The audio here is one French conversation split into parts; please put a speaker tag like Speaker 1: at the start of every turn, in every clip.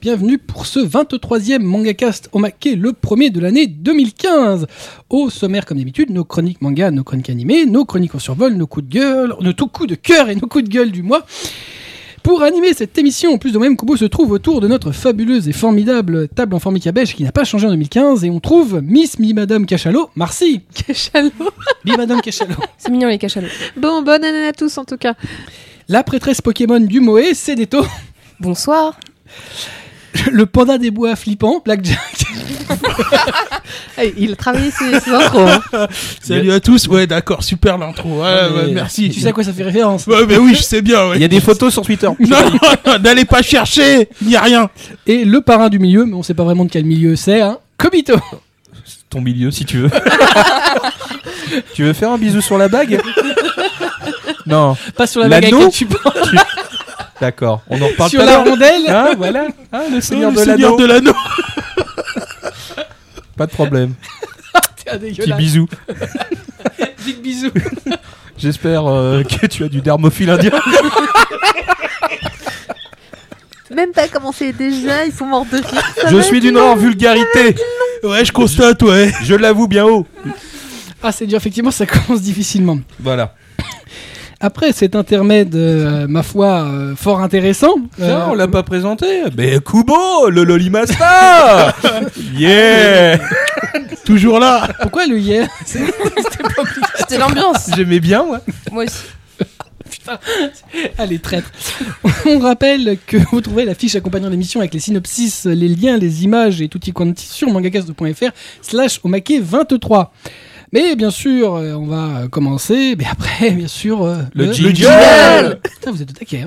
Speaker 1: bienvenue pour ce 23e Mangacast Omake, le premier de l'année 2015. Au sommaire, comme d'habitude, nos chroniques manga, nos chroniques animées, nos chroniques en survol, nos coups de gueule, nos tout coups de cœur et nos coups de gueule du mois. Pour animer cette émission, en plus de moi-même, Kubo se trouve autour de notre fabuleuse et formidable table en formicabèche qui n'a pas changé en 2015 et on trouve Miss Mi Madame Cachalot, Marcy.
Speaker 2: Cachalot.
Speaker 1: Mi Madame Cachalot.
Speaker 3: C'est mignon les cachalots.
Speaker 2: Bon, bonne année à tous en tout cas.
Speaker 1: La prêtresse Pokémon du Moé, Cédéto.
Speaker 3: Bonsoir.
Speaker 1: Le panda des bois flippant, Blackjack.
Speaker 2: Ah, Il a travaillé ses, ses intros. hein.
Speaker 4: Salut à tous, ouais d'accord, super l'intro, ouais, ouais, Euh, merci.
Speaker 1: Tu sais à quoi ça fait référence
Speaker 4: Ouais mais oui, je sais bien, ouais.
Speaker 5: Il y a des photos sur Twitter.
Speaker 4: Non, non, n'allez pas chercher, il n'y a rien.
Speaker 1: Et le parrain du milieu, mais on sait pas vraiment de quel milieu c'est, hein Kobito
Speaker 5: Ton milieu, si tu veux. tu veux faire un bisou sur la bague Non,
Speaker 1: Pas sur la bague à
Speaker 5: L'anneau
Speaker 1: laquelle tu penses,
Speaker 5: d'accord. On en reparle
Speaker 1: sur
Speaker 5: tout à
Speaker 1: la
Speaker 5: l'heure.
Speaker 1: rondelle
Speaker 5: Hein, voilà. Hein, le Seigneur
Speaker 4: Oh, Le
Speaker 5: de l'anneau.
Speaker 4: Euh, de l'anneau.
Speaker 5: Pas de problème.
Speaker 1: Ah,
Speaker 5: Petit
Speaker 1: dégueulasse.
Speaker 5: bisou.
Speaker 1: Big bisou
Speaker 5: J'espère euh, que tu as du dermophile indien.
Speaker 2: Même pas commencé déjà, ils sont morts de rire. ça
Speaker 5: Je
Speaker 2: va
Speaker 5: suis
Speaker 2: être
Speaker 5: d'une
Speaker 2: long.
Speaker 5: rare vulgarité.
Speaker 4: Ouais, je constate, ouais.
Speaker 5: Je l'avoue bien haut.
Speaker 1: Ah, c'est dur, effectivement, ça commence difficilement.
Speaker 5: Voilà.
Speaker 1: Après cet intermède, euh, ma foi, euh, fort intéressant.
Speaker 5: Tiens,
Speaker 1: euh,
Speaker 5: on l'a pas présenté. Mais Kubo, le Lolimasta Yeah
Speaker 4: Toujours là.
Speaker 1: Pourquoi le hier
Speaker 3: C'était l'ambiance.
Speaker 5: J'aimais bien, ouais.
Speaker 3: Moi aussi.
Speaker 1: Allez, traître. On rappelle que vous trouvez la fiche accompagnant l'émission avec les synopsis, les liens, les images et tout y quanti sur mangacast.fr slash omake 23. Mais bien sûr, euh, on va euh, commencer, mais après, bien sûr... euh,
Speaker 5: Le jingle.
Speaker 1: Putain, vous êtes au taquet, hein.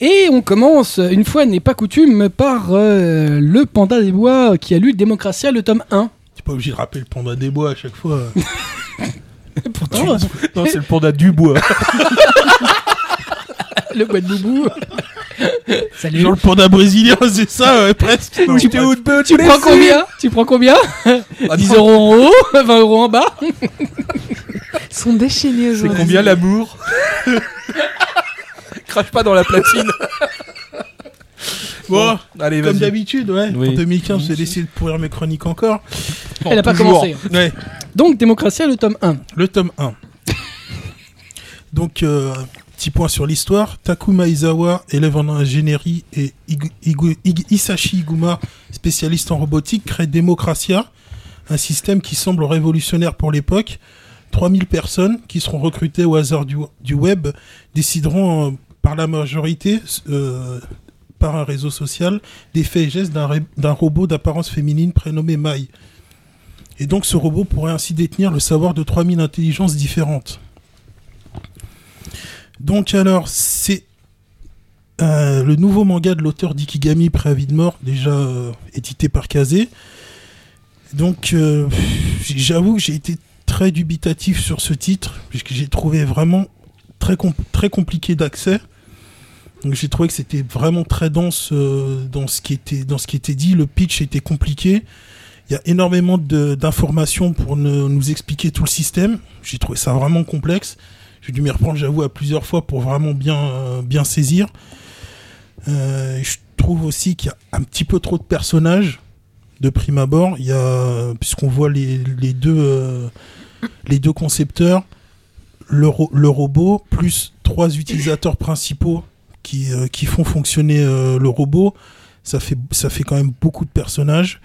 Speaker 1: Et on commence, une fois n'est pas coutume, par euh, le panda des bois qui a lu Démocratia, le tome 1.
Speaker 4: T'es pas obligé de rappeler le panda des bois à chaque fois.
Speaker 1: Pourtant,
Speaker 5: Non, c'est le panda du bois.
Speaker 1: le bois de boubou... Salut
Speaker 4: Genre le panda brésilien, c'est ça, ouais, presque. Non,
Speaker 5: Tu
Speaker 4: bref.
Speaker 1: Tu prends combien Tu prends combien 10 euros en haut, 20 euros en bas
Speaker 2: Ils sont déchaînés
Speaker 5: C'est
Speaker 2: aujourd'hui.
Speaker 5: combien l'amour Crache pas dans la platine.
Speaker 4: Bon,
Speaker 5: allez,
Speaker 4: comme
Speaker 5: vas-y.
Speaker 4: d'habitude, ouais.
Speaker 5: Oui.
Speaker 4: En 2015, j'ai décidé de pourrir mes chroniques encore.
Speaker 1: Elle a pas
Speaker 5: toujours.
Speaker 1: commencé.
Speaker 4: Ouais,
Speaker 1: Donc, Démocratia, le tome 1.
Speaker 4: le tome 1. Donc, euh, petit point sur l'histoire. Takuma Izawa, élève en ingénierie, et Igu- Igu- Ig- Isashi Iguma, spécialiste en robotique, crée Democratia, un système qui semble révolutionnaire pour l'époque. 3000 personnes qui seront recrutées au hasard du, du web décideront euh, par la majorité, euh, par un réseau social, des faits et gestes d'un ré- d'un robot d'apparence féminine prénommé Mai. Et donc ce robot pourrait ainsi détenir le savoir de 3000 intelligences différentes. Donc alors, c'est euh, le nouveau manga de l'auteur d'Ikigami Préavis de mort, déjà euh, édité par Kazé. Donc euh, pff, j'avoue que j'ai été très dubitatif sur ce titre, puisque j'ai trouvé vraiment très, com- très compliqué d'accès. Donc j'ai trouvé que c'était vraiment très dense euh, dans, ce qui était, dans ce qui était dit, le pitch était compliqué. Il y a énormément de- d'informations pour ne- nous expliquer tout le système. J'ai trouvé ça vraiment complexe. J'ai dû m'y reprendre, j'avoue, à plusieurs fois pour vraiment bien, euh, bien saisir. Euh, je trouve aussi qu'il y a un petit peu trop de personnages de prime abord. Il y a, puisqu'on voit les, les deux, euh, les deux concepteurs, le, ro- le robot, plus trois utilisateurs principaux qui, euh, qui font fonctionner euh, le robot. Ça fait, ça fait quand même beaucoup de personnages.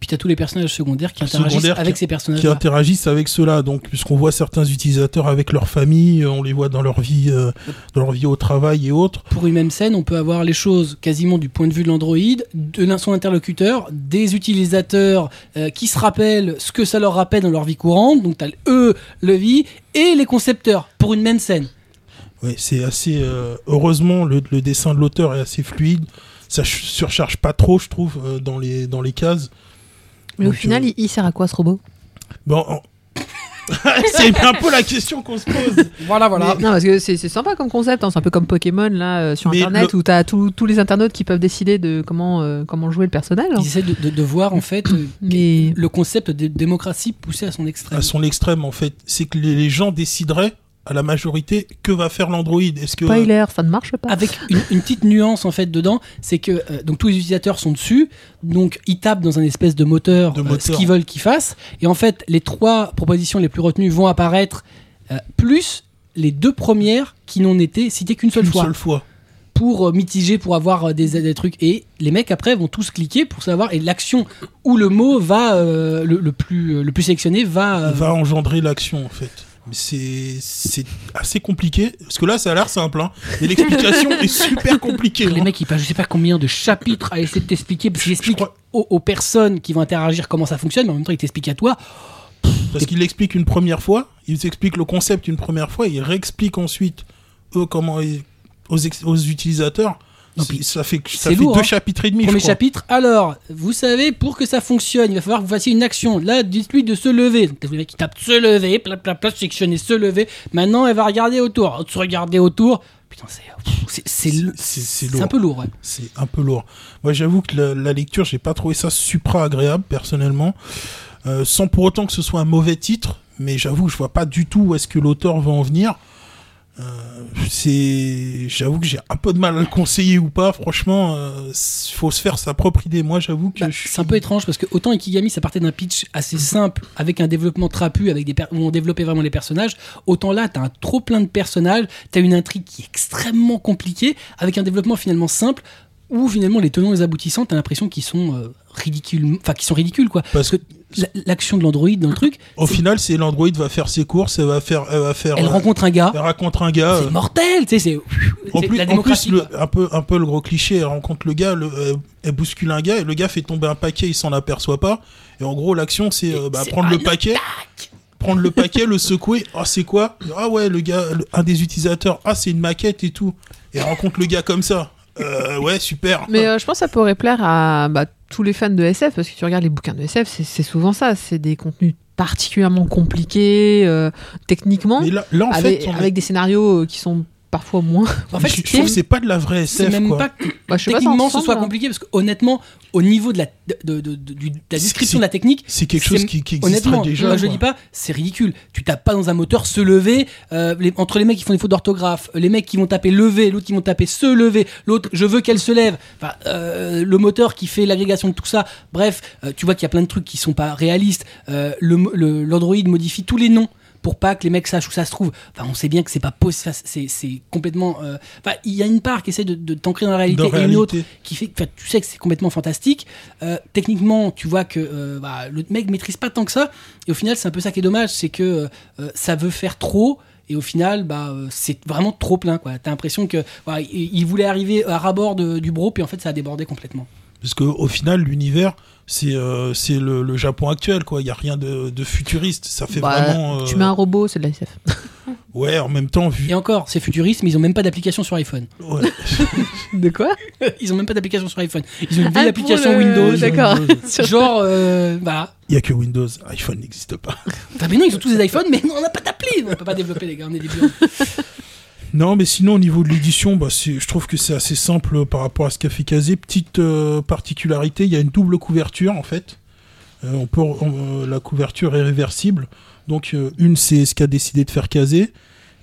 Speaker 1: Puis t'as tous les personnages secondaires qui interagissent
Speaker 4: Secondaires qui-
Speaker 1: avec ces
Speaker 4: qui
Speaker 1: personnages-là.
Speaker 4: interagissent avec cela. Donc, puisqu'on voit certains utilisateurs avec leur famille, euh, on les voit dans leur vie, euh, dans leur vie au travail et autres.
Speaker 1: Pour une même scène, on peut avoir les choses quasiment du point de vue de l'androïde, de l'un- son interlocuteur, des utilisateurs euh, qui se rappellent ce que ça leur rappelle dans leur vie courante. Donc t'as le- eux, le vie, et les concepteurs pour une même scène.
Speaker 4: Ouais, c'est assez. euh, heureusement, le, le dessin de l'auteur est assez fluide. Ça ch- surcharge pas trop, je trouve, euh, dans les dans les cases.
Speaker 2: Mais au
Speaker 4: Donc,
Speaker 2: final,
Speaker 4: euh,
Speaker 2: il, il sert à quoi ce robot
Speaker 4: bon. en- c'est un peu la question qu'on se pose.
Speaker 1: Voilà, voilà.
Speaker 2: Non, parce que c'est c'est sympa comme concept. hein. C'est un peu comme Pokémon là euh, sur
Speaker 4: Mais
Speaker 2: Internet
Speaker 4: le-
Speaker 2: où t'as tous tous les internautes qui peuvent décider de comment euh, comment jouer le personnage.
Speaker 1: Ils essaient de, de- de voir, en fait, euh,
Speaker 2: Mais
Speaker 1: le concept de démocratie poussé à son extrême.
Speaker 4: À son extrême, en fait, c'est que les, les gens décideraient à la majorité, que va faire l'Android Est-ce que
Speaker 2: Spoiler, ça ne marche
Speaker 3: Ah
Speaker 2: pas.
Speaker 1: Avec une, une petite nuance en fait dedans, c'est que euh, donc tous les utilisateurs sont dessus, donc ils tapent dans un espèce de moteur,
Speaker 4: De
Speaker 1: euh, ce
Speaker 4: moteur.
Speaker 1: qu'ils veulent qu'ils fassent, et en fait les trois propositions les plus retenues vont apparaître euh, plus les deux premières qui n'ont été citées qu'une seule
Speaker 4: une
Speaker 1: fois
Speaker 4: seule fois
Speaker 1: pour euh, mitiger, pour avoir euh, des, des trucs, et les mecs après vont tous cliquer pour savoir et l'action ou le mot va euh, le, le plus euh, le plus sélectionné va, euh,
Speaker 4: va engendrer l'action en fait mais c'est c'est assez compliqué parce que là ça a l'air simple hein. mais l'explication est super compliquée
Speaker 1: Les
Speaker 4: hein.
Speaker 1: mecs, ils passent je sais pas combien de chapitres à essayer de t'expliquer, parce qu'ils
Speaker 4: Je- je
Speaker 1: expliquent
Speaker 4: crois-
Speaker 1: aux, aux personnes qui vont interagir comment ça fonctionne, mais en même temps, ils t'expliquent à toi.
Speaker 4: Parce qu'il l'explique une première fois, il t'explique le concept une première fois, il réexplique ensuite eux comment ils- aux, ex- aux utilisateurs.
Speaker 1: Non,
Speaker 4: C'est-
Speaker 1: puis
Speaker 4: ça fait, ça
Speaker 1: c'est
Speaker 4: fait
Speaker 1: lourd,
Speaker 4: deux
Speaker 1: hein.
Speaker 4: chapitres et demi. je
Speaker 1: Premier
Speaker 4: crois.
Speaker 1: chapitre, alors, vous savez, pour que ça fonctionne, il va falloir que vous fassiez une action. Là, dites-lui de se lever. Donc, t'as le mec qui tape se lever, plat, plat, plat, sectionner, se lever. Maintenant, elle va regarder autour. Se regarder autour. Putain, c'est- pff, c'est. C'est le-
Speaker 4: C'est- C'est
Speaker 1: c'est
Speaker 4: lourd.
Speaker 1: un peu lourd, ouais.
Speaker 4: C'est un peu lourd. Moi, j'avoue que la, la lecture, j'ai pas trouvé ça supra agréable personnellement, Euh, sans pour autant que ce soit un mauvais titre. Mais j'avoue, que je vois pas du tout où est-ce que l'auteur va en venir. Euh, c'est, j'avoue que j'ai un peu de mal à le conseiller ou pas. Franchement, euh, s- faut se faire sa propre idée. Moi, j'avoue que
Speaker 1: Bah,
Speaker 4: je suis-
Speaker 1: c'est un peu étrange parce que autant Ikigami ça partait d'un pitch assez simple avec un développement trapu avec des per- où on développait vraiment les personnages autant là t'as un trop plein de personnages t'as une intrigue qui est extrêmement compliquée avec un développement finalement simple où finalement les tenants et les aboutissants t'as l'impression qu'ils sont euh, ridicules enfin qu'ils sont ridicules quoi
Speaker 4: Parce
Speaker 1: que la- l'action de l'android dans le truc
Speaker 4: Au
Speaker 1: c'est-
Speaker 4: final, c'est l'Android va faire ses courses, elle va faire, elle va faire,
Speaker 1: elle
Speaker 4: euh,
Speaker 1: rencontre un gars
Speaker 4: elle rencontre un gars. euh,
Speaker 1: c'est mortel tu sais c'est
Speaker 4: en
Speaker 1: c'est
Speaker 4: plus,
Speaker 1: la
Speaker 4: en plus,
Speaker 1: démocratie
Speaker 4: le-
Speaker 1: quoi.
Speaker 4: un peu, un peu le gros cliché. Elle rencontre le gars, le- elle, elle bouscule un gars et le gars fait tomber un paquet, il s'en aperçoit pas. Et en gros, l'action, c'est euh, bah,
Speaker 1: c'est
Speaker 4: prendre le
Speaker 1: un
Speaker 4: paquet, prendre le paquet, le secouer. Ah, c'est quoi Ah ouais, le gars, le- un des utilisateurs. Ah, c'est une maquette et tout. Et elle rencontre le gars comme ça. Euh, ouais, super.
Speaker 2: Mais euh, je pense que ça pourrait plaire à bah, tous les fans de SF, parce que tu regardes les bouquins de SF, c'est- c'est souvent ça. C'est des contenus particulièrement compliqués euh, techniquement,
Speaker 4: Mais là, là, en
Speaker 2: avec,
Speaker 4: fait, on est-
Speaker 2: avec des scénarios euh, qui sont parfois moins.
Speaker 1: en fait
Speaker 4: je, je trouve que c'est pas de la vraie
Speaker 1: c'est
Speaker 4: SF.
Speaker 1: même
Speaker 4: quoi.
Speaker 1: pas que
Speaker 2: Bah, je sais pas, ça
Speaker 1: techniquement ce
Speaker 2: ressemble,
Speaker 1: soit
Speaker 2: hein.
Speaker 1: compliqué parce que honnêtement au niveau de la, de- de- de- du- de la description
Speaker 4: C'est-
Speaker 1: de la technique
Speaker 4: C'est quelque chose
Speaker 1: C'est-
Speaker 4: qui, qui existerait
Speaker 1: Honnêtement,
Speaker 4: déjà.
Speaker 1: moi je
Speaker 4: quoi.
Speaker 1: dis pas, c'est ridicule. Tu tapes pas dans un moteur se lever. euh, les- entre les mecs qui font des fautes d'orthographe, les mecs qui vont taper lever, l'autre qui vont taper se lever, l'autre je veux qu'elle se lève. Enfin, euh, le moteur qui fait l'agrégation de tout ça. Bref, euh, tu vois qu'il y a plein de trucs qui sont pas réalistes. Euh, le mo- le- L'Android modifie tous les noms pour pas que les mecs sachent où ça se trouve. Enfin, on sait bien que c'est pas possible. C'est c'est complètement. euh, Enfin, il y a une part qui essaie de, de t'ancrer dans la réalité
Speaker 4: Dans
Speaker 1: et une autre
Speaker 4: réalité.
Speaker 1: qui fait que enfin, tu sais que c'est complètement fantastique. Euh, techniquement, tu vois que euh, bah, le mec maîtrise pas tant que ça. Et au final, c'est un peu ça qui est dommage, c'est que euh, ça veut faire trop. Et au final, bah, euh, c'est vraiment trop plein. Quoi. T'as l'impression que voilà, il il voulait arriver à rabord de- du bro, puis en fait, ça a débordé complètement.
Speaker 4: Parce qu'au final, l'univers, c'est euh, c'est le, le Japon actuel, quoi. Il n'y a rien de, de futuriste. Ça fait
Speaker 2: Bah,
Speaker 4: vraiment. euh,
Speaker 2: Tu mets un robot, c'est de la SF.
Speaker 4: Ouais, en même temps, vu.
Speaker 1: Et encore, c'est futuriste, mais ils ont même pas d'application sur iPhone.
Speaker 4: Ouais.
Speaker 2: De quoi
Speaker 1: Ils ont même pas d'application sur iPhone. Ils ont une vieille
Speaker 2: Ah,
Speaker 1: application
Speaker 2: pour le-
Speaker 1: Windows.
Speaker 2: D'accord.
Speaker 1: Genre, euh, voilà.
Speaker 4: Il n'y a que Windows. iPhone n'existe pas.
Speaker 1: Enfin, mais non, ils ont tous des iPhones, mais on n'a pas d'appli. On peut pas développer, les gars, on est débiles.
Speaker 4: Non, mais sinon, au niveau de l'édition, bah, c'est- je trouve que c'est assez simple euh, par rapport à ce qu'a fait Kazé. Petite euh, particularité, il y a une double couverture, en fait. Euh, on peut, on- euh, la couverture est réversible. Donc, euh, une, c'est ce qu'a décidé de faire Kazé.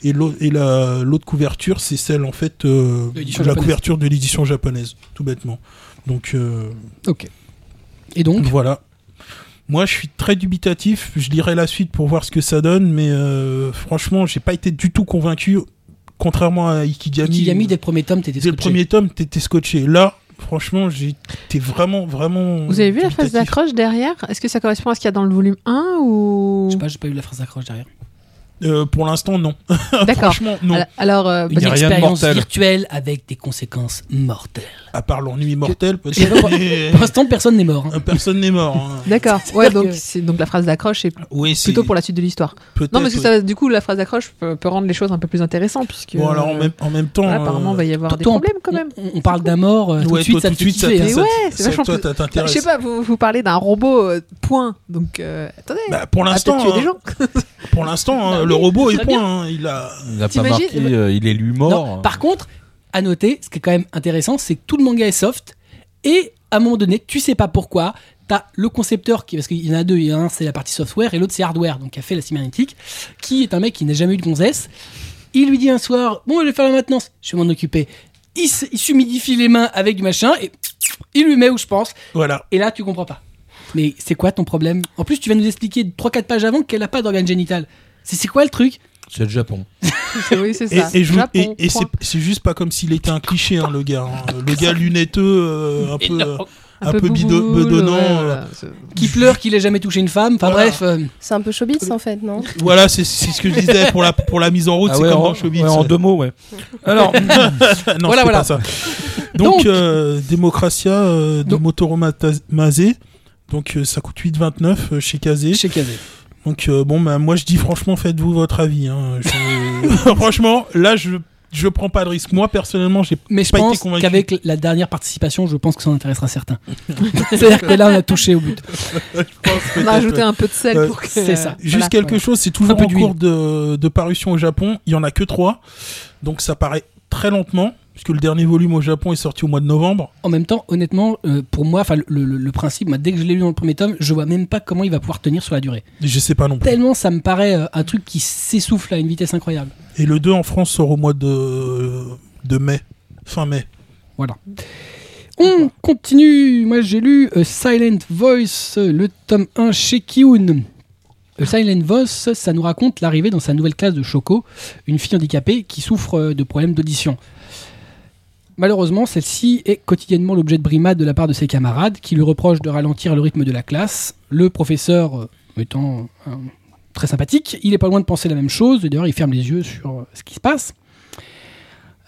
Speaker 4: Et l'au- et la- l'autre couverture, c'est celle, en fait, euh,
Speaker 1: De
Speaker 4: la
Speaker 1: l'édition japonaise.
Speaker 4: couverture de l'édition japonaise, tout bêtement. Donc, euh,
Speaker 1: Et donc,
Speaker 4: voilà. Moi, je suis très dubitatif. Je lirai la suite pour voir ce que ça donne, mais euh, franchement, j'ai pas été du tout convaincu. Contrairement à Ikigami,
Speaker 1: Ikigami, dès le premier tome, t'étais
Speaker 4: dès le
Speaker 1: scotché.
Speaker 4: premier tome, t'étais scotché. Là, franchement, j'étais vraiment, vraiment.
Speaker 2: Vous avez vu la phase
Speaker 4: dubitatif.
Speaker 2: d'accroche derrière Est-ce que ça correspond à ce qu'il y a dans le volume 1 ou
Speaker 1: Je sais pas, j'ai pas eu la phrase d'accroche derrière.
Speaker 4: Euh, Pour l'instant, non.
Speaker 2: D'accord.
Speaker 4: Franchement, non.
Speaker 2: Al- Alors, euh,
Speaker 1: Une
Speaker 5: y a rien de
Speaker 1: expérience
Speaker 5: mortel.
Speaker 1: virtuelle avec des conséquences mortelles.
Speaker 4: À part l'ennui mortel,
Speaker 1: Je sais
Speaker 4: peut-être.
Speaker 1: pas.
Speaker 4: mais,
Speaker 1: Pour l'instant, personne n'est mort. hein.
Speaker 4: euh, Personne n'est mort. hein.
Speaker 2: d'accord. Ouais,
Speaker 1: que-
Speaker 2: donc, c'est- donc la phrase d'accroche est
Speaker 4: Oui, Ah, c'est
Speaker 2: plutôt pour la suite de l'histoire.
Speaker 4: peut-être,
Speaker 2: Non, parce que
Speaker 4: ouais.
Speaker 2: ça, du coup, la phrase d'accroche peut, peut rendre les choses un peu plus intéressantes puisque.
Speaker 4: Bon, alors en même, en même temps.
Speaker 2: voilà, apparemment, bah,
Speaker 4: euh,
Speaker 2: il va y avoir des
Speaker 1: Toi, on-
Speaker 2: problèmes quand même.
Speaker 1: On, on parle d'un mort, euh, tout
Speaker 4: ouais,
Speaker 1: de suite,
Speaker 4: toi,
Speaker 1: ça
Speaker 4: tout
Speaker 1: te
Speaker 4: de suite,
Speaker 1: fait kiffer, hein.
Speaker 4: ça-
Speaker 2: Mais
Speaker 4: ça-
Speaker 2: ouais,
Speaker 4: ça-
Speaker 2: c'est vachement
Speaker 4: toi,
Speaker 2: plus-
Speaker 4: ça
Speaker 2: Bah, je
Speaker 4: t'intéresse.
Speaker 2: sais pas, vous, vous parlez d'un robot euh, point, donc euh, attendez,
Speaker 4: Bah, pour
Speaker 2: à peut-être
Speaker 4: l'instant,
Speaker 2: tuer des
Speaker 4: hein,
Speaker 2: gens.
Speaker 4: Pour l'instant, hein,
Speaker 1: Bah
Speaker 4: le
Speaker 1: oui,
Speaker 4: robot
Speaker 1: ce
Speaker 4: est
Speaker 1: serait
Speaker 4: point. hein, il a.
Speaker 5: Il a pas
Speaker 2: T'imagines-
Speaker 5: marqué, euh, il est lui mort.
Speaker 1: Non, par contre, à noter, ce qui est quand même intéressant, c'est que tout le manga est soft et à un moment donné, tu sais pas pourquoi, T'as le concepteur, qui, parce qu'il y en a deux, il y en a un c'est la partie software et l'autre c'est hardware, donc qui a fait la cybernétique, qui est un mec qui n'a jamais eu de gonzesse. Il lui dit un soir, bon, je vais faire la maintenance, je vais m'en occuper. Il s- il s'humidifie les mains avec du machin et il lui met où je pense.
Speaker 4: Voilà.
Speaker 1: Et là, tu comprends pas. Mais c'est quoi ton problème En plus, tu vas nous expliquer 3-4 pages avant qu'elle n'a pas d'organe génital. C'est c'est quoi le truc
Speaker 5: euh, C'est le Japon.
Speaker 2: oui, c'est
Speaker 4: Et,
Speaker 2: ça.
Speaker 4: et je-
Speaker 2: Japon,
Speaker 4: et- et
Speaker 2: point.
Speaker 4: c'est c'est juste pas comme s'il était un cliché, hein, le gars. hein. Le gars lunetteux, euh, un peu. euh, un peu bido-
Speaker 2: bouboule,
Speaker 4: bedonnant,
Speaker 2: ouais,
Speaker 4: euh.
Speaker 2: voilà, c'est-
Speaker 1: Qui pleure qu'il ait jamais touché une femme. Enfin
Speaker 4: Voilà.
Speaker 1: bref, euh,
Speaker 3: C'est un peu showbiz en fait, non
Speaker 4: Voilà, c'est c'est ce que je disais pour la, pour la mise en route,
Speaker 5: Ah
Speaker 4: c'est
Speaker 5: ouais,
Speaker 4: comme
Speaker 5: en,
Speaker 4: dans Showbiz.
Speaker 5: ouais, en deux mots, ouais. Alors,
Speaker 4: non,
Speaker 1: Voilà,
Speaker 4: voilà,
Speaker 1: voilà.
Speaker 4: pas ça. Donc,
Speaker 1: Donc-
Speaker 4: euh, Démocratia euh, de
Speaker 1: Donc-
Speaker 4: Motoro Mata- Mazé. Donc, euh, ça coûte 8,29 euh, chez Kazé.
Speaker 1: chez Kazé.
Speaker 4: Donc, euh, bon, bah, moi, je dis franchement, faites-vous votre avis. hein. Je- franchement, là, je, je prends pas de risque. Moi, personnellement, j'ai
Speaker 1: Mais je
Speaker 4: Pas été
Speaker 1: pense
Speaker 4: convaincu.
Speaker 1: qu'avec la dernière participation, je pense que ça en intéressera certains. C'est-à-dire que là, on a touché au but.
Speaker 2: On
Speaker 1: Bah,
Speaker 2: a ajouté un peu de sel
Speaker 4: Ouais.
Speaker 2: pour que.
Speaker 1: C'est ça.
Speaker 4: Juste
Speaker 2: Voilà.
Speaker 4: quelque chose, c'est toujours
Speaker 1: Un peu
Speaker 4: en
Speaker 1: d'huile.
Speaker 4: cours de, de parution au Japon. Il y en a que trois, donc ça paraît très lentement, puisque le dernier volume au Japon est sorti au mois de novembre.
Speaker 1: En même temps, honnêtement, euh, pour moi, enfin, le, le- le principe, moi, dès que je l'ai lu dans le premier tome, je vois même pas comment il va pouvoir tenir sur la durée.
Speaker 4: Et Je sais pas non plus.
Speaker 1: Tellement ça me paraît euh, un truc qui s'essouffle à une vitesse incroyable.
Speaker 4: Et le 2 en France sort au mois de, de mai, fin mai.
Speaker 1: On continue. Moi, j'ai lu euh, Silent Voice, euh, le tome 1 chez Kiun. Euh, Silent Voice, ça nous raconte l'arrivée dans sa nouvelle classe de Choco, une fille handicapée qui souffre euh, de problèmes d'audition. Malheureusement, celle-ci est quotidiennement l'objet de brimades de la part de ses camarades qui lui reprochent de ralentir le rythme de la classe. Le professeur euh, étant euh, très sympathique, il est pas loin de penser la même chose. et D'ailleurs, il ferme les yeux sur euh, ce qui se passe.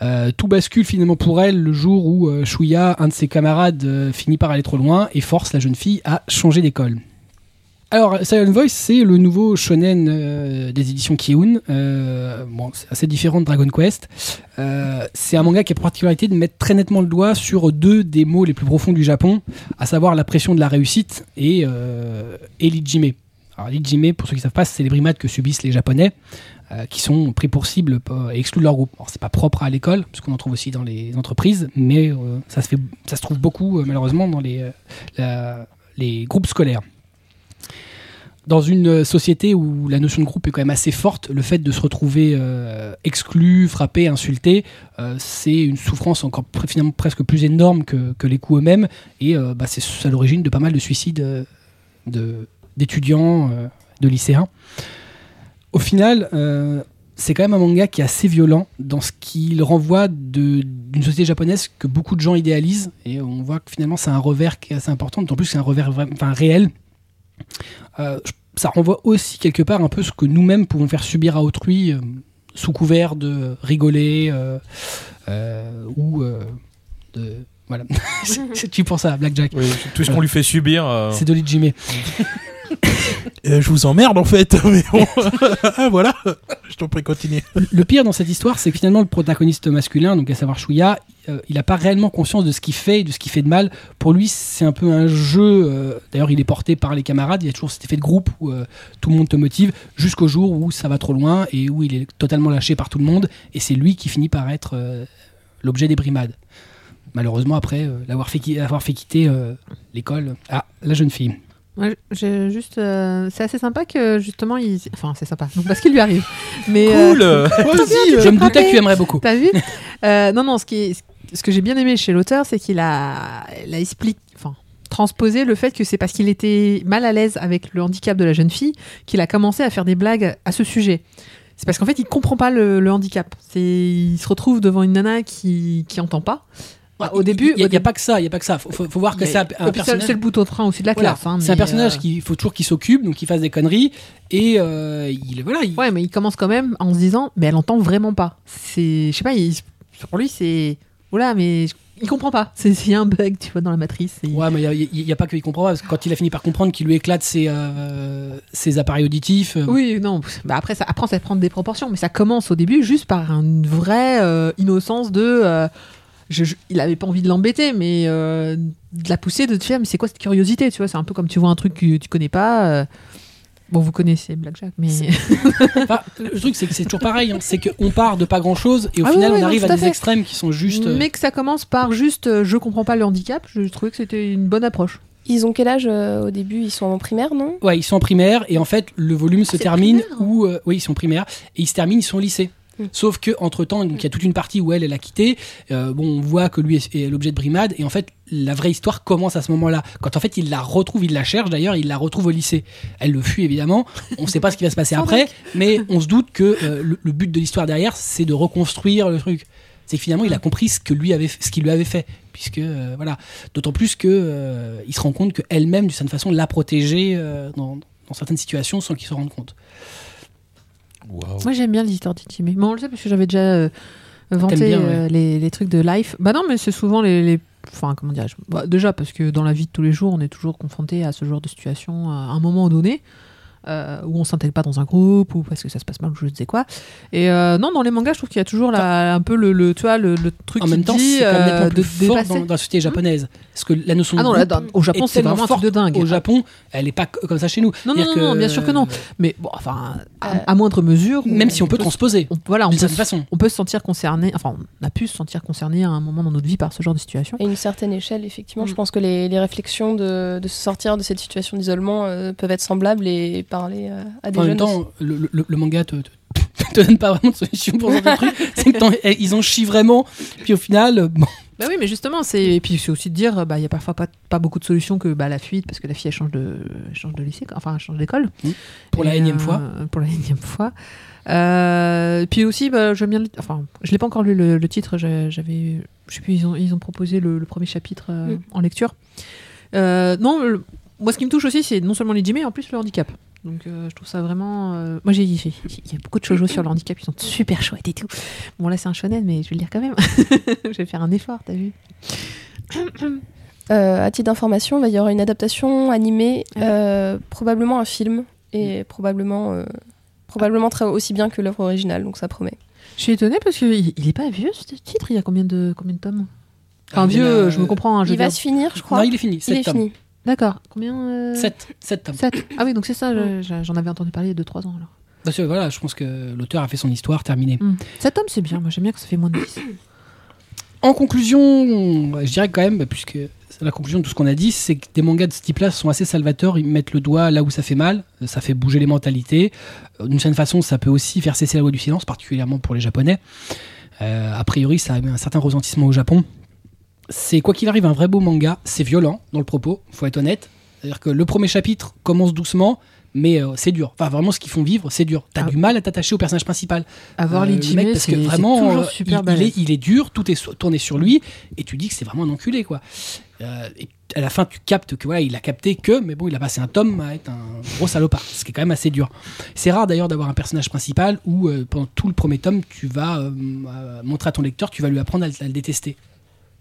Speaker 1: Euh, tout bascule finalement pour elle le jour où euh, Shuya, un de ses camarades, euh, finit par aller trop loin et force la jeune fille à changer d'école. Alors, Silent Voice, c'est le nouveau shonen euh, des éditions Kiun. Euh, bon, c'est assez différent de Dragon Quest. Euh, c'est un manga qui a pour particularité de mettre très nettement le doigt sur deux des mots les plus profonds du Japon, à savoir la pression de la réussite et, euh, et l'ijime. Alors, l'ijime, pour ceux qui ne savent pas, c'est les brimades que subissent les Japonais euh, qui sont pris pour cible euh, et exclus de leur groupe. Alors, c'est pas propre à l'école, puisqu'on en trouve aussi dans les entreprises, mais euh, ça, se fait, ça se trouve beaucoup, euh, malheureusement, dans les, euh, la- les groupes scolaires. Dans une euh, société où la notion de groupe est quand même assez forte, le fait de se retrouver euh, exclu, frappé, insulté, euh, c'est une souffrance encore pre- finalement presque plus énorme que, que les coups eux-mêmes, et euh, bah, c'est à l'origine de pas mal de suicides euh, de- d'étudiants, euh, de lycéens au final, euh, c'est quand même un manga qui est assez violent dans ce qu'il renvoie de- d'une société japonaise que beaucoup de gens idéalisent. Et on voit que finalement, c'est un revers qui est assez important, d'autant plus que c'est un revers vra- enfin, réel. Euh, je- ça renvoie aussi quelque part un peu ce que nous-mêmes pouvons faire subir à autrui euh, sous couvert de rigoler euh, euh, ou euh, de. Voilà. tu penses à Blackjack.
Speaker 5: tout ce qu'on lui fait subir. euh,
Speaker 1: C'est de l'ijime.
Speaker 4: Euh, je vous emmerde en fait, mais bon. ah, voilà, je t'en prie, continue.
Speaker 1: le pire dans cette histoire, c'est que finalement, le protagoniste masculin, donc à savoir Shuya, euh, il n'a pas réellement conscience de ce qu'il fait et de ce qu'il fait de mal. Pour lui, c'est un peu un jeu. euh, D'ailleurs, il est porté par les camarades. Il y a toujours cet effet de groupe où euh, tout le monde te motive, jusqu'au jour où ça va trop loin et où il est totalement lâché par tout le monde. Et c'est lui qui finit par être euh, l'objet des brimades. Malheureusement, après euh, l'avoir fait, qui- avoir fait quitter euh, l'école à la jeune fille.
Speaker 2: Ouais, j'ai juste, euh, c'est assez sympa que justement, il... enfin c'est sympa, donc parce qu'il lui arrive. Mais euh,
Speaker 5: Cool euh,
Speaker 4: Vas-y,
Speaker 1: Je me
Speaker 4: euh,
Speaker 1: doutais
Speaker 2: frappé.
Speaker 1: que tu aimerais beaucoup.
Speaker 2: T'as vu Euh, Non, non, ce, qui est- ce que j'ai bien aimé chez l'auteur, c'est qu'il a, il a expliqué, enfin, transposé le fait que c'est parce qu'il était mal à l'aise avec le handicap de la jeune fille qu'il a commencé à faire des blagues à ce sujet. C'est parce qu'en fait, il comprend pas le, le handicap. C'est, il se retrouve devant une nana qui, qui entend pas. Bah, au début,
Speaker 1: il n'y a,
Speaker 2: au début-
Speaker 1: pas que ça. Il y a pas que ça. Faut, faut- faut voir que
Speaker 2: mais-
Speaker 1: c'est un, un
Speaker 2: Et puis, c'est-
Speaker 1: personnage.
Speaker 2: c'est le bouton de train aussi de la
Speaker 1: Voilà.
Speaker 2: classe. hein,
Speaker 1: c'est un
Speaker 2: mais,
Speaker 1: personnage
Speaker 2: euh,
Speaker 1: qu'il faut toujours qu'il s'occupe, donc qu'il fasse des conneries. Et euh, il, voilà, il-
Speaker 2: Ouais, mais il commence quand même en se disant, mais elle entend vraiment pas. C'est, je sais pas, il- pour lui, c'est, oula, mais je- il comprend pas. C'est il y a un bug, tu vois, dans la matrice. et-
Speaker 1: Ouais, mais il n'y a, pas que il comprend pas, parce que quand il a fini par comprendre qu'il lui éclate ses, euh, ses appareils auditifs, euh,
Speaker 2: Oui, non. pff, Bah après, ça, après, ça prend des proportions, mais ça commence au début juste par une vraie euh, innocence de. euh, je- je- il avait pas envie de l'embêter, mais euh, de la pousser, de te faire, mais c'est quoi cette curiosité, tu vois C'est un peu comme tu vois un truc que tu connais pas. euh, Bon, vous connaissez Blackjack, mais
Speaker 1: enfin, le truc c'est que c'est toujours pareil, hein, c'est qu'on part de pas grand chose et au
Speaker 2: Ah oui,
Speaker 1: final
Speaker 2: oui,
Speaker 1: on
Speaker 2: non,
Speaker 1: arrive
Speaker 2: tout
Speaker 1: à,
Speaker 2: à
Speaker 1: des
Speaker 2: fait.
Speaker 1: extrêmes qui sont juste. euh,
Speaker 2: mais que ça commence par juste, euh, je comprends pas le handicap. Je trouvais que c'était une bonne approche.
Speaker 3: Ils ont quel âge euh, au début Ils sont en primaire, non
Speaker 1: Ouais, ils sont en primaire et en fait le volume se
Speaker 2: c'est
Speaker 1: termine
Speaker 2: primaire hein.
Speaker 1: où euh, oui, ils sont primaires et ils se terminent ils sont au lycée.
Speaker 3: Mm.
Speaker 1: Sauf que entre temps, donc il y a toute une partie où elle, elle a quitté. Euh, bon, on voit que lui est, est l'objet de brimade et en fait la vraie histoire commence à ce moment-là. Quand en fait il la retrouve, il la cherche d'ailleurs, il la retrouve au lycée. Elle le fuit évidemment. On ne sait pas ce qui va se passer
Speaker 2: Sans
Speaker 1: après, mais on se doute que euh, le, le but de l'histoire derrière, c'est de reconstruire le truc. C'est que finalement il a compris ce que lui avait, fait- ce qu'il lui avait fait, puisque euh, voilà. D'autant plus que euh, il se rend compte qu'elle-même, d'une certaine façon, l'a protégé euh, dans, dans certaines situations sans qu'il se rende compte.
Speaker 2: Moi j'aime bien les histoires d'Itimé. Bon, on le sait parce que j'avais déjà euh, vanté
Speaker 1: Ah, bien, ouais.
Speaker 2: euh, les, les trucs de life. Bah non, mais c'est souvent les. les- Enfin, comment dirais-je Bah, Déjà, parce que dans la vie de tous les jours, on est toujours confronté à ce genre de situation à un moment donné. euh, où on s'intègre pas dans un groupe ou parce que ça se passe mal ou je ne sais quoi et euh, non dans les mangas je trouve qu'il y a toujours la- un peu le, le tu vois le, le truc
Speaker 1: En
Speaker 2: qui
Speaker 1: même temps,
Speaker 2: dit
Speaker 1: c'est quand même
Speaker 2: euh,
Speaker 1: nettement
Speaker 2: de
Speaker 1: plus fort
Speaker 2: dépasser
Speaker 1: dans, dans la société japonaise. Parce que la notion
Speaker 2: ah
Speaker 1: de
Speaker 2: non là,
Speaker 1: groupe
Speaker 2: dans- au Japon
Speaker 1: est
Speaker 2: c'est
Speaker 1: tellement
Speaker 2: vraiment un truc de dingue
Speaker 1: au Japon, elle n'est pas c- comme ça chez nous.
Speaker 2: Non, non,
Speaker 1: C'est-à-dire
Speaker 2: non, non,
Speaker 1: que, euh,
Speaker 2: bien sûr que non. Mais bon, enfin, à, à moindre mesure.
Speaker 1: Même si on peut
Speaker 2: se-
Speaker 1: transposer,
Speaker 2: on- voilà, on
Speaker 1: d'une
Speaker 2: peut,
Speaker 1: certaine
Speaker 2: se-
Speaker 1: façon.
Speaker 2: on peut se sentir concerné. Enfin, on a pu se sentir concerné à un moment dans notre vie par ce genre de situation.
Speaker 3: À une certaine échelle, effectivement,
Speaker 2: Mm.
Speaker 3: je pense que les, les réflexions de, de se sortir de cette situation d'isolement euh, peuvent être semblables et parler euh, à des
Speaker 1: En même
Speaker 3: jeunes. aussi.
Speaker 1: temps, le, le- le manga te, te- te donne pas vraiment de solution pour ce truc. C'est que t'en- eh, ils en chient vraiment. Puis au final, euh, bon,
Speaker 2: Bah oui, mais justement, c'est et puis c'est aussi de dire, bah il y a parfois pas, pas beaucoup de solutions que bah la fuite parce que la fille elle change de elle change de lycée, quoi. enfin elle change d'école
Speaker 1: Oui. Pour la
Speaker 2: Et,
Speaker 1: énième
Speaker 2: euh,
Speaker 1: fois.
Speaker 2: Pour la énième fois. Euh, puis aussi, bah, j'aime bien, le- enfin je l'ai pas encore lu le, le titre, j'ai- j'avais, je sais plus, ils ont ils ont proposé le, le premier chapitre euh,
Speaker 3: Mm.
Speaker 2: en lecture. Euh, non, le- moi ce qui me touche aussi, c'est non seulement les mais en plus le handicap. Donc euh, je trouve ça vraiment. euh, Moi j'ai, j'ai- j'ai- il y a beaucoup de shoujo sur le handicap, ils sont super chouettes et tout. Bon là c'est un shonen, mais je vais le lire quand même. je vais faire un effort, t'as vu.
Speaker 3: Euh, à titre d'information, il va y aura une adaptation animée, euh, probablement un film, et probablement, euh, probablement très aussi bien que l'œuvre originale, donc ça promet.
Speaker 2: Je suis étonnée parce qu'il il est pas vieux ce tieux, titre. Il y a combien de combien de tomes Enfin
Speaker 1: Il y en
Speaker 2: vieux,
Speaker 1: a, euh,
Speaker 2: je me comprends. hein, je
Speaker 3: Il
Speaker 2: veux
Speaker 3: va
Speaker 2: dire.
Speaker 3: se finir, je crois.
Speaker 1: non, il est fini.
Speaker 3: Il est
Speaker 1: Sept tomes.
Speaker 3: fini.
Speaker 2: D'accord. Combien euh,
Speaker 1: Sept, sept tomes.
Speaker 2: Sept. Ah oui, donc c'est ça. je- je- J'en avais entendu parler il y a 2-3 ans alors.
Speaker 1: Parce que voilà, je pense que l'auteur a fait son histoire terminée.
Speaker 2: Hmm. Sept tomes, c'est bien. Moi j'aime bien que ça fait moins de 10.
Speaker 1: En conclusion, je dirais quand même, bah, puisque c'est la conclusion de tout ce qu'on a dit, c'est que des mangas de ce type-là sont assez salvateurs. Ils mettent le doigt là où ça fait mal, ça fait bouger les mentalités. Euh, D'une certaine façon, ça peut aussi faire cesser la loi du silence, particulièrement pour les Japonais. Euh, a priori, ça a eu un certain ressentissement au Japon. C'est quoi qu'il arrive, un vrai beau manga. C'est violent dans le propos, faut être honnête. C'est-à-dire que le premier chapitre commence doucement, mais euh, c'est dur. Enfin, vraiment, ce qu'ils font vivre, c'est dur. T'as
Speaker 2: Ah.
Speaker 1: du mal à t'attacher au personnage principal.
Speaker 2: Avoir
Speaker 1: Euh,
Speaker 2: les
Speaker 1: le mec,
Speaker 2: Jimmy,
Speaker 1: parce que
Speaker 2: c'est c'est
Speaker 1: vraiment,
Speaker 2: toujours
Speaker 1: euh,
Speaker 2: super
Speaker 1: il, il
Speaker 2: balèze.
Speaker 1: est, il est dur, tout est so- tourné sur lui, et tu dis que c'est vraiment un enculé, quoi. Euh, et à la fin, tu captes que voilà, il a capté que, mais bon, il a passé un tome à être un gros salopard, ce qui est quand même assez dur. C'est rare d'ailleurs d'avoir un personnage principal où euh, pendant tout le premier tome, tu vas euh, euh, montrer à ton lecteur, tu vas lui apprendre à, le- à le détester,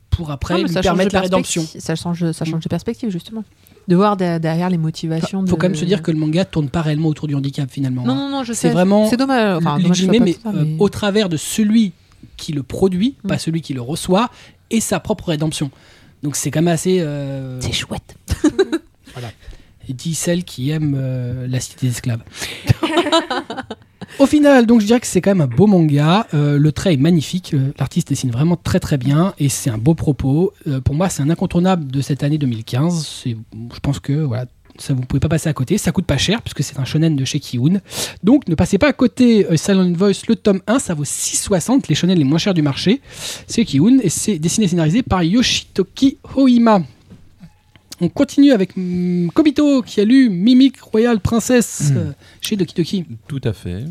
Speaker 1: pour après
Speaker 2: Non, mais
Speaker 1: lui
Speaker 2: ça change
Speaker 1: permettre
Speaker 2: de
Speaker 1: la
Speaker 2: perspective-
Speaker 1: rédemption. Hmm.
Speaker 2: Ça change, ça change de perspective justement. De voir de- derrière les motivations.
Speaker 1: Enfin, faut
Speaker 2: de-
Speaker 1: quand même se dire que le manga tourne pas réellement autour du handicap finalement.
Speaker 2: Non,
Speaker 1: hein.
Speaker 2: non, non, je sais.
Speaker 1: C'est vraiment
Speaker 2: C'est dommage. Enfin,
Speaker 1: Les
Speaker 2: dommage que ce
Speaker 1: guillemets, mais,
Speaker 2: soit pas tout ça,
Speaker 1: euh,
Speaker 2: mais-
Speaker 1: au travers de celui qui le produit,
Speaker 2: Mm.
Speaker 1: pas celui qui le reçoit, et sa propre rédemption. Donc c'est quand même assez. euh,
Speaker 2: C'est chouette.
Speaker 1: dit celle qui aime euh, la cité des esclaves. Au final, donc je dirais que c'est quand même un beau manga. Euh, le trait est magnifique. Euh, L'artiste dessine vraiment très très bien et c'est un beau propos. Euh, pour moi, c'est un incontournable de cette année 2015. C'est- Je pense que voilà, ça vous pouvez pas passer à côté. Ça coûte pas cher puisque c'est un shonen de chez Kiun. Donc ne passez pas à côté. Euh, Silent Voice, le tome 1, ça vaut 6,60. Les shonen les moins chers du marché. C'est Kiun et c'est dessiné et scénarisé par Yoshitoki Hoima. On continue avec mm, Kobito qui a lu Mimic Royal Princess
Speaker 5: Mm.
Speaker 1: euh, chez Doki Doki.
Speaker 5: Tout à fait.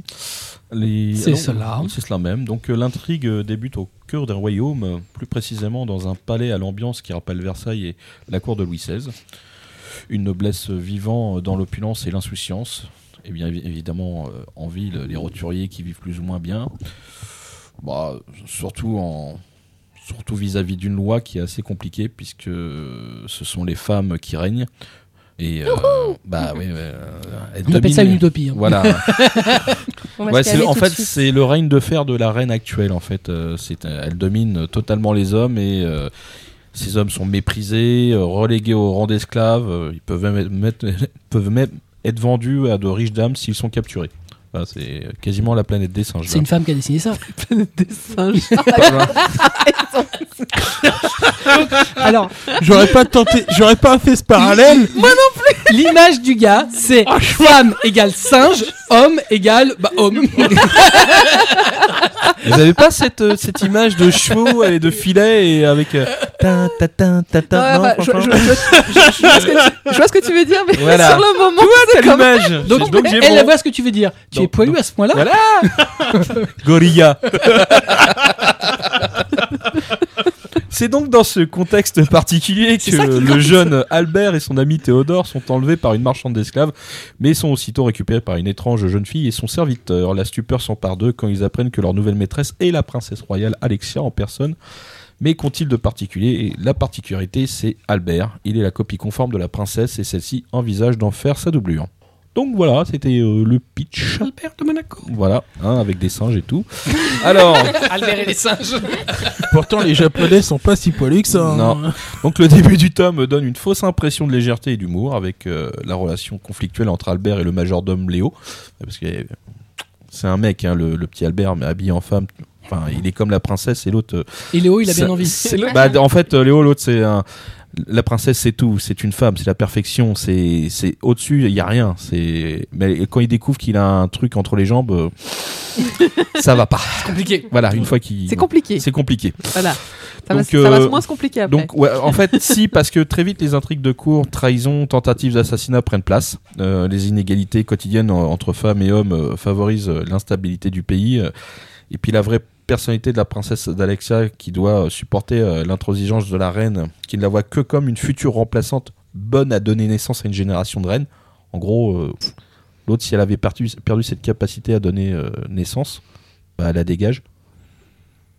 Speaker 5: Les-
Speaker 1: C'est
Speaker 5: alors,
Speaker 1: cela.
Speaker 5: C'est cela même. Donc euh, l'intrigue euh, débute au cœur d'un royaume, euh, plus précisément dans un palais à l'ambiance qui rappelle Versailles et la cour de Louis XVI. Une noblesse vivant euh, dans l'opulence et l'insouciance. Et bien évi- évidemment, euh, en ville, les roturiers qui vivent plus ou moins bien. Bah, surtout en. Surtout vis-à-vis d'une loi qui est assez compliquée, puisque euh, ce sont les femmes qui règnent. Et. euh, bah oui, ouais, euh, elles
Speaker 1: On appelle ça une utopie.
Speaker 5: dominent-
Speaker 1: hein.
Speaker 5: Voilà.
Speaker 3: On va
Speaker 5: Ouais,
Speaker 3: se
Speaker 5: c'est le-
Speaker 3: calmer
Speaker 5: en
Speaker 3: tout
Speaker 5: fait,
Speaker 3: de suite.
Speaker 5: c'est le règne de fer de la reine actuelle. En fait, Euh, c'est, euh, elle domine totalement les hommes et euh, ces hommes sont méprisés, euh, relégués au rang d'esclaves. Euh, Ils peuvent même, être- mettre- peuvent même être vendus à de riches dames s'ils sont capturés. Enfin, c'est quasiment la planète des singes.
Speaker 1: C'est une femme qui a dessiné ça.
Speaker 2: des singes.
Speaker 1: Alors,
Speaker 4: J'aurais pas tenté, j'aurais pas fait ce parallèle.
Speaker 1: l'image du gars, c'est
Speaker 5: Ah,
Speaker 1: femme égale singe, homme égale bah, homme.
Speaker 5: Vous avez pas cette, euh, cette image de chevaux et de filets et avec. euh, tin, ta, tin, ta, tin,
Speaker 2: Ouais,
Speaker 5: non,
Speaker 2: bah, je, je-
Speaker 5: franchement.
Speaker 2: je- je vois ce que tu- je vois ce que tu veux dire, mais
Speaker 5: Voilà.
Speaker 2: sur le moment, c'est comme
Speaker 5: L'image.
Speaker 1: Donc,
Speaker 5: Donc, j'ai
Speaker 1: elle
Speaker 5: mon
Speaker 1: voit ce que tu veux dire. Tu
Speaker 5: Donc-
Speaker 1: es poilu à ce point-là
Speaker 5: Voilà. gorilla. C'est donc dans ce contexte particulier
Speaker 1: C'est
Speaker 5: que
Speaker 1: ça qui
Speaker 5: le jeune Albert et son ami Théodore sont enlevés par une marchande d'esclaves, mais sont aussitôt récupérés par une étrange jeune fille et son serviteur. La stupeur s'empare d'eux quand ils apprennent que leur nouvelle maîtresse est la princesse royale Alexia en personne. Mais qu'ont-ils de particulier Et la particularité, c'est Albert. Il est la copie conforme de la princesse et celle-ci envisage d'en faire sa doublure. Donc voilà, c'était euh, le pitch.
Speaker 1: Albert de Monaco.
Speaker 5: Voilà, hein, avec des singes et tout. Alors,
Speaker 1: Albert et les singes.
Speaker 4: Pourtant, les Japonais sont pas si poilus que ça. hein.
Speaker 5: Non. donc le début du tome donne une fausse impression de légèreté et d'humour avec euh, la relation conflictuelle entre Albert et le majordome Léo. Parce que euh, c'est un mec, hein, le, le petit Albert, mais habillé en femme. Enfin, il est comme la princesse et l'autre. euh,
Speaker 1: Et Léo, il a
Speaker 5: ça-
Speaker 1: bien envie.
Speaker 5: c'est- bah, en fait, euh, Léo, l'autre, c'est un. La princesse, c'est tout. C'est une femme, c'est la perfection. C'est, c'est au-dessus, il n'y a rien. C'est. Mais quand il découvre qu'il a un truc entre les jambes, euh, ça va pas.
Speaker 1: C'est compliqué.
Speaker 5: Voilà, une fois qu'il.
Speaker 2: C'est compliqué.
Speaker 5: C'est compliqué.
Speaker 2: Voilà. Ça, va,
Speaker 5: Donc,
Speaker 2: ça va
Speaker 5: euh,
Speaker 2: se moins se compliquer après.
Speaker 5: Donc, ouais, en fait, si, parce que très vite, les intrigues de cour, trahison, tentatives d'assassinat prennent place. Euh, les inégalités quotidiennes euh, entre femmes et hommes euh, favorisent euh, l'instabilité du pays. Euh, et puis, la vraie personnalité de la princesse d'Alexia, qui doit euh, supporter euh, l'intransigeance de la reine, qui ne la voit que comme une future remplaçante bonne à donner naissance à une génération de reines. En gros, euh, pff, l'autre, si elle avait perdu, perdu cette capacité à donner euh, naissance, bah, elle la dégage.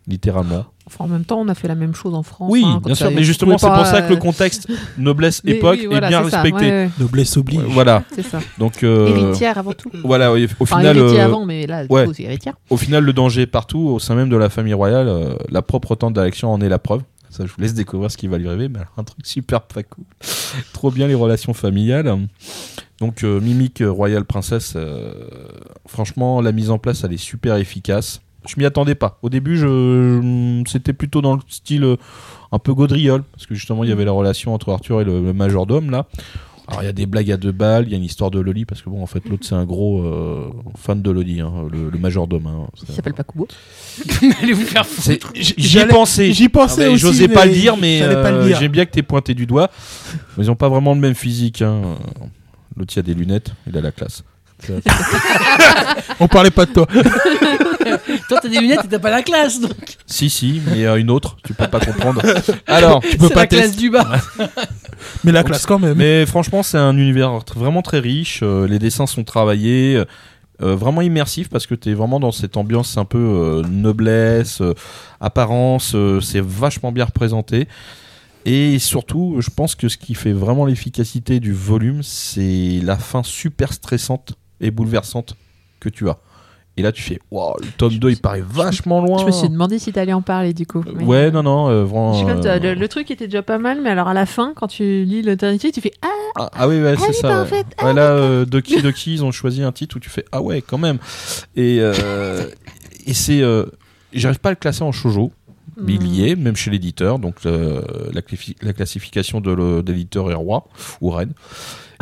Speaker 5: Littéralement.
Speaker 2: Enfin, en même temps, on a fait la même chose en France.
Speaker 5: Oui,
Speaker 2: hein, quand
Speaker 5: bien
Speaker 2: ça-
Speaker 5: sûr, mais
Speaker 2: tu
Speaker 5: justement, c'est
Speaker 2: pouvais
Speaker 5: pour
Speaker 2: pas,
Speaker 5: ça que le
Speaker 2: euh,
Speaker 5: contexte noblesse
Speaker 2: mais
Speaker 5: époque
Speaker 2: oui, voilà,
Speaker 5: est bien
Speaker 2: c'est ça,
Speaker 5: respecté.
Speaker 2: ouais, ouais,
Speaker 4: Noblesse oblige.
Speaker 5: Ouais, Voilà,
Speaker 2: c'est ça.
Speaker 5: donc euh,
Speaker 2: Héritière avant tout.
Speaker 5: voilà, oui, au
Speaker 2: Enfin,
Speaker 5: final,
Speaker 2: héritier
Speaker 5: euh,
Speaker 2: avant, mais là, du
Speaker 5: ouais.
Speaker 2: coup, c'est héritière.
Speaker 5: au final, le danger est partout au sein même de la famille royale. euh, la propre tante d'Alexian en est la preuve. Ça, je vous laisse découvrir ce qui va lui rêver, mais alors, un truc super pas cool. Trop bien les relations familiales. Donc, euh, Mimique euh, Royale Princesse, euh, franchement, la mise en place, elle est super efficace. Je m'y attendais pas. Au début, je, je- c'était plutôt dans le style euh, un peu gaudriole, parce que justement, il y avait la relation entre Arthur et le, le majordome, là. Alors, il y a des blagues à deux balles, il y a une histoire de Loli, parce que bon, en fait, l'autre, c'est un gros euh, fan de Loli, hein, le, le majordome. hein.
Speaker 2: Il s'appelle pas Kubo.
Speaker 1: Allez vous faire foutre.
Speaker 5: C'est- j- J'y ai
Speaker 4: J'allais-
Speaker 5: pensé.
Speaker 4: J'y pensais
Speaker 5: Ah, mais
Speaker 4: aussi.
Speaker 5: J'osais pas
Speaker 4: mais
Speaker 5: le dire, mais
Speaker 4: fallait pas le
Speaker 5: euh,
Speaker 4: dire.
Speaker 5: j'aime bien que t'aies pointé du doigt. Mais ils ont pas vraiment le même physique. Hein. L'autre, il a des lunettes, il a la classe.
Speaker 4: On parlait pas de toi.
Speaker 1: Toi, t'as des lunettes et t'as pas la classe. donc.
Speaker 5: si, si, mais euh, une autre, tu peux pas comprendre. Alors,
Speaker 4: Tu peux
Speaker 1: C'est
Speaker 4: pas
Speaker 1: la
Speaker 4: tester.
Speaker 1: classe du bas.
Speaker 4: Mais la
Speaker 5: Donc,
Speaker 4: classe quand même.
Speaker 5: mais franchement, c'est un univers tr- vraiment très riche. euh, les dessins sont travaillés. euh, euh, vraiment immersif parce que t'es vraiment dans cette ambiance un peu euh, noblesse, euh, apparence, euh, c'est vachement bien représenté. Et surtout, je pense que ce qui fait vraiment l'efficacité du volume, c'est la fin super stressante et bouleversante que tu as. Et là, tu fais, waouh, le tome 2, il paraît vachement loin.
Speaker 2: Je me suis demandé si t'allais en parler du coup. mais-
Speaker 5: Ouais, non, non, euh,
Speaker 2: Je
Speaker 5: vraiment.
Speaker 2: sais pas,
Speaker 5: euh,
Speaker 2: t'as- le, le truc était déjà pas mal, mais alors à la fin, quand tu lis l'alternative, tu fais Ah,
Speaker 5: Ah, ah oui, ouais,
Speaker 2: Ah
Speaker 5: c'est
Speaker 2: oui,
Speaker 5: ça.
Speaker 2: bah, en
Speaker 5: ouais.
Speaker 2: fait,
Speaker 5: Ouais, là, euh, Doki Doki, ils ont choisi un titre où tu fais Ah ouais, quand même. Et, euh, et c'est. euh, J'arrive pas à le classer en shoujo, mais il y est, même chez l'éditeur. Donc euh, la, clifi- la classification de le- de l'éditeur est roi ou reine.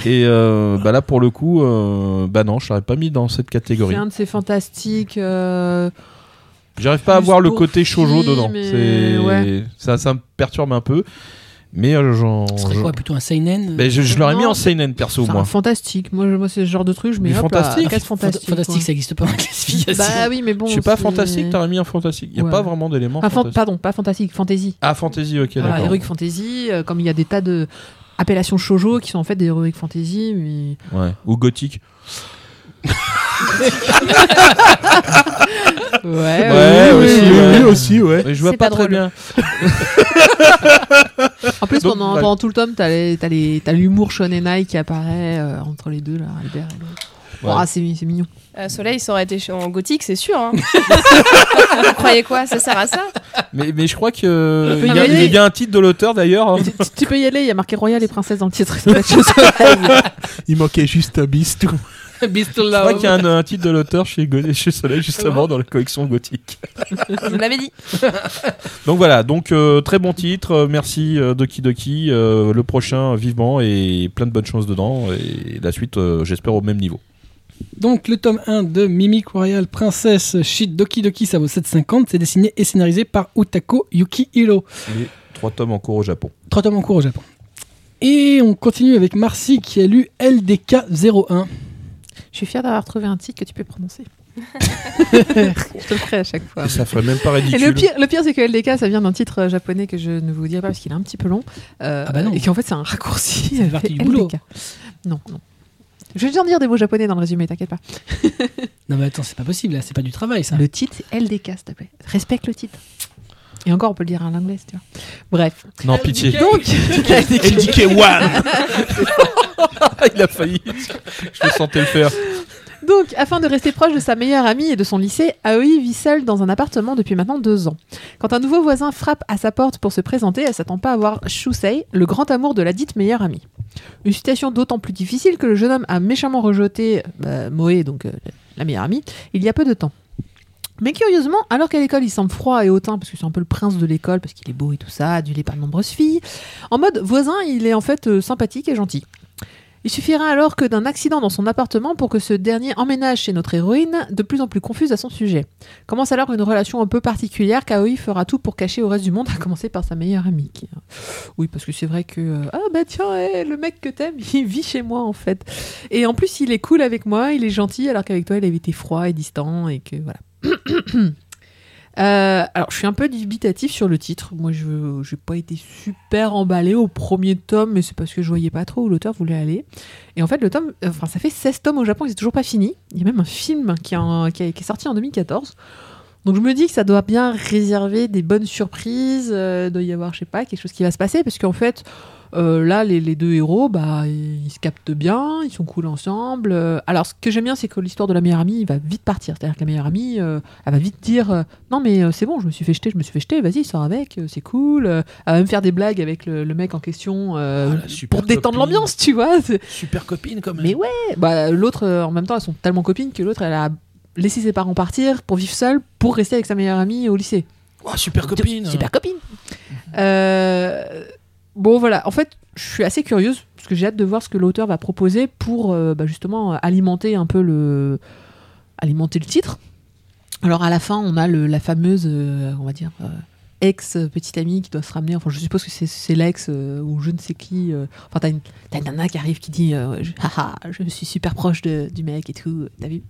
Speaker 5: Et euh, bah là, pour le coup, euh, bah non, je l'aurais pas mis dans cette
Speaker 2: c'est
Speaker 5: catégorie.
Speaker 2: un de ces fantastiques. euh,
Speaker 5: J'arrive pas à
Speaker 2: plus
Speaker 5: voir le
Speaker 2: pour
Speaker 5: côté shoujo
Speaker 2: filles,
Speaker 5: dedans.
Speaker 2: mais
Speaker 5: C'est
Speaker 2: ouais.
Speaker 5: ça, ça me perturbe un peu. Mais euh, j'en-
Speaker 1: Ce serait
Speaker 5: je-
Speaker 1: quoi plutôt un seinen
Speaker 5: mais je, je l'aurais mis
Speaker 2: Non.
Speaker 5: en seinen perso,
Speaker 2: Enfin,
Speaker 5: moi.
Speaker 2: fantastique. Moi, je- moi c'est ce genre de truc, je mets
Speaker 5: Du
Speaker 2: hop là,
Speaker 5: fantastique.
Speaker 2: quatre
Speaker 1: Fant-
Speaker 2: fantastiques.
Speaker 1: Fantastique, ça
Speaker 2: quoi.
Speaker 1: existe pas en classification.
Speaker 2: Bah oui, mais bon.
Speaker 5: Je sais pas,
Speaker 2: c'est-
Speaker 5: fantastique, t'aurais mis un fantastique. Il n'y a
Speaker 2: Ouais.
Speaker 5: pas vraiment d'éléments.
Speaker 2: Enfin, fan-
Speaker 5: fantastiques.
Speaker 2: Pardon, pas fantastique, fantasy.
Speaker 5: Ah, fantasy, ok,
Speaker 2: Voilà,
Speaker 5: d'accord.
Speaker 2: Heroic fantasy, euh, comme il y a des tas de appellations shoujo qui sont en fait des heroic fantasy, mais
Speaker 5: Ouais. Ou gothique.
Speaker 2: ouais,
Speaker 5: Ouais,
Speaker 2: Eh oui,
Speaker 5: aussi,
Speaker 2: oui, oui.
Speaker 5: ouais.
Speaker 4: oui, aussi, ouais.
Speaker 5: Mais je vois
Speaker 3: C'est
Speaker 5: pas,
Speaker 3: pas
Speaker 5: très
Speaker 3: drôle.
Speaker 5: bien.
Speaker 2: En plus,
Speaker 5: Donc,
Speaker 2: pendant,
Speaker 5: ouais.
Speaker 2: pendant tout le tome, t'as les- t'as les- t'as l'humour shonenai qui apparaît euh, entre les deux, là, Albert et l'autre.
Speaker 5: Ouais.
Speaker 2: Ah, c'est c'est mignon.
Speaker 3: Euh, Soleil, ça aurait été ch- en gothique, c'est sûr. hein. Vous croyez quoi Ça sert à ça
Speaker 5: Mais, mais je crois que.
Speaker 2: peux
Speaker 5: Il y,
Speaker 2: y
Speaker 5: a-
Speaker 2: aller.
Speaker 5: il y a un titre de l'auteur d'ailleurs. hein.
Speaker 2: tu, tu- tu peux y aller, il y a marqué Royal et Princesse dans le titre. C'est pas de chose.
Speaker 4: Il manquait juste un bis, tout.
Speaker 1: Be still
Speaker 5: Je crois
Speaker 1: love.
Speaker 5: qu'il y a un, un titre de l'auteur chez, Go- chez Soleil, justement, dans la collection gothique.
Speaker 3: Je vous l'avais dit.
Speaker 5: Donc voilà, donc euh, très bon titre, euh, merci euh, Doki Doki, euh, le prochain euh, vivement et plein de bonnes choses dedans et la suite euh, j'espère au même niveau.
Speaker 1: Donc le tome 1 de Mimic Royal Princesse Shit Doki Doki, ça vaut 7,50. C'est dessiné et scénarisé par Utako Yukihiro.
Speaker 5: Les trois tomes en cours au Japon.
Speaker 1: Trois tomes en cours au Japon. Et on continue avec Marcy qui a lu LDK 01.
Speaker 2: Je suis fière d'avoir trouvé un titre que tu peux prononcer. je te le ferai à chaque fois.
Speaker 5: ça ferait même pas
Speaker 2: Et
Speaker 5: ridicule.
Speaker 2: le pire, le pire c'est que LDK, ça vient d'un titre euh, japonais que je ne vous dirai pas parce qu'il est un petit peu long. Euh,
Speaker 1: Ah bah non.
Speaker 2: Et qu'en fait, c'est un raccourci.
Speaker 1: fait partie du boulot.
Speaker 2: Non, non. Je vais déjà dire des mots japonais dans le résumé, t'inquiète pas.
Speaker 1: Non mais attends, c'est pas possible là, c'est pas du travail ça.
Speaker 2: Le titre, c'est LDK, s'il te plaît. Respecte le titre. Et encore, on peut le dire en anglais, si tu vois. Bref.
Speaker 5: Non pitié,
Speaker 2: Donc,
Speaker 4: LDK One
Speaker 5: il a failli. Je le sentais le faire.
Speaker 2: Donc, afin de rester proche de sa meilleure amie et de son lycée, Aoi vit seule dans un appartement depuis maintenant deux ans. Quand un nouveau voisin frappe à sa porte pour se présenter, elle s'attend pas à voir Shusei, le grand amour de la dite meilleure amie. Une situation d'autant plus difficile que le jeune homme a méchamment rejeté bah, Moe, donc euh, la meilleure amie, il y a peu de temps. Mais curieusement, alors qu'à l'école il semble froid et hautain parce que c'est un peu le prince de l'école, parce qu'il est beau et tout ça, adulé par de nombreuses filles, en mode voisin, il est en fait euh, sympathique et gentil. Il suffira alors que d'un accident dans son appartement pour que ce dernier emménage chez notre héroïne, de plus en plus confuse à son sujet. Commence alors une relation un peu particulière qu'Aoi fera tout pour cacher au reste du monde, à commencer par sa meilleure amie. qui- euh, Oui, parce que c'est vrai que... euh, Ah bah tiens, eh, le mec que t'aimes, il vit chez moi en fait. Et en plus, il est cool avec moi, il est gentil, alors qu'avec toi, il avait été froid et distant, et que voilà. Euh, alors, je suis un peu dubitatif sur le titre. Moi, je j'ai pas été super emballée au premier tome, mais c'est parce que je voyais pas trop où l'auteur voulait aller. Et en fait, le tome, euh, enfin, ça fait 16 tomes au Japon, et c'est toujours pas fini. Il y a même un film qui, est en- qui, est- qui est sorti en 2014. Donc je me dis que ça doit bien réserver des bonnes surprises, euh, doit y avoir, je sais pas, quelque chose qui va se passer, parce qu'en fait, euh, là, les, les deux héros, bah, ils se captent bien, ils sont cool ensemble. Euh, alors, ce que j'aime bien, c'est que l'histoire de la meilleure amie va vite partir. C'est-à-dire que la meilleure amie, euh, elle va vite dire euh, Non, mais euh, c'est bon, je me suis fait jeter, je me suis fait jeter, vas-y, sors avec, euh, c'est cool. Euh, elle va même faire des blagues avec le, le mec en question euh,
Speaker 4: Ah, la super
Speaker 2: pour détendre
Speaker 4: copine.
Speaker 2: l'ambiance, tu vois. C'est-
Speaker 4: Super copine quand même.
Speaker 2: mais ouais, bah, l'autre, euh, en même temps, elles sont tellement copines que l'autre, elle a laissé ses parents partir pour vivre seule, pour rester avec sa meilleure amie au lycée.
Speaker 4: Oh, super copine
Speaker 2: Super copine. Euh, bon, voilà. En fait, je suis assez curieuse parce que j'ai hâte de voir ce que l'auteur va proposer pour euh, bah, justement euh, alimenter un peu le alimenter le titre. Alors à la fin, on a le- la fameuse, euh, on va dire, euh, ex petite amie qui doit se ramener. Enfin, je suppose que c'est- c'est l'ex euh, ou je ne sais qui. euh. Enfin, t'as une, t'as une nana qui arrive qui dit, euh, je, haha, je suis super proche de- du mec et tout. euh, T'as vu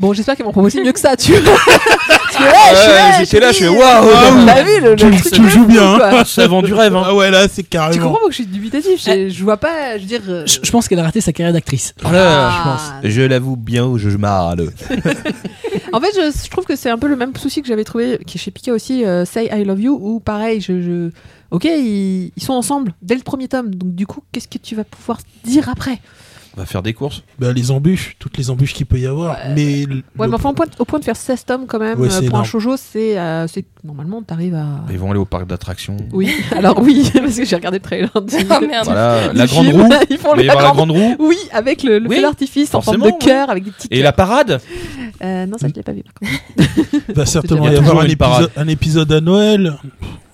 Speaker 2: Bon, j'espère qu'ils vont proposer mieux que ça, tu vois. Parce que, ouais, je suis là, je
Speaker 5: J'étais là, je
Speaker 2: suis-
Speaker 5: fais waouh.
Speaker 2: T'as vu le,
Speaker 4: Tu,
Speaker 2: le
Speaker 4: tu
Speaker 2: truc
Speaker 4: le
Speaker 2: de
Speaker 4: joues
Speaker 2: fou,
Speaker 4: bien
Speaker 2: quoi.
Speaker 4: hein.
Speaker 5: Ça vend du rêve, hein.
Speaker 4: Ah ouais, là c'est
Speaker 2: Tu
Speaker 4: carrément.
Speaker 2: comprends que je suis dubitatif Je, je vois pas, Eh. je veux dire. euh,
Speaker 1: Je je pense qu'elle a raté sa carrière d'actrice.
Speaker 2: Ah.
Speaker 5: je pense. Je l'avoue bien ou je m'arrête.
Speaker 2: En fait, je, je trouve que c'est un peu le même souci que j'avais trouvé qui est chez Pika aussi, euh, Say I Love You, ou pareil, je. je- Ok, ils, ils sont ensemble dès le premier tome, donc du coup, qu'est-ce que tu vas pouvoir dire après
Speaker 5: On va faire des courses.
Speaker 4: Bah, les embûches, toutes les embûches qu'il peut y avoir. mais le-
Speaker 2: Ouais,
Speaker 4: le-
Speaker 2: mais enfin, au point, de- au point de faire 16 tomes quand même,
Speaker 4: Ouais,
Speaker 2: euh,
Speaker 4: c'est
Speaker 2: pour un
Speaker 4: énorme.
Speaker 2: shoujo, c'est. euh, c'est- normalement, t'arrives à.
Speaker 5: Ils vont aller au parc d'attractions.
Speaker 2: Oui, alors oui, parce que j'ai regardé le trailer. du-
Speaker 3: Oh merde.
Speaker 5: Voilà,
Speaker 2: du
Speaker 5: la grande
Speaker 2: film,
Speaker 5: roue.
Speaker 2: Ils font
Speaker 5: Il va y
Speaker 2: la
Speaker 5: avoir la
Speaker 2: grande
Speaker 5: grande roue
Speaker 2: Oui, avec le, le
Speaker 5: Oui,
Speaker 2: feu d'artifice en forme de
Speaker 5: forcément, oui.
Speaker 2: cœur, avec des petits.
Speaker 5: et la parade.
Speaker 2: Euh, non, ça, je l'ai pas vu. par contre.
Speaker 4: va certainement
Speaker 5: Il y
Speaker 4: y
Speaker 5: a
Speaker 4: avoir
Speaker 5: toujours
Speaker 4: un
Speaker 5: une
Speaker 4: épisode,
Speaker 5: parade.
Speaker 4: un épisode à Noël.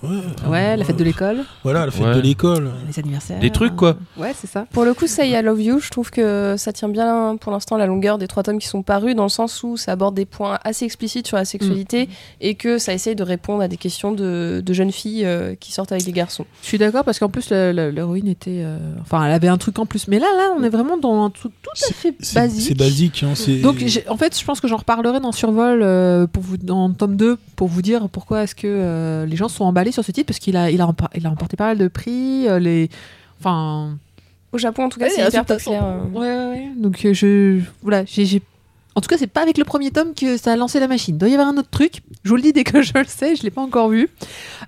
Speaker 4: Ouais,
Speaker 2: Ouais, la fête de l'école.
Speaker 4: Voilà, la fête
Speaker 5: Ouais.
Speaker 4: de l'école.
Speaker 2: les anniversaires.
Speaker 5: Des trucs, quoi.
Speaker 2: Ouais, c'est ça.
Speaker 3: Pour le coup, Say I Love You, je trouve que ça tient bien pour l'instant la longueur des trois tomes qui sont parus, dans le sens où ça aborde des points assez explicites sur la sexualité
Speaker 2: Mm.
Speaker 3: et que ça essaye de répondre à des questions de, de jeunes filles euh, qui sortent avec des garçons.
Speaker 2: Je suis d'accord parce qu'en plus le- le- l'héroïne était, euh, enfin, elle avait un truc en plus. Mais là, là, on est vraiment dans un truc tout à fait
Speaker 4: C'est
Speaker 2: basique.
Speaker 4: c'est basique. hein, c'est-
Speaker 2: Donc, j'ai- en fait, je euh, pense que j'en reparlerai dans Survol euh, pour vous, dans tome 2 pour vous dire pourquoi est-ce que euh, les gens sont emballés sur ce titre parce qu'il a, il a, rempa- il a remporté pas mal de prix. euh, les, enfin,
Speaker 3: Au Japon, en tout cas,
Speaker 2: Ouais,
Speaker 3: c'est
Speaker 2: les
Speaker 3: hyper
Speaker 2: résultats
Speaker 3: populaire. hein.
Speaker 2: ouais, ouais, ouais. Donc, euh, je, euh, voilà, j'ai, j'ai- En tout cas, c'est pas avec le premier tome que ça a lancé la machine. Il doit y avoir un autre truc. Je vous le dis dès que je le sais, je l'ai pas encore vu.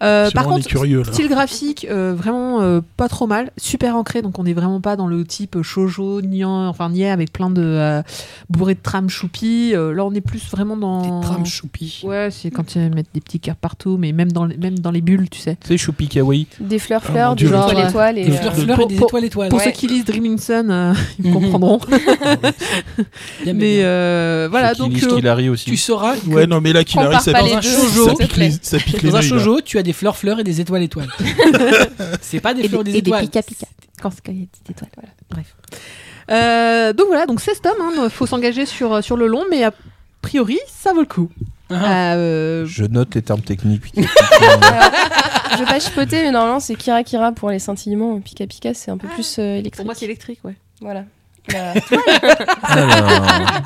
Speaker 2: Euh,
Speaker 4: C'est
Speaker 2: par
Speaker 4: bon, on est
Speaker 2: contre,
Speaker 4: curieux, là.
Speaker 2: style graphique, euh, vraiment euh, pas trop mal, super ancré. Donc on n'est vraiment pas dans le type shoujo, nian, enfin niais avec plein de euh, bourrées de trames choupies. Euh, là, on est plus vraiment dans.
Speaker 1: Des trames choupi.
Speaker 2: Ouais, c'est quand ils mettent des petits cœurs partout, mais même dans les, même dans les bulles, tu sais.
Speaker 5: C'est Choupi Kawaii.
Speaker 3: Des fleurs,
Speaker 4: Ah,
Speaker 3: fleurs,
Speaker 4: mon
Speaker 3: des
Speaker 4: Dieu,
Speaker 2: je
Speaker 3: étoiles,
Speaker 2: crois.
Speaker 3: étoiles.
Speaker 1: Des
Speaker 3: Et,
Speaker 1: fleurs,
Speaker 3: euh,
Speaker 1: fleurs et
Speaker 2: pour-
Speaker 1: des
Speaker 2: pour-
Speaker 1: étoiles, étoiles.
Speaker 2: Pour
Speaker 1: Ouais.
Speaker 2: ceux qui lisent Dreaming Sun, euh, ils me
Speaker 1: Mhm.
Speaker 2: comprendront.
Speaker 1: Bien, bien,
Speaker 2: Mais
Speaker 1: bien.
Speaker 2: euh, voilà, donc euh,
Speaker 5: Hilary aussi.
Speaker 1: Tu sauras que
Speaker 4: Ouais, non, mais là, qu'il
Speaker 3: Compare
Speaker 4: arrive, ça
Speaker 3: pas
Speaker 4: pique,
Speaker 1: les
Speaker 4: ça
Speaker 1: deux, s'il te
Speaker 4: pique
Speaker 1: plaît.
Speaker 4: les, ça pique les
Speaker 1: dans un
Speaker 4: oreilles, là.
Speaker 1: shoujo, tu as des fleurs, fleurs et des étoiles, étoiles. c'est pas des
Speaker 2: Et
Speaker 1: fleurs,
Speaker 2: des-
Speaker 1: des
Speaker 2: et des
Speaker 1: étoiles.
Speaker 2: pica-pica.
Speaker 3: Quand il y a des petites étoiles, voilà.
Speaker 2: euh, donc voilà, donc 16 tomes, hein, faut s'engager sur, sur le long, mais a priori, ça vaut le coup.
Speaker 1: Ah,
Speaker 2: Euh,
Speaker 5: Je note les termes techniques.
Speaker 3: Je vais pas chipoter, mais normalement, c'est Kira Kira pour les scintillements. hein. Pika Pika, c'est un peu plus euh, électrique.
Speaker 2: Ah. pour moi, c'est électrique, ouais.
Speaker 3: Voilà. Voilà.
Speaker 5: Alors,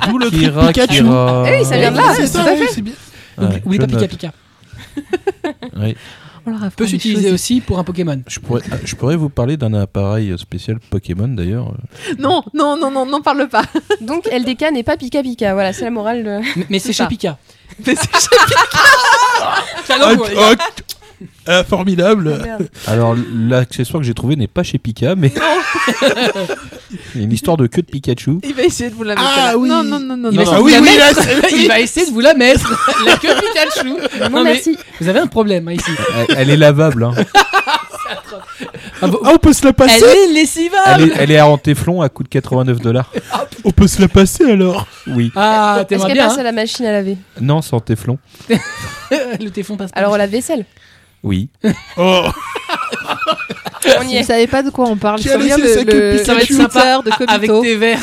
Speaker 4: D'où Ah, le cri de
Speaker 5: Kira,
Speaker 4: Pikachu.
Speaker 5: Kira.
Speaker 3: Eh oui, ça vient de
Speaker 4: Ah,
Speaker 3: là.
Speaker 4: c'est ça, oui, c'est bien.
Speaker 1: donc,
Speaker 5: Ouais,
Speaker 1: oui,
Speaker 5: je
Speaker 1: pas
Speaker 5: note.
Speaker 1: pica pica.
Speaker 5: Oui.
Speaker 2: On leur apprend
Speaker 1: Peut
Speaker 2: des
Speaker 1: s'utiliser
Speaker 2: choses.
Speaker 1: aussi pour un Pokémon.
Speaker 5: Je pourrais, ah, je pourrais vous parler d'un appareil spécial Pokémon d'ailleurs.
Speaker 2: Non, non, non, non, n'en parle pas.
Speaker 3: Donc, LDK n'est pas Pika Pika. Voilà, c'est la morale. De...
Speaker 1: Mais, mais c'est
Speaker 2: ça.
Speaker 1: chez Pika.
Speaker 2: Mais c'est-
Speaker 1: Cadeau pour les gars.
Speaker 4: Ah, ah, ah, formidable.
Speaker 5: Alors l'accessoire que j'ai trouvé n'est pas chez Pika, mais il y a une histoire de queue de Pikachu.
Speaker 2: Il va essayer de vous la mettre.
Speaker 4: Ah
Speaker 2: là.
Speaker 4: oui.
Speaker 2: Non, non, non, non.
Speaker 1: Il
Speaker 2: oh, non.
Speaker 1: va essayer
Speaker 4: Ah
Speaker 1: de
Speaker 4: oui,
Speaker 1: vous la
Speaker 4: oui, là,
Speaker 1: mettre. Il va essayer de vous la mettre. La queue Pikachu.
Speaker 3: Non,
Speaker 1: Ah, Non, mais
Speaker 3: merci.
Speaker 1: Vous avez un problème hein, ici.
Speaker 5: Elle, elle est lavable. hein.
Speaker 1: Ah, vous-
Speaker 4: Ah, on peut se la
Speaker 1: Elle
Speaker 4: passer
Speaker 1: est lessivable.
Speaker 5: Elle, est, elle est en téflon à coût de 89 dollars.
Speaker 4: On peut se la passer, alors
Speaker 5: Oui.
Speaker 1: Ah,
Speaker 3: Est-ce
Speaker 1: t'aimerais
Speaker 3: qu'elle
Speaker 1: bien.
Speaker 3: passe à la machine à laver
Speaker 5: Non, c'est en téflon.
Speaker 1: hein. Le téfon passe. pas.
Speaker 3: Alors, la vaisselle.
Speaker 5: Oui.
Speaker 4: Oh,
Speaker 3: On
Speaker 2: Si
Speaker 3: y
Speaker 2: vous
Speaker 3: est.
Speaker 2: savez pas de quoi on parle,
Speaker 4: Qui
Speaker 2: il
Speaker 4: a
Speaker 2: faut lire
Speaker 4: laissé sa
Speaker 2: le,
Speaker 4: queue
Speaker 2: le
Speaker 4: Pikachu
Speaker 2: Twitter de
Speaker 1: A- avec
Speaker 2: Kobito.
Speaker 1: tes verres.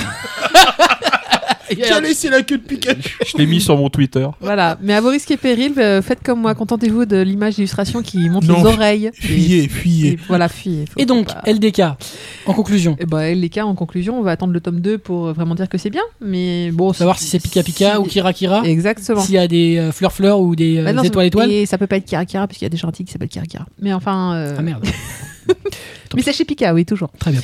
Speaker 1: Il y
Speaker 4: qui a
Speaker 1: a-
Speaker 4: laissé la queue de Pikachu
Speaker 5: Je l'ai mis sur mon Twitter.
Speaker 2: Voilà, mais à vos risques et périls, euh, faites comme moi, contentez-vous de l'image d'illustration qui montre
Speaker 4: Non,
Speaker 2: les oreilles. Et-
Speaker 4: Fuyez,
Speaker 2: et
Speaker 4: fuyez.
Speaker 2: voilà, fuyez. faut
Speaker 1: Et donc,
Speaker 2: pas-
Speaker 1: LDK, en conclusion.
Speaker 2: Eh ben, les cas, en conclusion, on va attendre le tome 2 pour euh, vraiment dire que c'est bien. Mais bon,
Speaker 1: Savoir si c'est Pika Pika
Speaker 2: si-
Speaker 1: ou Kira Kira.
Speaker 2: Exactement.
Speaker 1: S'il y a des euh, fleurs fleurs ou des euh,
Speaker 2: Bah non, c'est-
Speaker 1: étoiles étoiles.
Speaker 2: Et ça peut pas être Kira Kira, parce qu'il y a des gentils qui s'appellent Kira Kira. Mais enfin. euh,
Speaker 1: Ah merde.
Speaker 2: mais c'est chez Pika, oui, toujours.
Speaker 1: Très bien.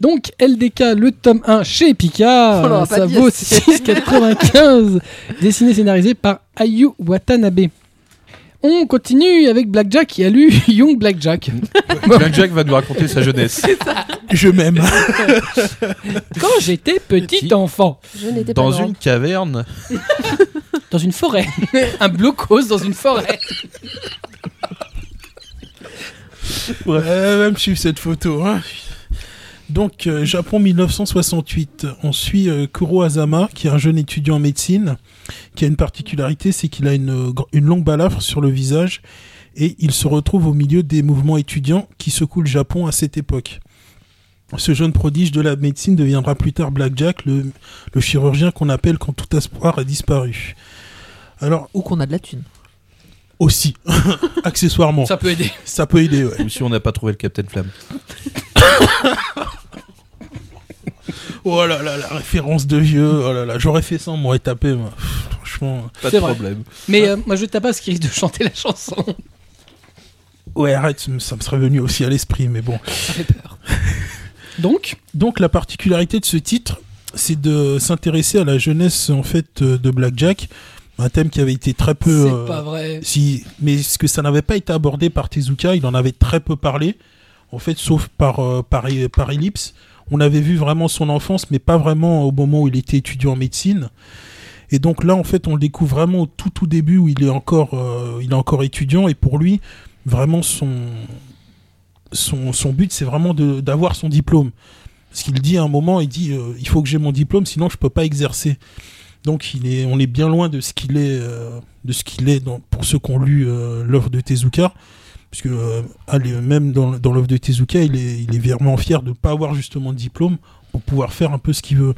Speaker 1: Donc, LDK, le tome 1 chez
Speaker 2: On
Speaker 1: Pika,
Speaker 2: l'aura pas
Speaker 1: ça
Speaker 2: dit,
Speaker 1: vaut
Speaker 2: c'est-
Speaker 1: 6,95. Dessiné et scénarisé par Ayu Watanabe. On continue avec Blackjack qui a lu Young Blackjack.
Speaker 5: Jack Jack va nous raconter sa jeunesse.
Speaker 4: Je m'aime.
Speaker 1: Quand j'étais petit
Speaker 5: Petit.
Speaker 1: enfant,
Speaker 3: Je n'étais pas
Speaker 5: Dans
Speaker 3: grande.
Speaker 5: une caverne.
Speaker 1: dans une forêt, un blocos dans une forêt.
Speaker 4: Euh, va me suivre cette photo. hein. Donc, euh, Japon 1968. On suit euh, Kuro Azama, qui est un jeune étudiant en médecine, qui a une particularité, c'est qu'il a une, euh, gr- une longue balafre sur le visage, et il se retrouve au milieu des mouvements étudiants qui secouent le Japon à cette époque. Ce jeune prodige de la médecine deviendra plus tard Blackjack, le, le chirurgien qu'on appelle quand tout espoir a disparu. Alors,
Speaker 2: Ou qu'on a de la thune.
Speaker 4: aussi, accessoirement, ça,
Speaker 1: Ça peut aider.
Speaker 4: peut aider, ouais.
Speaker 5: Ou si on n'a pas trouvé le Capitaine Flamme.
Speaker 4: Oh là là, la référence de vieux. Oh là là, j'aurais fait sans moi et tapé, moi. Pff, Franchement.
Speaker 5: Pas
Speaker 1: C'est
Speaker 5: de
Speaker 1: vrai.
Speaker 5: problème.
Speaker 1: Mais euh, moi, je tape pas ce qui risque de chanter la chanson.
Speaker 4: Ouais, arrête, ça me- ça me serait venu aussi à l'esprit, mais bon.
Speaker 1: Ça fait peur. Donc,
Speaker 4: Donc, la particularité de ce titre, c'est de s'intéresser à la jeunesse, en fait, euh, de Blackjack. Un thème qui avait été très peu. euh,
Speaker 1: c'est pas vrai.
Speaker 4: Si, mais ce que ça n'avait pas été abordé par Tezuka, il en avait très peu parlé, en fait, sauf par, euh, par, par Ellipse. On avait vu vraiment son enfance, mais pas vraiment au moment où il était étudiant en médecine. Et donc là, en fait, on le découvre vraiment au tout tout début où il est encore, euh, il est encore étudiant. Et pour lui, vraiment, son, son, son but, c'est vraiment de- d'avoir son diplôme. Parce qu'il dit à un moment, il dit, euh, il faut que j'ai mon diplôme, sinon je peux pas exercer. Donc il est, on est bien loin de ce qu'il est, euh, de ce qu'il est dans- pour ceux qui ont lu euh, l'œuvre de Tezuka, puisque euh, allez, même dans, dans l'œuvre de Tezuka, il est, il est vraiment fier de ne pas avoir justement de diplôme pour pouvoir faire un peu ce qu'il veut.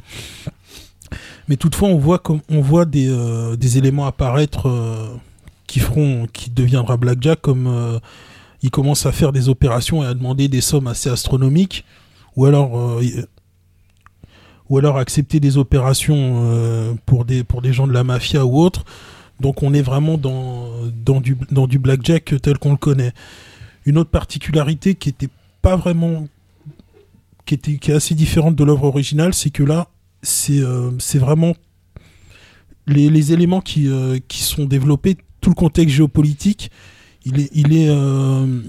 Speaker 4: Mais toutefois, on voit, comme, on voit des, euh, des éléments apparaître euh, qui feront, qui deviendra Blackjack, comme euh, il commence à faire des opérations et à demander des sommes assez astronomiques, ou alors euh, il- ou alors accepter des opérations euh, pour des pour des gens de la mafia ou autre. Donc on est vraiment dans, dans, du, dans du blackjack tel qu'on le connaît. Une autre particularité qui était pas vraiment. qui, était, qui est assez différente de l'œuvre originale, c'est que là, c'est euh, c'est vraiment les, les éléments qui, euh, qui sont développés, tout le contexte géopolitique, il est, il est, euh,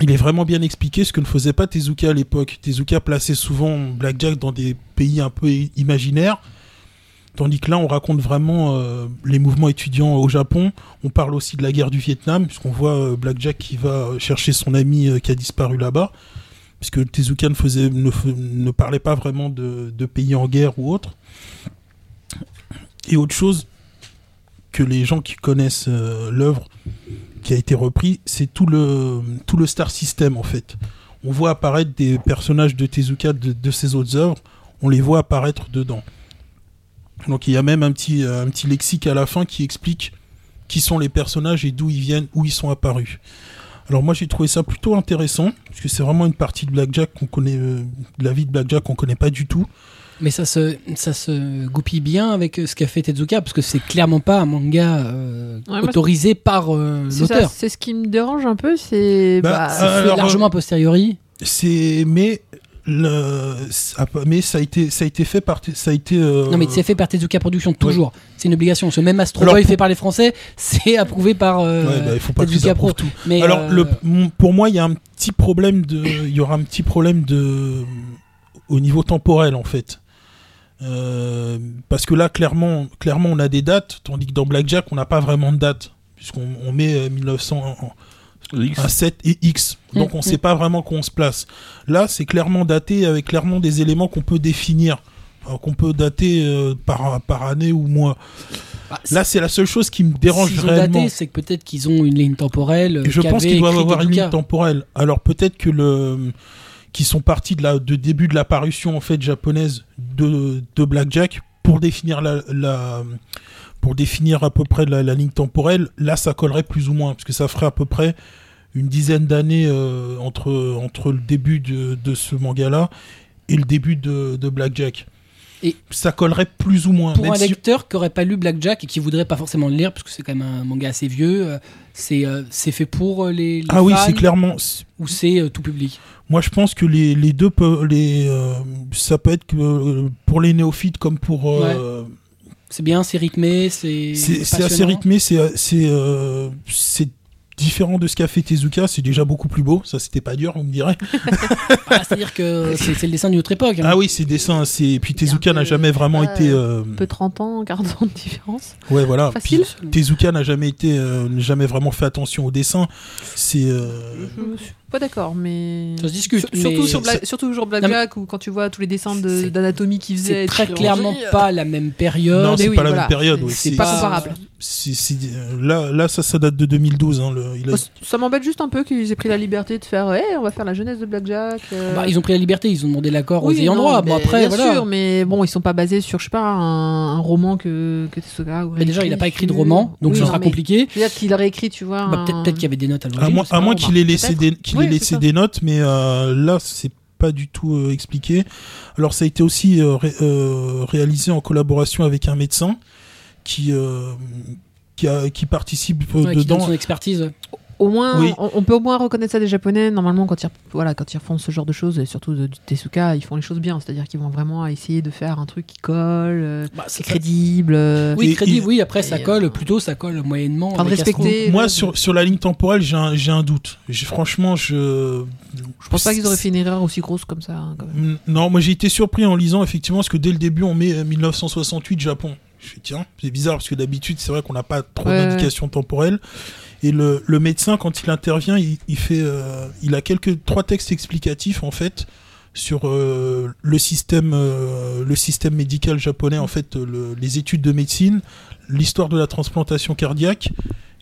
Speaker 4: il est vraiment bien expliqué ce que ne faisait pas Tezuka à l'époque. Tezuka plaçait souvent Blackjack dans des pays un peu i- imaginaires. Tandis que là, on raconte vraiment euh, les mouvements étudiants au Japon. On parle aussi de la guerre du Vietnam, puisqu'on voit euh, Blackjack qui va chercher son ami euh, qui a disparu là-bas. Puisque Tezuka ne, faisait, ne, fe- ne parlait pas vraiment de, de pays en guerre ou autre. Et autre chose que les gens qui connaissent euh, l'œuvre qui a été repris, c'est tout le, tout le star system en fait. On voit apparaître des personnages de Tezuka de, de ses autres œuvres, on les voit apparaître dedans. Donc il y a même un petit, euh, un petit lexique à la fin qui explique qui sont les personnages et d'où ils viennent, où ils sont apparus. Alors moi j'ai trouvé ça plutôt intéressant, parce que c'est vraiment une partie de Blackjack qu'on connaît, euh, de la vie de Blackjack qu'on connaît pas du tout.
Speaker 1: Mais ça se, ça se goupille bien avec euh, ce qu'a fait Tezuka, parce que c'est clairement pas un manga euh,
Speaker 2: moi,
Speaker 1: autorisé par euh,
Speaker 2: C'est ça,
Speaker 1: l'auteur.
Speaker 2: c'est ce qui me dérange un peu, c'est.
Speaker 4: Bah,
Speaker 2: bah,
Speaker 1: C'est fait
Speaker 4: Alors,
Speaker 1: largement a posteriori.
Speaker 4: C'est mais le, ça- mais ça a été ça a été fait par ça a été euh,
Speaker 1: Non, mais c'est fait par Tezuka Production, toujours. C'est une obligation. Ce même Astro
Speaker 4: Alors,
Speaker 1: Boy
Speaker 4: pour-
Speaker 1: fait par les Français, c'est approuvé par euh,
Speaker 4: Ouais, bah, il faut pas qu'ils
Speaker 1: Tezuka Pro.
Speaker 4: approuvent tout.
Speaker 1: Mais,
Speaker 4: Alors,
Speaker 1: euh,
Speaker 4: le, mon- pour moi, il y a un petit problème de, il y aura un petit problème de, au niveau temporel en fait, Euh, parce que là, clairement, clairement, on a des dates, tandis que dans Blackjack, on n'a pas vraiment de date, puisqu'on on met euh, 1900, en-
Speaker 5: X.
Speaker 4: un 7 et X. Donc on
Speaker 1: Mm,
Speaker 4: sait pas vraiment où on se place. Là, c'est clairement daté avec clairement des éléments qu'on peut définir, euh, qu'on peut dater euh, par, par année ou mois.
Speaker 1: bah,
Speaker 4: Là, c'est la seule chose qui me dérange
Speaker 1: S'ils ont
Speaker 4: réellement.
Speaker 1: daté, c'est que peut-être qu'ils ont une ligne temporelle. euh,
Speaker 4: Je pense
Speaker 1: qu'avait
Speaker 4: qu'ils doivent
Speaker 1: écrit
Speaker 4: avoir une
Speaker 1: Tezuka.
Speaker 4: ligne temporelle. Alors peut-être que le qui sont partis de la de début de la parution en fait japonaise de de Blackjack pour définir la, la- pour définir à peu près la, la ligne temporelle. Là, ça collerait plus ou moins parce que ça ferait à peu près une dizaine d'années euh, entre entre le début de, de ce manga là et le début de, de Blackjack.
Speaker 1: Et-
Speaker 4: ça collerait plus ou moins.
Speaker 1: Pour
Speaker 4: même
Speaker 1: un
Speaker 4: si-
Speaker 1: lecteur qui aurait pas lu Blackjack et qui voudrait pas forcément le lire, parce que c'est quand même un manga assez vieux, euh, c'est euh, c'est fait pour euh, les, les
Speaker 4: Ah oui,
Speaker 1: fans
Speaker 4: c'est clairement
Speaker 1: ou c'est euh, tout public
Speaker 4: Moi, je pense que les, les deux, peu- les, euh, ça peut être que euh, pour les néophytes comme pour. euh,
Speaker 1: C'est bien, c'est rythmé, c'est.
Speaker 4: c'est c'est assez
Speaker 1: passionnant.
Speaker 4: rythmé, c'est c'est euh, c'est différent de ce qu'a fait Tezuka. C'est déjà beaucoup plus beau. Ça, c'était pas dur, vous me direz.
Speaker 1: Ah, C'est-à-dire que c'est c'est le dessin d'une autre époque. hein.
Speaker 4: Ah oui, c'est dessin. C'est et puis Tezuka
Speaker 2: un peu-
Speaker 4: n'a jamais vraiment
Speaker 2: pas,
Speaker 4: été. euh,
Speaker 2: un peu 30 ans, 40 ans de différence.
Speaker 4: ouais, voilà.
Speaker 2: facile.
Speaker 4: Puis, Tezuka n'a jamais été, euh, n'a jamais vraiment fait attention au dessin. C'est euh,
Speaker 2: Je suis pas d'accord, mais.
Speaker 1: Ça se discute.
Speaker 2: Sur- surtout,
Speaker 1: mais
Speaker 2: sur Bla-
Speaker 4: c'est-
Speaker 2: surtout sur
Speaker 1: Non, mais-
Speaker 2: Blackjack, ou quand tu vois tous les dessins de-
Speaker 1: C'est-
Speaker 2: d'anatomie qu'ils faisaient.
Speaker 1: c'est très
Speaker 2: de
Speaker 1: clairement
Speaker 2: chirurgie, euh,
Speaker 1: pas la même période. Eh
Speaker 4: Non,
Speaker 2: mais
Speaker 4: c'est
Speaker 2: oui,
Speaker 4: pas la
Speaker 2: voilà.
Speaker 4: même période, oui,
Speaker 2: C'est
Speaker 4: c'est-
Speaker 2: pas comparable.
Speaker 4: c'est- c'est- euh, là, là, ça, ça date de 2012. hein, le- il a-
Speaker 2: Moi, c- Ça m'embête juste un peu qu'ils aient pris la liberté de faire hey, on va faire la jeunesse de Blackjack. euh.
Speaker 1: Bah, ils ont pris la liberté, ils ont demandé l'accord aux
Speaker 2: Oui,
Speaker 1: ayants
Speaker 2: non,
Speaker 1: droit. Bon
Speaker 2: mais
Speaker 1: après
Speaker 2: bien
Speaker 1: voilà.
Speaker 2: sûr, mais bon, ils sont pas basés sur, je sais pas, un, un roman que, que Tezuka aurait
Speaker 1: Mais déjà, il a pas écrit de
Speaker 2: sur-
Speaker 1: roman, donc
Speaker 2: euh, Oui,
Speaker 1: ça
Speaker 2: non,
Speaker 1: sera
Speaker 2: mais Ah.
Speaker 1: compliqué.
Speaker 2: Je veux dire qu'il aurait écrit, tu vois.
Speaker 1: Bah, peut-être
Speaker 2: un-
Speaker 1: peut-être qu'il y avait des notes à
Speaker 4: À
Speaker 1: l'origine.
Speaker 4: moins,
Speaker 2: c'est
Speaker 4: à
Speaker 2: pas
Speaker 4: moins
Speaker 2: grave,
Speaker 4: qu'il ait laissé,
Speaker 2: peut-être.
Speaker 4: des, qu'il
Speaker 2: Oui,
Speaker 4: ait
Speaker 2: c'est
Speaker 4: laissé
Speaker 2: ça.
Speaker 4: des notes, mais euh, là, c'est pas du tout euh, expliqué. Alors, ça a été aussi euh, ré- euh, réalisé en collaboration avec un médecin qui, euh, qui, a- qui participe euh,
Speaker 1: Ouais, qui donne
Speaker 4: dedans.
Speaker 1: son expertise.
Speaker 2: Au moins,
Speaker 4: Oui.
Speaker 2: on, on peut au moins reconnaître ça des Japonais. Normalement, quand ils, voilà, quand ils font ce genre de choses, et surtout de, du Tezuka, ils font les choses bien. C'est-à-dire qu'ils vont vraiment essayer de faire un truc qui colle, euh,
Speaker 1: Bah,
Speaker 2: qui
Speaker 1: c'est
Speaker 2: est crédible. euh,
Speaker 1: Oui,
Speaker 4: Et
Speaker 1: crédit,
Speaker 4: il-
Speaker 1: oui, après
Speaker 2: et,
Speaker 1: ça
Speaker 2: euh,
Speaker 1: colle, plutôt ça colle moyennement.
Speaker 2: Enfin, de
Speaker 1: avec Astro.
Speaker 2: respecter-
Speaker 4: Moi, sur, sur la ligne temporelle, j'ai un, j'ai un doute. J'ai- Franchement, je.
Speaker 2: Je pense pas qu'ils auraient fait une erreur aussi grosse comme ça. hein, quand même.
Speaker 4: Mm, Non, moi j'ai été surpris en lisant effectivement parce que dès le début on met euh, 1968 Japon. Je fais tiens, c'est bizarre parce que d'habitude c'est vrai qu'on n'a pas trop
Speaker 2: Ouais.
Speaker 4: d'indications temporelles. Et le, le médecin quand il intervient, il, il fait, euh, il a quelques trois textes explicatifs en fait sur euh, le système, euh, le système médical japonais en fait, euh, le- les études de médecine, l'histoire de la transplantation cardiaque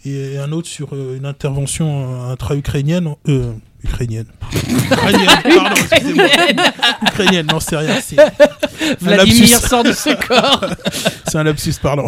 Speaker 4: et un autre sur euh, une intervention euh, intra-ukrainienne. euh, ukrainienne. ukrainienne, pardon, excusez-moi. Ukrainienne, non, c'est rien. C'est
Speaker 1: Vladimir
Speaker 4: lapsus.
Speaker 1: sort de ce corps.
Speaker 4: c'est un lapsus, pardon.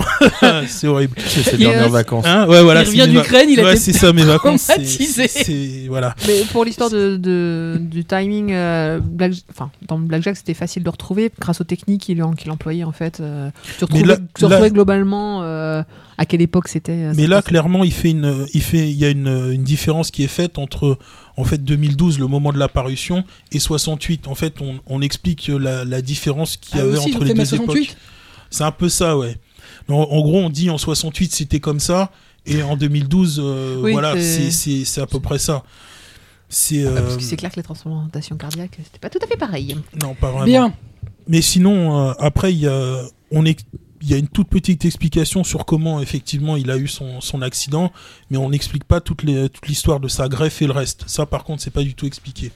Speaker 4: c'est horrible.
Speaker 5: C'est ses
Speaker 1: Il est-
Speaker 5: dernières vacances.
Speaker 4: Hein ouais, voilà,
Speaker 1: Il
Speaker 4: c'est
Speaker 1: revient
Speaker 4: mes
Speaker 1: d'Ukraine, il a
Speaker 4: ouais,
Speaker 1: été
Speaker 4: c'est ça, mes vacances. c'est-
Speaker 1: traumatisé. Ah,
Speaker 4: c'est- c'est- Voilà.
Speaker 2: Mais pour l'histoire de, de- du timing, euh, Black, enfin, dans Blackjack, c'était facile de retrouver grâce aux techniques qu'il en- qu'il employait en fait. euh, tu retrouvais,
Speaker 4: là-
Speaker 2: tu retrouvais
Speaker 4: là-
Speaker 2: globalement euh, à quelle époque c'était. euh,
Speaker 4: Mais
Speaker 2: ça
Speaker 4: là,
Speaker 2: passait.
Speaker 4: clairement, il fait une, il fait, il y a une, une différence qui est faite entre, en fait, 2012, le moment de l'apparition, et 68. En fait, on, on explique la, la différence qu'il y
Speaker 1: Ah,
Speaker 4: avait
Speaker 1: aussi, ils ont
Speaker 4: entre les
Speaker 1: fait mai
Speaker 4: deux époques.
Speaker 1: 68.
Speaker 4: C'est un peu ça, ouais. En, en gros, on dit en 68 c'était comme ça, et en 2012, euh,
Speaker 2: Oui,
Speaker 4: voilà,
Speaker 2: c'est-
Speaker 4: c'est- c'est c'est à peu près ça. C'est
Speaker 2: Ah,
Speaker 4: euh,
Speaker 2: parce que c'est clair que les transformations cardiaques, c'était pas tout à fait pareil.
Speaker 4: non pas vraiment.
Speaker 1: Bien.
Speaker 4: Mais sinon, euh, après, il y a, on est, il y a une toute petite explication sur comment effectivement il a eu son, son accident, mais on n'explique pas toute les- toute l'histoire de sa greffe et le reste. Ça, par contre, c'est pas du tout expliqué.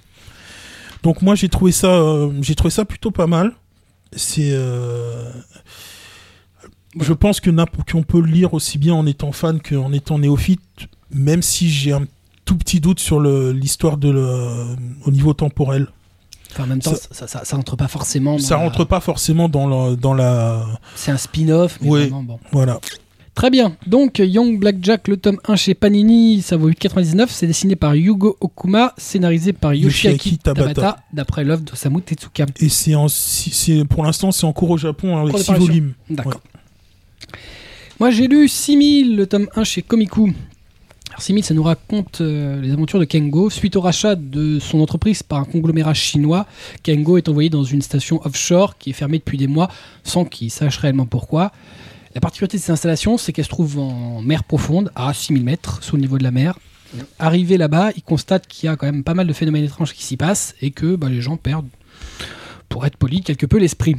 Speaker 4: Donc moi, j'ai trouvé ça, euh, j'ai trouvé ça plutôt pas mal. C'est, euh, je pense que n'importe- qu'on peut le lire aussi bien en étant fan qu'en étant néophyte, même si j'ai un tout petit doute sur le- l'histoire de le- au niveau temporel.
Speaker 1: Enfin, en même temps, ça, ça, ça rentre pas forcément. dans
Speaker 4: Ça
Speaker 1: la-
Speaker 4: rentre pas forcément dans la, dans la
Speaker 1: C'est un spin-off. mais
Speaker 4: Oui.
Speaker 1: vraiment, bon.
Speaker 4: Voilà.
Speaker 1: Très bien. Donc, Young Blackjack, le tome 1 chez Panini, ça vaut 8,99. C'est dessiné par Yugo Okuma, scénarisé par Yoshiaki
Speaker 4: Yoshiaki
Speaker 1: Tabata,
Speaker 4: Tabata.
Speaker 1: d'après l'œuvre de Samu Tezuka.
Speaker 4: Et c'est en- si- c'est- pour l'instant, c'est en cours au Japon hein, avec
Speaker 1: Cours de
Speaker 4: 6
Speaker 1: parution.
Speaker 4: volumes.
Speaker 1: D'accord. Moi, j'ai lu 6000, le tome 1 chez Komiku. Alors, 6000, ça nous raconte euh, les aventures de Kengo. Suite au rachat de son entreprise par un conglomérat chinois, Kengo est envoyé dans une station offshore qui est fermée depuis des mois sans qu'il sache réellement pourquoi. La particularité de cette installation, c'est qu'elle se trouve en mer profonde, à 6000 mètres sous le niveau de la mer. Arrivé là-bas, il constate qu'il y a quand même pas mal de phénomènes étranges qui s'y passent et que bah, les gens perdent, pour être poli, quelque peu l'esprit.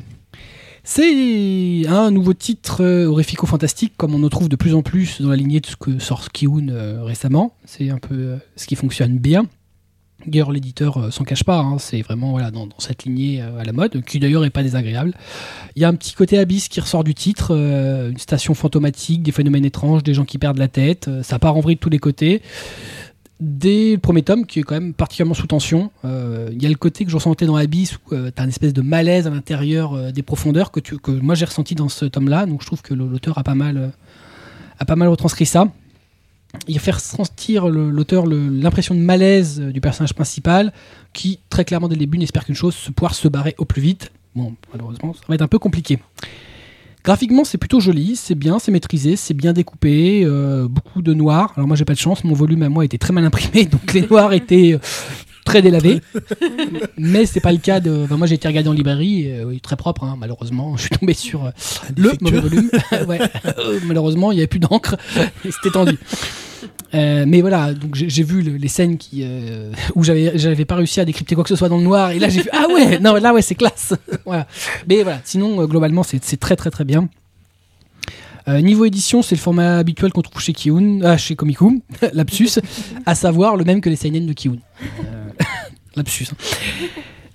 Speaker 1: C'est un nouveau titre euh, horrifico-fantastique, comme on en trouve de plus en plus dans la lignée de ce que sort Skihoon euh, récemment. C'est un peu euh, ce qui fonctionne bien. D'ailleurs, l'éditeur euh, s'en cache pas, hein. c'est vraiment voilà, dans, dans cette lignée euh, à la mode, qui d'ailleurs n'est pas désagréable. Il y a un petit côté abyss qui ressort du titre, euh, une station fantomatique, des phénomènes étranges, des gens qui perdent la tête, euh, ça part en vrille de tous les côtés. Dès le premier tome, qui est quand même particulièrement sous tension, euh, il y a le côté que je ressentais dans Abyss, où tu as une espèce de malaise à l'intérieur euh, des profondeurs que, tu- que moi j'ai ressenti dans ce tome-là, donc je trouve que le- l'auteur a pas mal, euh, a pas mal retranscrit ça. Il fait ressentir le- l'auteur le- l'impression de malaise euh, du personnage principal, qui très clairement dès le début n'espère qu'une chose, se pouvoir se barrer au plus vite. Bon, malheureusement, ça va être un peu compliqué. Graphiquement, c'est plutôt joli, c'est bien, c'est maîtrisé, c'est bien découpé, euh, beaucoup de noir. Alors moi, j'ai pas de chance, mon volume à moi était très mal imprimé, donc les noirs étaient euh, très délavés. Mais c'est pas le cas de. Enfin, moi, j'ai été regardé en librairie, euh, oui, très propre, hein, malheureusement. Je suis tombé sur euh, le mauvais volume. Ouais. Euh, malheureusement, il n'y avait plus d'encre, et c'était tendu. Euh, mais voilà, donc j'ai j'ai vu le- les scènes qui, euh, où j'avais j'avais pas réussi à décrypter quoi que ce soit dans le noir, et là j'ai vu ah ouais, non là ouais c'est classe, voilà. Mais voilà, sinon euh, globalement c'est c'est très très très bien. Euh, niveau édition, c'est le format habituel qu'on trouve chez Kiun, ah, chez Komiku, lapsus, à savoir le même que les seinen de Kiun. Euh, lapsus. hein.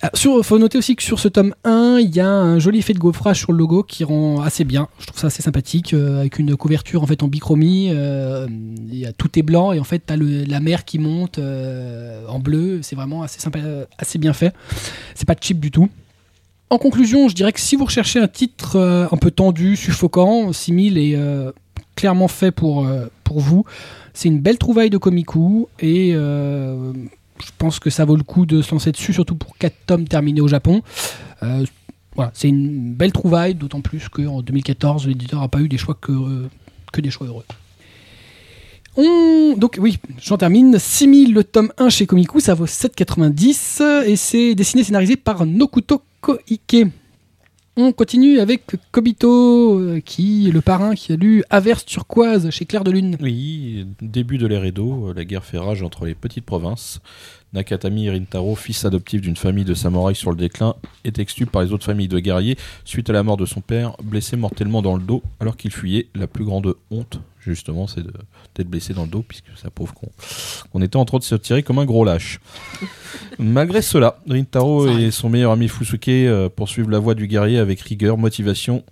Speaker 1: Ah, Sur, faut noter aussi que sur ce tome 1, il y a un joli effet de gaufrage sur le logo qui rend assez bien. Je trouve ça assez sympathique, euh, avec une couverture en fait en bichromie. euh, il y a- tout est blanc et en fait t'as le- la mer qui monte euh, en bleu. C'est vraiment assez sympa, euh, assez bien fait. C'est pas cheap du tout. En conclusion, je dirais que si vous recherchez un titre euh, un peu tendu, suffocant, 6000 est euh, clairement fait pour, euh, pour vous. C'est une belle trouvaille de Komiku et euh, je pense que ça vaut le coup de se lancer dessus, surtout pour 4 tomes terminés au Japon. Euh, voilà, c'est une belle trouvaille, d'autant plus qu'en 2014, l'éditeur n'a pas eu des choix que, heureux- que des choix heureux. On... Donc oui, j'en termine. 6000 le tome 1 chez Komiku, ça vaut 7,90 et c'est dessiné et scénarisé par Nokuto Koike. On continue avec Kobito, euh, qui est le parrain qui a lu Averse turquoise chez Claire de Lune.
Speaker 5: Oui, début de l'ère Edo, euh, la guerre fait rage entre les petites provinces. Nakatami Rintaro, fils adoptif d'une famille de samouraïs sur le déclin, est exclu par les autres familles de guerriers suite à la mort de son père, blessé mortellement dans le dos alors qu'il fuyait. La plus grande honte, justement, c'est de- d'être blessé dans le dos puisque ça prouve qu'on qu'on était en train de se tirer comme un gros lâche. Malgré cela, Rintaro
Speaker 1: Ça
Speaker 5: et son meilleur ami Fusuke euh, poursuivent la voie du guerrier avec rigueur, motivation.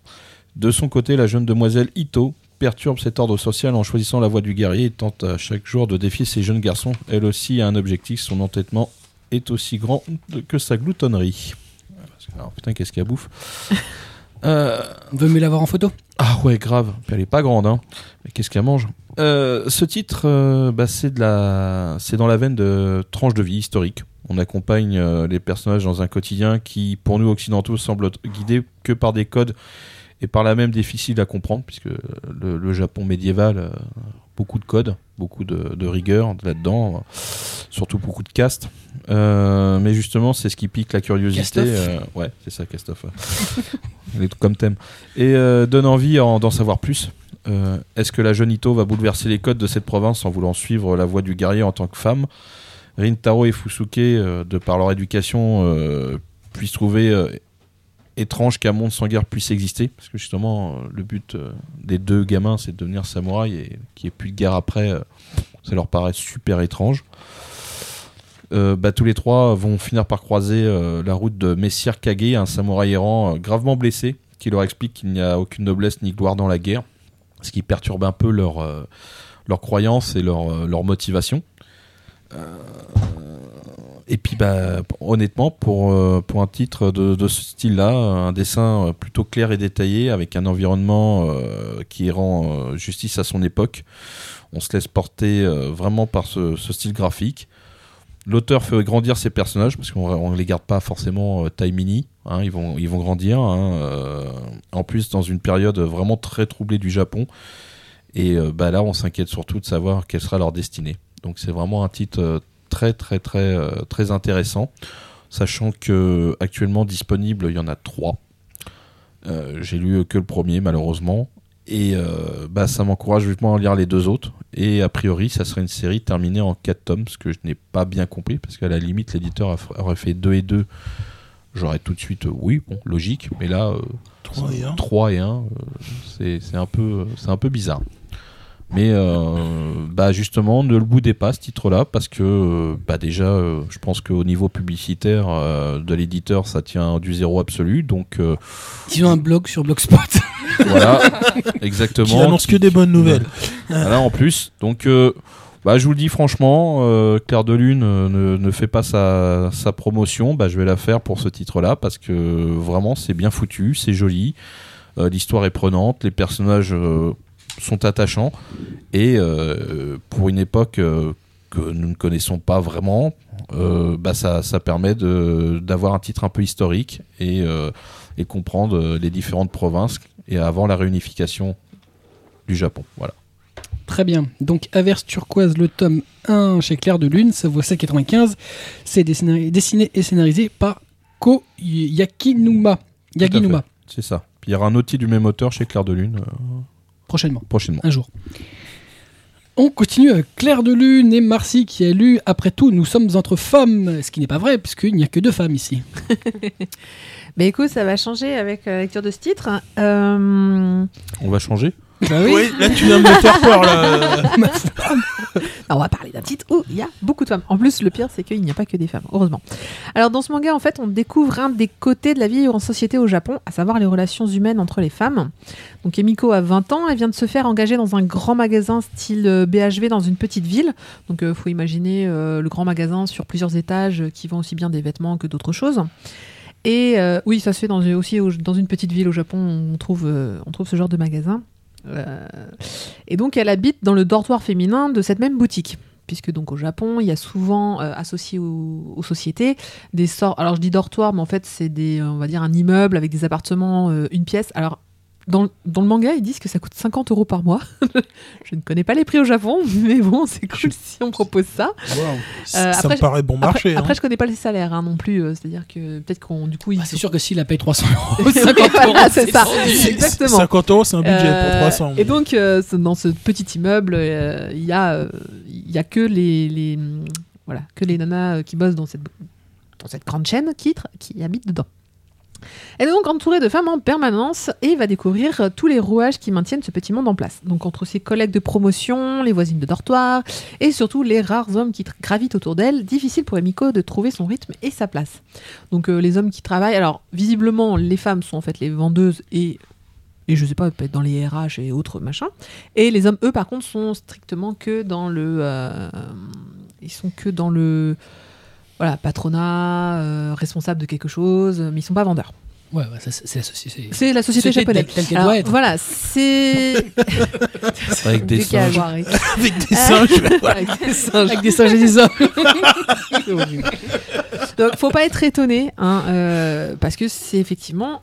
Speaker 5: De son côté, la jeune demoiselle Ito, perturbe cet ordre social en choisissant la voie du guerrier et tente à chaque jour de défier ces jeunes garçons. Elle aussi a un objectif, son entêtement est aussi grand que sa gloutonnerie. Parce que, alors, putain, qu'est-ce qu'il y a bouffe Euh,
Speaker 1: Veut mieux l'avoir en photo
Speaker 5: ah ouais, grave. Puis Elle est pas grande, hein. Mais qu'est-ce qu'elle mange Euh, Ce titre, euh, bah, c'est de la, c'est dans la veine de tranche de vie historique. On accompagne euh, les personnages dans un quotidien qui, pour nous occidentaux, semble être guidé que par des codes et par là même difficile à comprendre, puisque le, euh, le Japon médiéval, euh, beaucoup de codes, beaucoup de, de rigueur là-dedans. surtout beaucoup de cast. Euh, mais justement, c'est ce qui pique la curiosité.
Speaker 1: Castoff.
Speaker 5: euh, ouais, c'est ça, Castoff. Elle est comme thème. Et euh, donne envie en- d'en savoir plus. Euh, Est-ce que la jeune Ito va bouleverser les codes de cette province en voulant suivre la voie du guerrier en tant que femme Rintaro et Fusuke, euh, de par leur éducation, euh, puissent trouver euh, étrange qu'un monde sans guerre puisse exister. Parce que justement, euh, le but euh, des deux gamins, c'est de devenir samouraï et qu'il n'y ait plus de guerre après, euh, ça leur paraît super étrange. Euh, bah, tous les trois vont finir par croiser euh, la route de Messire Kage, un samouraï errant euh, gravement blessé, qui leur explique qu'il n'y a aucune noblesse ni gloire dans la guerre, ce qui perturbe un peu leur, euh, leur croyance et leur, euh, leur motivation. Euh, et puis, bah, p- honnêtement, pour, euh, pour un titre de, de ce style-là, un dessin euh, plutôt clair et détaillé, avec un environnement euh, qui rend euh, justice à son époque, on se laisse porter euh, vraiment par ce, ce style graphique. L'auteur fait grandir ses personnages parce qu'on ne les garde pas forcément euh, taille mini. hein, ils, vont, ils vont grandir. hein, euh, en plus, dans une période vraiment très troublée du Japon. Et euh, bah, là, on s'inquiète surtout de savoir quelle sera leur destinée. Donc, c'est vraiment un titre euh, très, très, très, euh, très intéressant. Sachant que euh, actuellement disponible, il y en a trois. Euh, J'ai lu que le premier, malheureusement. Et euh, bah, ça m'encourage vivement à lire les deux autres. Et a priori, ça serait une série terminée en 4 tomes, ce que je n'ai pas bien compris, parce qu'à la limite, l'éditeur a f- aurait fait 2 et 2. J'aurais tout de suite, euh, oui, bon, logique, mais là, euh,
Speaker 4: 3 et 1.
Speaker 5: 3 et 1, c'est c'est un, peu- euh, c'est un peu bizarre. Mais euh, bah justement, ne le boudez pas ce titre-là, parce que euh, bah déjà, euh, je pense qu'au niveau publicitaire euh, de l'éditeur, ça tient du zéro absolu. Donc euh,
Speaker 1: Ils ont un blog sur Blogspot.
Speaker 5: voilà,
Speaker 4: Qui
Speaker 5: exactement.
Speaker 4: annonce que des bonnes nouvelles.
Speaker 5: Voilà, en plus. Donc, euh, bah, je vous le dis franchement, euh, Claire de Lune euh, ne, ne fait pas sa, sa promotion. Bah, je vais la faire pour ce titre-là parce que euh, vraiment, c'est bien foutu, c'est joli. Euh, L'histoire est prenante, les personnages euh, sont attachants. Et euh, pour une époque euh, que nous ne connaissons pas vraiment, euh, bah, ça, ça permet de- d'avoir un titre un peu historique et, euh, et comprendre euh, les différentes provinces et avant la réunification du Japon. Voilà.
Speaker 1: Très bien. Donc, Averse Turquoise, le tome 1 chez Claire de Lune, ça vaut 7,95. C'est dessiné, dessiné et scénarisé par Ko Yakinuma. Yaginuma,
Speaker 5: C'est ça. Puis il y aura un autre titre du même auteur chez Claire de Lune euh,
Speaker 1: prochainement,
Speaker 5: prochainement.
Speaker 1: un jour. On continue avec Claire de Lune et Marcy qui a lu Après tout, nous sommes entre femmes. Ce qui n'est pas vrai, puisqu'il n'y a que deux femmes ici.
Speaker 2: Mais écoute, ça va changer avec la lecture de ce titre. Euh,
Speaker 5: On va changer
Speaker 1: Bah oui.
Speaker 4: Ouais, là, tu viens de me faire peur, là.
Speaker 2: Bah, on va parler d'un titre où il y a beaucoup de femmes. En plus, le pire, c'est qu'il n'y a pas que des femmes, heureusement. Alors, dans ce manga, en fait, on découvre un des côtés de la vie en société au Japon, à savoir les relations humaines entre les femmes. Donc, Emiko a 20 ans, elle vient de se faire engager dans un grand magasin style euh, BHV dans une petite ville. Donc, il faut imaginer euh, le grand magasin sur plusieurs étages euh, qui vend aussi bien des vêtements que d'autres choses. Et euh, oui, ça se fait dans, une- aussi au- dans une petite ville au Japon, on trouve, euh, on trouve ce genre de magasin. Euh, et donc, elle habite dans le dortoir féminin de cette même boutique. Puisque donc au Japon, il y a souvent euh, associé au- aux sociétés des sortes. Alors je dis dortoir, mais en fait c'est des, euh, on va dire un immeuble avec des appartements, euh, une pièce. Alors dans, le- dans le manga, ils disent que ça coûte 50 euros par mois. je ne connais pas les prix au Japon, mais bon, c'est cool si on propose ça.
Speaker 4: ça
Speaker 2: après,
Speaker 4: me paraît bon
Speaker 2: Après,
Speaker 4: marché. hein.
Speaker 2: après, je connais pas les salaires hein, non plus. euh, C'est-à-dire que peut-être qu'on du coup ils
Speaker 1: Bah, c'est sûr que s'il la paye 300 euros,
Speaker 2: Oui,
Speaker 1: 50
Speaker 2: voilà,
Speaker 1: euros,
Speaker 2: c'est ça.
Speaker 1: tendu.
Speaker 4: C'est-
Speaker 2: exactement.
Speaker 4: 50 euros, c'est un budget pour
Speaker 2: Euh,
Speaker 4: 300.
Speaker 2: Et donc, euh, ce- dans ce petit immeuble, euh, il y a, euh, il y a que les, les, hum, voilà, que les nanas euh, qui bossent dans cette, dans cette grande chaîne qui, tra- qui habitent dedans. Elle est donc entourée de femmes en permanence et va découvrir euh, tous les rouages qui maintiennent ce petit monde en place. Donc entre ses collègues de promotion, les voisines de dortoir et surtout les rares hommes qui tra- gravitent autour d'elle, difficile pour Emiko de trouver son rythme et sa place. Donc euh, les hommes qui travaillent, alors visiblement les femmes sont en fait les vendeuses et et je sais pas, peut-être dans les RH et autres machins. Et les hommes, eux, par contre, sont strictement que dans le, euh, ils sont que dans le, voilà, patronat, euh, responsable de quelque chose, mais ils sont pas vendeurs.
Speaker 1: Ouais, ouais, ça, c'est c'est la société.
Speaker 2: C'est la société
Speaker 1: Société
Speaker 2: japonaise.
Speaker 1: telle- telle qu'elle
Speaker 2: Alors,
Speaker 1: doit être.
Speaker 2: Voilà, c'est
Speaker 5: Avec des
Speaker 2: Dès qu'il y a à
Speaker 5: singes.
Speaker 2: voir, avec-
Speaker 4: Avec des singes.
Speaker 2: avec des singes.
Speaker 1: Avec des singes et des hommes.
Speaker 2: Donc, faut pas être étonné, hein, euh, parce que c'est effectivement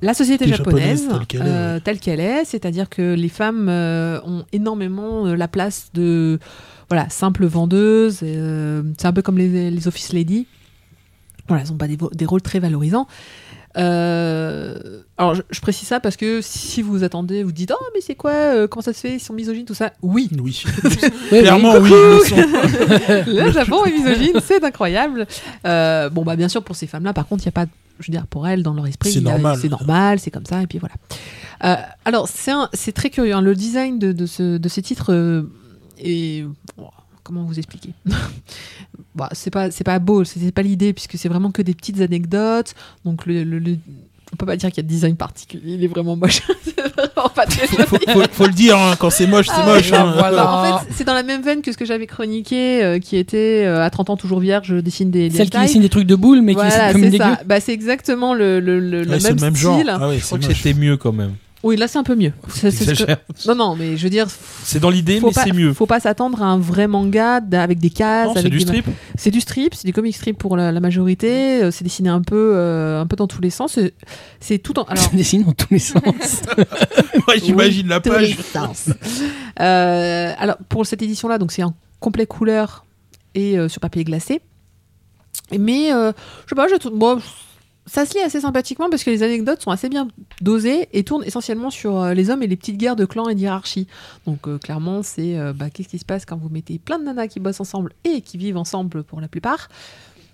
Speaker 2: la société
Speaker 4: Société
Speaker 2: japonaise,
Speaker 4: japonaise telle qu'elle est,
Speaker 2: euh, telle qu'elle est, c'est-à-dire que les femmes euh, ont énormément euh, la place de voilà simples vendeuses. euh, c'est un peu comme les, les office ladies. Voilà, elles n'ont pas des, vo- des rôles très valorisants. Euh, alors, je, je précise ça parce que si vous attendez, vous dites oh mais c'est quoi euh, Comment ça se fait Ils sont misogynes tout ça Oui,
Speaker 4: Oui.
Speaker 1: Ouais,
Speaker 4: Clairement, oui, ils le sont.
Speaker 2: le Japon est misogyne, c'est incroyable. Euh, bon, bah bien sûr, pour ces femmes-là, par contre, il n'y a pas, de- je veux dire, pour elles, dans leur esprit,
Speaker 4: C'est
Speaker 2: il y a-
Speaker 4: normal.
Speaker 2: c'est normal, c'est comme ça, et puis voilà. Euh, alors, c'est un- c'est très curieux. hein. le design de, de ce, de ces titres euh, est. oh, Comment vous expliquer bah, C'est pas, c'est pas beau, c'est c'est pas l'idée, puisque c'est vraiment que des petites anecdotes. Donc, le, le- le- on peut pas dire qu'il y a de design particulier, il est vraiment moche. c'est vraiment pas très joli.
Speaker 4: faut, faut- faut le dire, hein, quand c'est moche, c'est
Speaker 2: Ah
Speaker 4: moche.
Speaker 2: ouais,
Speaker 4: hein.
Speaker 1: voilà.
Speaker 2: En fait, c'est dans la même veine que ce que j'avais chroniqué, euh, qui était euh, à 30 ans toujours vierge, je dessine des, des
Speaker 1: Celle qui
Speaker 2: hentai.
Speaker 1: dessine des trucs de boules, mais qui
Speaker 2: Voilà,
Speaker 1: est comme
Speaker 2: c'est
Speaker 1: dégueu.
Speaker 2: ça. Bah, c'est exactement le, le, le, le
Speaker 4: Ouais,
Speaker 2: même,
Speaker 4: c'est le même
Speaker 2: style.
Speaker 4: genre. Ah ouais,
Speaker 5: Je crois
Speaker 4: c'est
Speaker 5: que
Speaker 4: moche.
Speaker 5: c'était mieux quand même.
Speaker 2: Oui, là c'est un peu mieux. C'est- c'est ce que-
Speaker 5: J'exagère.
Speaker 2: Non, non, mais je veux dire,
Speaker 5: C'est dans l'idée,
Speaker 2: faut
Speaker 5: mais
Speaker 2: pas,
Speaker 5: c'est mieux.
Speaker 2: faut pas s'attendre à un vrai manga d'a- avec des cases.
Speaker 5: Non,
Speaker 2: avec
Speaker 5: c'est du
Speaker 2: des-
Speaker 5: strip.
Speaker 2: C'est du strip, c'est du comic strip pour la, la majorité. euh, C'est dessiné un peu, euh, un peu dans tous les sens. C'est- C'est tout en. Alors,
Speaker 1: Ça dessine dans tous les sens.
Speaker 4: Ouais, J'imagine la
Speaker 2: tous les
Speaker 4: page.
Speaker 2: sens. Euh, alors pour cette édition là, donc c'est en complet couleur et euh, sur papier glacé. Mais euh, je sais pas, je trouve- moi, ça se lit assez sympathiquement parce que les anecdotes sont assez bien dosées et tournent essentiellement sur euh, les hommes et les petites guerres de clans et d'hierarchie. Donc euh, clairement, c'est euh, bah, qu'est-ce qui se passe quand vous mettez plein de nanas qui bossent ensemble et qui vivent ensemble pour la plupart.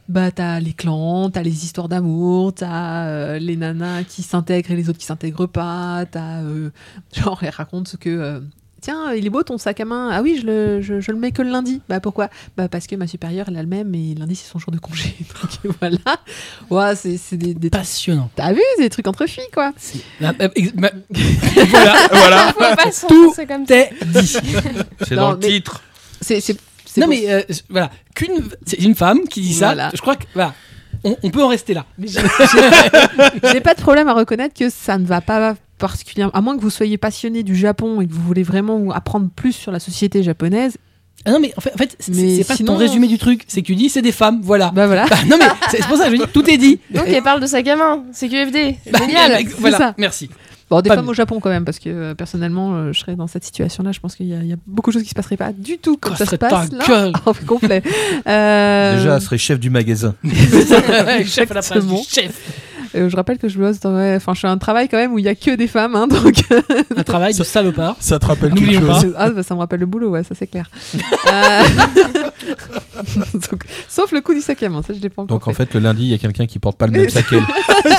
Speaker 2: Bah t'as les clans, t'as les histoires d'amour, t'as euh, les nanas qui s'intègrent et les autres qui s'intègrent pas, t'as euh, Genre, elle raconte ce que. euh, Tiens, il est beau ton sac à main. Ah oui, je le, je, je le mets que le lundi. Bah pourquoi Bah parce que ma supérieure, elle a le même et lundi, c'est son jour de congé. Donc voilà. Ouais, c'est c'est des. des-
Speaker 1: Passionnant.
Speaker 2: T'as vu, c'est des trucs entre filles, quoi.
Speaker 1: C'est- la- la- ex- ma-
Speaker 4: Voilà, voilà.
Speaker 3: Faut pas s'en-
Speaker 1: Tout
Speaker 3: c'est comme ça.
Speaker 1: T'es dit.
Speaker 5: C'est
Speaker 2: Non,
Speaker 5: dans le
Speaker 2: mais-
Speaker 5: titre.
Speaker 2: C'est. c'est- c'est
Speaker 1: Non
Speaker 2: beau.
Speaker 1: mais euh, voilà, qu'une, c'est une femme qui dit ça.
Speaker 2: Voilà.
Speaker 1: Je crois que voilà, on, on peut en rester là.
Speaker 2: Mais j'ai- euh, j'ai- J'ai pas de problème à reconnaître que ça ne va pas particulièrement. À moins que vous soyez passionné du Japon et que vous voulez vraiment apprendre plus sur la société japonaise.
Speaker 1: Ah non mais en fait, en fait c'est,
Speaker 2: Mais
Speaker 1: c'est pas
Speaker 2: sinon-
Speaker 1: ton résumé du truc, c'est que tu dis c'est des femmes, voilà.
Speaker 2: Bah voilà.
Speaker 1: Bah, non mais c'est, c'est pour ça que je dis tout est dit.
Speaker 3: Donc elle parle de sa gamin, c'est QFD.
Speaker 1: Bah,
Speaker 3: Génial.
Speaker 1: ex- voilà,
Speaker 2: ça.
Speaker 1: merci.
Speaker 2: Bon, des
Speaker 1: Pas
Speaker 2: femmes
Speaker 1: mieux.
Speaker 2: au Japon quand même, parce que euh, personnellement, euh, je serais dans cette situation-là. Je pense qu'il y, a- il y a beaucoup de choses qui se passeraient pas du tout comme
Speaker 1: Quoi,
Speaker 2: ça se
Speaker 1: serait
Speaker 2: passe
Speaker 1: ta
Speaker 2: là.
Speaker 1: gueule.
Speaker 2: En complet. Euh,
Speaker 5: Déjà, elle serait chef du magasin.
Speaker 1: chef à la place du
Speaker 2: Exactement.
Speaker 1: chef.
Speaker 2: euh, je rappelle que je bosse dans, ouais, enfin, je fais un travail quand même où il y a que des femmes, hein, donc.
Speaker 1: Un travail de salopard.
Speaker 4: Ça te rappelle quelque
Speaker 1: N'oublions pas.
Speaker 4: chose.
Speaker 2: ah, bah, ça me rappelle le boulot, ouais, ça c'est clair. Euh, donc, sauf le coup du sac à main, ça je l'ai pas encore
Speaker 5: Donc en fait, le lundi, il y a quelqu'un qui porte pas le même sac qu'elle.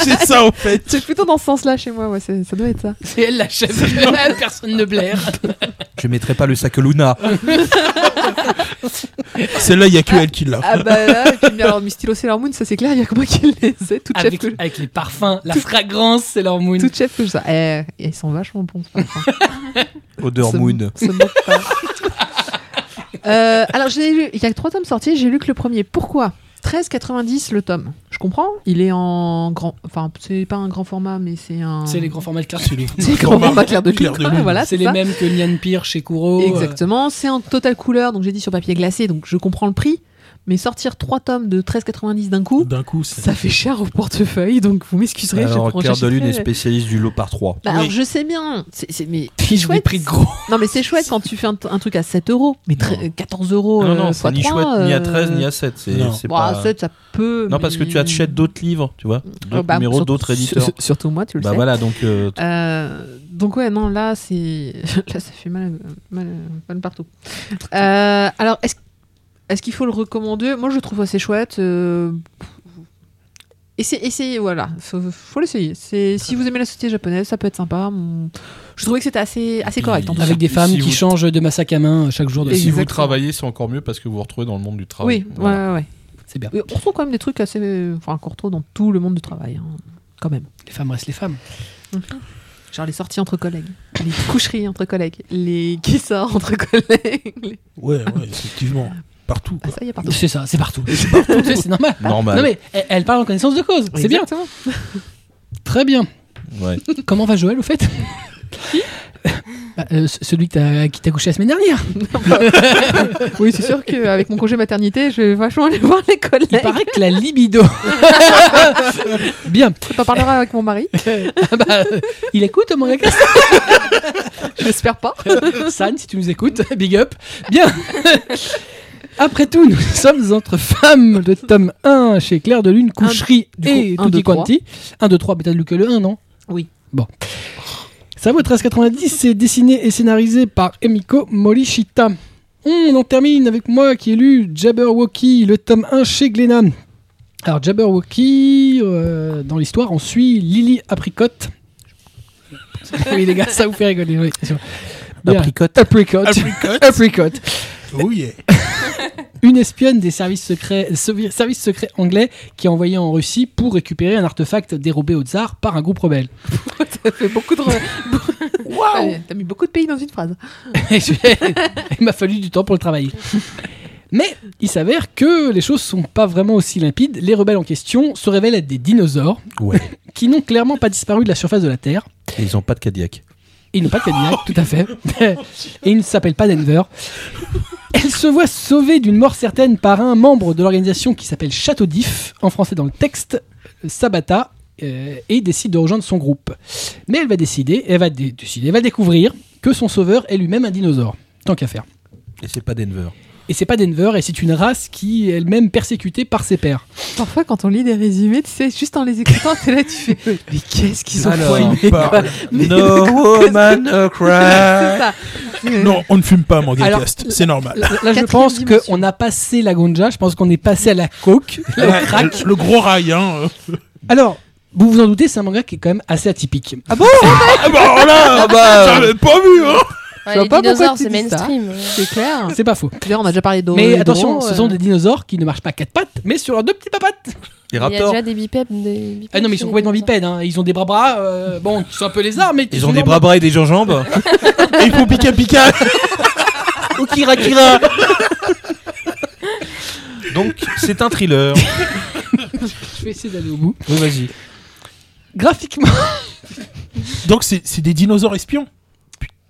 Speaker 4: C'est ça, en fait.
Speaker 2: C'est plutôt dans ce sens-là chez moi, ouais, c'est- ça doit être ça.
Speaker 1: C'est elle la chef. Personne ne blaire.
Speaker 5: Je mettrai pas le sac Luna.
Speaker 4: Celle-là, il n'y a que elle qui l'a.
Speaker 2: Ah bah là, et puis, mais alors, mes stylos Sailor Moon, ça c'est clair, il y a que moi qui les ai, toutes chef
Speaker 1: Avec,
Speaker 2: que,
Speaker 1: avec les parfums, la fragrance, c'est leur moon.
Speaker 2: toutes chef que je. Eh, ils sont vachement bons, ce parfum.
Speaker 5: Odeur
Speaker 2: Se-
Speaker 5: Moon.
Speaker 2: se moque pas. Euh, alors, j'ai lu, il y a que trois tomes sortis, j'ai lu que le premier. Pourquoi 13,90 le tome. Je comprends, il est en grand. Enfin, c'est pas un grand format, mais c'est un.
Speaker 1: C'est les grands formats de cartes.
Speaker 2: C'est les grands
Speaker 4: formats.
Speaker 2: formats clair de lune.
Speaker 4: Clair de
Speaker 2: quoi,
Speaker 4: lune.
Speaker 2: Voilà,
Speaker 1: c'est
Speaker 2: c'est
Speaker 1: les
Speaker 2: ça.
Speaker 1: mêmes que Nian Pir chez Kuro. euh,
Speaker 2: Exactement, c'est en totale couleur, donc j'ai dit sur papier glacé, donc je comprends le prix. Mais sortir trois tomes de 13,90 d'un coup,
Speaker 4: D'un coup, c'est-
Speaker 2: ça fait cher au portefeuille, donc vous m'excuserez. je
Speaker 5: Alors,
Speaker 2: prends-
Speaker 5: Cœur de
Speaker 2: j'achèterai-
Speaker 5: Lune est spécialiste du lot par 3.
Speaker 2: Bah, alors,
Speaker 4: Oui.
Speaker 2: je sais bien, c'est c'est- mais
Speaker 1: Puis je vous ai
Speaker 2: Chouette.
Speaker 1: pris de gros.
Speaker 2: Non, mais c'est chouette quand tu fais un, t- un truc à 7 euros, mais tre-
Speaker 5: Non. Ah
Speaker 2: euh, 14 euros.
Speaker 5: non, non,
Speaker 2: euh,
Speaker 5: c'est
Speaker 2: fois
Speaker 5: ni
Speaker 2: trois,
Speaker 5: chouette, ni à
Speaker 2: euh,
Speaker 5: 13, ni à 7. C'est
Speaker 4: Non.
Speaker 5: c'est
Speaker 2: bon,
Speaker 5: pas...
Speaker 2: à 7, ça peut.
Speaker 5: Non, parce que
Speaker 2: mais-
Speaker 5: tu achètes d'autres livres, tu vois.
Speaker 2: Ah,
Speaker 5: D'autres
Speaker 2: bah,
Speaker 5: numéros
Speaker 2: surtout-
Speaker 5: d'autres
Speaker 2: sur-
Speaker 5: éditeurs.
Speaker 2: Surtout moi, tu le
Speaker 5: Bah
Speaker 2: sais.
Speaker 5: voilà, donc euh, t-
Speaker 2: Euh, donc, ouais, non, là, c'est. là, ça fait mal, mal, mal partout. Euh, alors, est-ce est-ce qu'il faut le recommander Moi, je le trouve assez chouette. euh, Essayez, essayez, voilà, faut, faut l'essayer. C'est- Si vous aimez la société japonaise, ça peut être sympa. Mon- Je trouvais que c'était assez, assez
Speaker 5: Puis,
Speaker 2: correct. En tout
Speaker 1: Avec
Speaker 5: Si-
Speaker 1: des
Speaker 5: si
Speaker 1: femmes
Speaker 5: vous-
Speaker 1: qui changent de massac à main euh, chaque jour de
Speaker 5: et si vous
Speaker 2: exactement.
Speaker 5: travaillez, c'est encore mieux parce que vous vous retrouvez dans le monde du
Speaker 2: cas.
Speaker 5: travail.
Speaker 2: oui,
Speaker 5: Voilà.
Speaker 2: ouais, ouais, ouais.
Speaker 1: C'est bien.
Speaker 2: Oui, on retrouve quand même des trucs assez. Enfin, qu'on retrouve dans tout le monde du travail. hein. Quand même.
Speaker 1: Les femmes restent les femmes.
Speaker 2: Genre les sorties entre collègues, les coucheries entre collègues, les qui sort entre collègues. les-
Speaker 4: Ouais, ouais, effectivement. Partout.
Speaker 2: Ah,
Speaker 4: quoi.
Speaker 2: ça y est, pardon.
Speaker 1: C'est ça, c'est partout. C'est partout, c'est normal.
Speaker 5: Normal.
Speaker 1: Non mais elle, elle parle en connaissance de cause. C'est bien.
Speaker 2: Exactement.
Speaker 1: Très bien.
Speaker 5: Ouais.
Speaker 1: Comment va Joël au fait Bah, euh, c- celui que t'as- qui t'a couché la semaine dernière.
Speaker 2: Oui, c'est sûr qu'avec mon congé maternité, je vais vachement aller voir les
Speaker 1: Il
Speaker 2: collègues.
Speaker 1: paraît que la libido. Bien.
Speaker 2: T'en parleras avec mon mari
Speaker 1: Ah bah, euh, il écoute, mon gars.
Speaker 2: J'espère pas.
Speaker 1: San, si tu nous écoutes, big up. Bien. Après tout, nous sommes entre femmes, le tome 1 chez Claire de Lune, Coucherie
Speaker 2: du coup,
Speaker 1: et
Speaker 2: un,
Speaker 1: Tutti
Speaker 2: deux, trois.
Speaker 1: Quanti. 1, 2, 3, mais t'as lu que le 1, non
Speaker 2: Oui.
Speaker 1: Bon. Ça vaut 13,90, c'est dessiné et scénarisé par Emiko Morishita. On en termine avec moi qui ai lu Jabberwocky, le tome 1 chez Glénat. Alors Jabberwocky, euh, dans l'histoire, on suit Lily Apricot. oui les gars, ça vous fait rigoler. Oui. Bien. Apricot. Apricot.
Speaker 4: Oh yeah.
Speaker 1: Une espionne des services secrets, sovi- services secrets anglais qui est envoyée en Russie pour récupérer un artefact dérobé au tsar par un groupe rebelle.
Speaker 2: T'as fait beaucoup de. Waouh T'as mis beaucoup de pays dans une phrase.
Speaker 1: Et je- il m'a fallu du temps pour le travailler. Mais il s'avère que les choses sont pas vraiment aussi limpides. Les rebelles en question se révèlent être des dinosaures
Speaker 5: Ouais.
Speaker 1: qui n'ont clairement pas disparu de la surface de la Terre.
Speaker 5: Et ils n'ont pas de Cadillac.
Speaker 1: Ils n'ont pas de Cadillac, tout à fait. Et ils ne s'appellent pas Denver. Elle se voit sauvée d'une mort certaine par un membre de l'organisation qui s'appelle Château d'If, en français dans le texte, Sabata, euh, et décide de rejoindre son groupe. Mais elle va décider, elle va dé- décider, elle va découvrir que son sauveur est lui-même un dinosaure. Tant qu'à faire.
Speaker 5: Et c'est pas Denver.
Speaker 1: Et c'est pas Denver, et c'est une race qui est elle-même persécutée par ses pairs.
Speaker 2: Parfois, quand on lit des résumés, tu sais, juste en les écoutant, t'es là, tu fais. Mais qu'est-ce qu'ils ont
Speaker 5: Alors,
Speaker 2: foiré
Speaker 4: Bah,
Speaker 2: Mais-
Speaker 5: No woman a
Speaker 2: C'est
Speaker 5: cry.
Speaker 2: ça. C'est-
Speaker 4: non, on ne fume pas, mon
Speaker 1: Alors,
Speaker 4: cast. C'est normal.
Speaker 1: Là, là, je
Speaker 2: Quatrième
Speaker 1: pense
Speaker 2: dimension.
Speaker 1: qu'on a passé la gonja, je pense qu'on est passé à la coke, au
Speaker 4: Ouais,
Speaker 1: crack.
Speaker 4: le, le gros rail, hein.
Speaker 1: Alors, vous vous en doutez, c'est un manga qui est quand même assez atypique.
Speaker 2: Ah bon
Speaker 4: Ah bah, oh là, j'avais pas vu, hein.
Speaker 2: Je vois
Speaker 3: les
Speaker 2: pas pourquoi
Speaker 3: dinosaures,
Speaker 2: tu
Speaker 3: c'est
Speaker 2: dis ça.
Speaker 3: mainstream.
Speaker 2: C'est clair.
Speaker 1: C'est pas faux.
Speaker 2: D'ailleurs, on a déjà parlé de.
Speaker 1: Mais
Speaker 2: de
Speaker 1: attention,
Speaker 2: Doro,
Speaker 1: ce
Speaker 2: euh,
Speaker 1: sont des dinosaures qui ne marchent pas à quatre pattes, mais sur leurs deux petites papattes.
Speaker 5: Les
Speaker 3: Il y a
Speaker 5: raptors.
Speaker 3: déjà des bipèdes. Des bipèdes
Speaker 1: Ah non, mais ils sont complètement bipèdes. hein. Ils ont des bras bras. euh, bon, ils sont un peu lézards, mais
Speaker 5: Ils ont des bras bras et des jambes.
Speaker 4: Et ils font pika pika.
Speaker 1: Ou Kira Kira.
Speaker 5: Donc c'est un thriller.
Speaker 1: Je vais essayer d'aller au bout.
Speaker 5: Oui, vas-y.
Speaker 1: Graphiquement,
Speaker 4: Donc c'est c'est des dinosaures espions.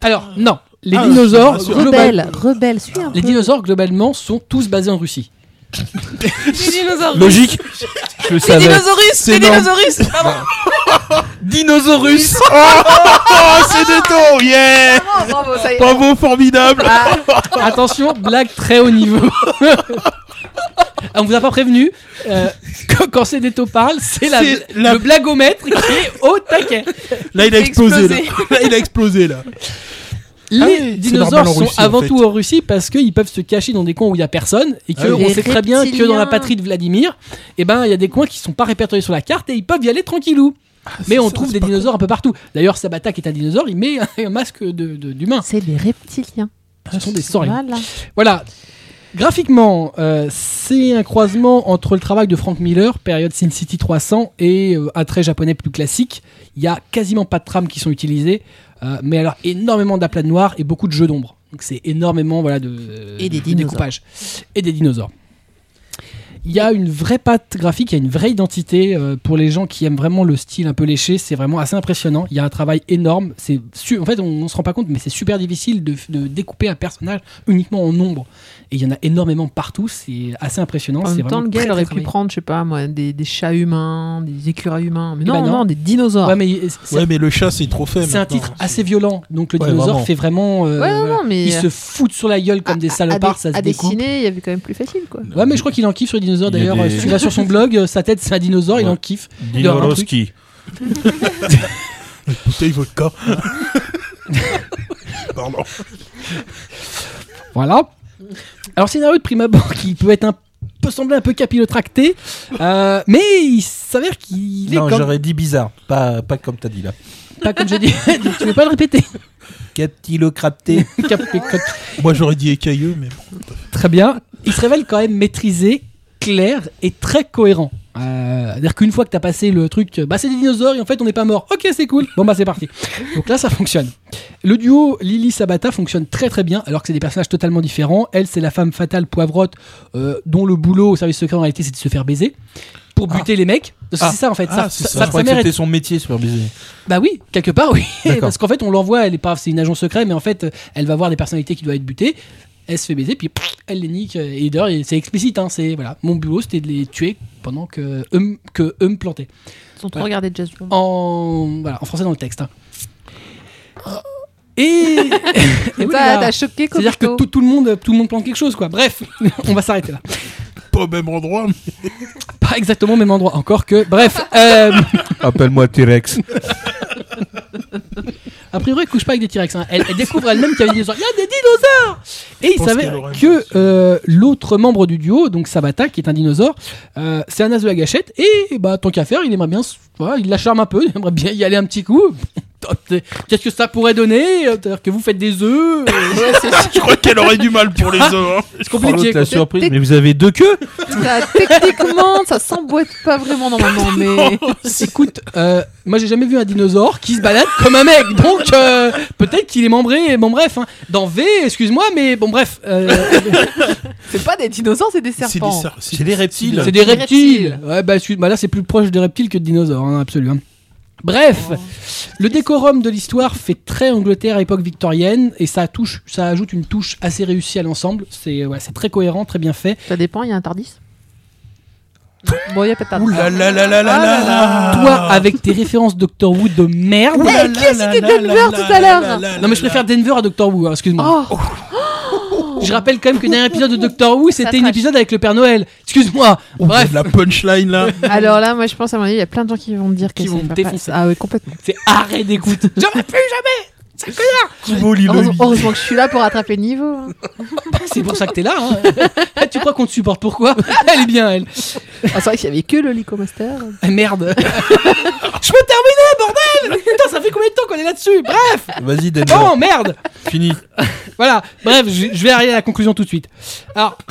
Speaker 1: alors non, les
Speaker 4: Ah,
Speaker 1: dinosaures
Speaker 4: je suis rassuré.
Speaker 1: global-
Speaker 2: Rebelle, rebelle, suis un
Speaker 1: les
Speaker 2: peu.
Speaker 1: dinosaures globalement sont tous basés en Russie.
Speaker 3: Les dinosaures.
Speaker 5: Logique. Je le savais.
Speaker 4: C'est les énorme.
Speaker 5: Dinosaurus.
Speaker 4: Ah, Oh, c'est des tons, yeah.
Speaker 2: Bravo, Oh, bravo, ça y est.
Speaker 4: Bravo, formidable.
Speaker 1: Attention, blague très haut niveau. On vous a pas prévenu, euh, quand- quand c'est des taux parle, c'est la,
Speaker 4: C'est la-
Speaker 1: le blagomètre qui est au taquet.
Speaker 4: Là, il a
Speaker 3: Il a
Speaker 4: explosé. Là.
Speaker 3: explosé.
Speaker 4: Là, il a explosé là.
Speaker 1: Les
Speaker 4: Ah oui, c'est
Speaker 1: dinosaures
Speaker 4: normal en
Speaker 1: sont
Speaker 4: Russie, en
Speaker 1: avant
Speaker 4: fait.
Speaker 1: tout en Russie parce qu'ils peuvent se cacher dans des coins où il y a personne et
Speaker 4: Ah
Speaker 1: que
Speaker 4: oui.
Speaker 1: on
Speaker 2: Les
Speaker 1: sait très bien que dans la
Speaker 2: reptiliens.
Speaker 1: patrie de Vladimir, eh ben il y a des coins qui sont pas répertoriés sur la carte et ils peuvent y aller tranquillou. Mais
Speaker 4: c'est
Speaker 1: on
Speaker 4: ça,
Speaker 1: trouve
Speaker 4: c'est
Speaker 1: des
Speaker 4: pas
Speaker 1: dinosaures un peu partout. D'ailleurs, Sabata qui est un dinosaure, il met un masque de- de- d'humain.
Speaker 2: C'est des reptiliens.
Speaker 4: Ah,
Speaker 1: Ce sont des sauriens.
Speaker 2: Voilà.
Speaker 1: Voilà. Graphiquement, euh, c'est un croisement entre le travail de Frank Miller, période Sin City 300, et euh, un trait japonais plus classique. Il y a quasiment pas de trames qui sont utilisées, euh, mais alors énormément d'aplats noirs et beaucoup de jeux d'ombre. Donc c'est énormément voilà de,
Speaker 2: Et des
Speaker 1: de
Speaker 2: dinosaures.
Speaker 1: découpage et des dinosaures. Il y a une vraie patte graphique, il y a une vraie identité euh, pour les gens qui aiment vraiment le style un peu léché. C'est vraiment assez impressionnant. Il y a un travail énorme. C'est su- en fait on, on se rend pas compte, mais c'est super difficile de, de découper un personnage uniquement en nombre. Et il y en a énormément partout. C'est assez impressionnant.
Speaker 2: En
Speaker 1: c'est
Speaker 2: même
Speaker 1: vraiment
Speaker 2: temps, le gars,
Speaker 1: très,
Speaker 2: il
Speaker 1: très
Speaker 2: aurait pu
Speaker 1: travaillé.
Speaker 2: prendre, je sais pas moi, des, des chats humains, des écureuils humains. Mais
Speaker 1: Eh
Speaker 2: non,
Speaker 1: ben non.
Speaker 2: non, des dinosaures.
Speaker 1: Ouais, mais c'est
Speaker 4: Ouais, mais le chat, c'est trop faible.
Speaker 1: c'est un titre assez violent. Donc le
Speaker 5: Ouais,
Speaker 1: dinosaure
Speaker 5: vraiment.
Speaker 1: fait vraiment. euh,
Speaker 2: Ouais, non,
Speaker 1: voilà.
Speaker 2: non, mais.
Speaker 1: Ils se foutent sur la gueule comme des salopards.
Speaker 2: à,
Speaker 1: ça se
Speaker 2: à
Speaker 1: découpe.
Speaker 2: dessiner, il y avait quand même plus facile, quoi.
Speaker 1: Ouais, mais je crois qu'il en kiffe sur les dinosaures
Speaker 5: Il y a
Speaker 1: d'ailleurs.
Speaker 5: des-
Speaker 1: Celui-là sur son blog, euh, sa tête c'est un dinosaure, il
Speaker 5: Ouais.
Speaker 1: en kiffe.
Speaker 5: Dinorowski.
Speaker 4: Bouteille vodka. Pardon.
Speaker 1: Voilà. Alors, scénario de prime abord qui peut être un peut sembler un peu capillotracté, euh, mais il s'avère qu'il est
Speaker 5: Non,
Speaker 1: comme,
Speaker 5: j'aurais dit bizarre. Pas, pas comme t'as dit là.
Speaker 1: pas comme j'ai dit. tu veux pas le répéter
Speaker 5: Captilocrapté.
Speaker 1: Capillotracté.
Speaker 4: Moi, j'aurais dit écailleux, mais bon.
Speaker 1: Très bien. Il se révèle quand même maîtrisé, clair et très cohérent. Euh, C'est-à-dire qu'une fois que t'as passé le truc, bah c'est des dinosaures et en fait on n'est pas mort. Ok, c'est cool. Bon bah c'est parti. Donc là ça fonctionne. Le duo Lily Sabata fonctionne très très bien alors que c'est des personnages totalement différents. Elle c'est la femme fatale poivrotte euh, dont le boulot au service secret en réalité c'est de se faire baiser. pour buter les mecs. Parce que
Speaker 5: Ah.
Speaker 1: c'est ça en fait.
Speaker 4: Ah,
Speaker 1: sa-
Speaker 4: c'est
Speaker 1: sa-
Speaker 4: ça.
Speaker 1: sa-
Speaker 5: Je
Speaker 1: sa
Speaker 5: croyais que
Speaker 1: mère est-
Speaker 5: c'était son métier, Superbizé.
Speaker 1: Bah oui, quelque part oui.
Speaker 5: D'accord.
Speaker 1: Parce qu'en fait on l'envoie, elle est pas, c'est une agent secret, mais en fait elle va voir des personnalités qui doivent être butées. Elle se fait baiser, puis pff, elle les nique. euh, Et d'ailleurs c'est explicite, hein, c'est voilà. Mon boulot c'était de les tuer pendant que eux, me- que eux me plantaient.
Speaker 2: Ils ont trop
Speaker 1: Ouais.
Speaker 2: regardé Jazz Bond.
Speaker 1: En voilà, en français dans le texte. hein. Et, et
Speaker 2: T'as
Speaker 1: voilà.
Speaker 2: t'as choqué
Speaker 1: Eh C'est-à-dire que
Speaker 2: Coquito.
Speaker 1: tout, tout le monde, tout le monde plante quelque chose, quoi. Bref, on va s'arrêter là.
Speaker 4: Pas au même endroit.
Speaker 1: Pas exactement au même endroit, encore que. Bref, euh,
Speaker 5: Appelle-moi T-Rex.
Speaker 1: a priori, elle couche pas avec des T-Rex. hein. Elle, elle découvre elle-même qu'il y avait des dinosaures. Il y a des dinosaures Et il
Speaker 4: pense
Speaker 1: savait
Speaker 4: qu'elle aurait aimé
Speaker 1: que
Speaker 4: ça.
Speaker 1: euh, l'autre membre du duo, donc Sabata, qui est un dinosaure, euh, c'est un as de la gâchette. Et bah, tant qu'à faire, il aimerait bien. se- voilà, il la charme un peu, il aimerait bien y aller un petit coup. Qu'est-ce que ça pourrait donner C'est-à-dire que vous faites des œufs euh,
Speaker 4: Je crois qu'elle aurait du mal pour les hommes. hein.
Speaker 1: C'est compliqué.
Speaker 5: la
Speaker 1: quoi.
Speaker 5: surprise, mais vous avez deux queues
Speaker 2: Ça, techniquement, ça s'emboîte pas vraiment normalement, mais
Speaker 1: Écoute, euh, moi j'ai jamais vu un dinosaure qui se balade comme un mec, donc euh, peut-être qu'il est membré. Bon bref, hein. dans V, excuse-moi, mais bon bref, euh,
Speaker 2: c'est pas des dinosaures, c'est des
Speaker 4: C'est des
Speaker 2: serpents.
Speaker 4: cer- c'est-
Speaker 5: C'est les reptiles.
Speaker 1: c'est des reptiles. Ouais, bah, excuse- bah, là c'est plus proche des reptiles que de dinosaures, hein, absolument. Bref, le décorum de l'histoire fait très Angleterre à époque victorienne et ça touche, ça ajoute une touche assez réussie à l'ensemble. C'est ouais, c'est très cohérent, très bien fait.
Speaker 2: Ça dépend, il y a un Tardis Bon, il y a pas de Tardis.
Speaker 4: Ouh là là là là là Ah là là.
Speaker 1: Toi ah, avec tes références Doctor Who de merde.
Speaker 4: Ouh là
Speaker 2: Eh, qui
Speaker 4: là
Speaker 2: a
Speaker 4: là
Speaker 2: cité
Speaker 4: là
Speaker 2: Denver
Speaker 4: là
Speaker 2: tout à
Speaker 4: là
Speaker 2: l'heure
Speaker 4: là là
Speaker 1: Non mais je
Speaker 4: là
Speaker 1: préfère Denver à Doctor Who, hein, excuse-moi.
Speaker 2: Oh,
Speaker 1: Je rappelle quand même que le dernier épisode de Doctor Who, c'était un
Speaker 2: trash.
Speaker 1: épisode avec le Père Noël. Excuse-moi.
Speaker 4: On fait
Speaker 1: Bref,
Speaker 4: de la punchline là.
Speaker 2: alors là, moi je pense à mon avis, il y a plein de gens qui vont me dire
Speaker 1: Qui
Speaker 2: que c'est
Speaker 1: vont
Speaker 2: pas
Speaker 1: me défoncer.
Speaker 2: pas- Ah oui, complètement.
Speaker 1: c'est arrêt d'écoute. J'aurais pu
Speaker 2: Heureusement, heureusement que je suis là pour rattraper le niveau. hein.
Speaker 1: jamais. C'est pour ça que t'es là. hein. tu crois qu'on te supporte pourquoi Elle est bien, elle.
Speaker 2: Ah, c'est vrai qu'il y avait que le Lico Master.
Speaker 1: Ah, Merde. Je peux terminer, bordel Putain, ça fait combien de temps qu'on est là-dessus Bref.
Speaker 5: Vas-y, Denver.
Speaker 1: Bon, merde.
Speaker 5: Fini.
Speaker 1: Voilà. Bref, je je vais arriver à la conclusion tout de suite. Alors.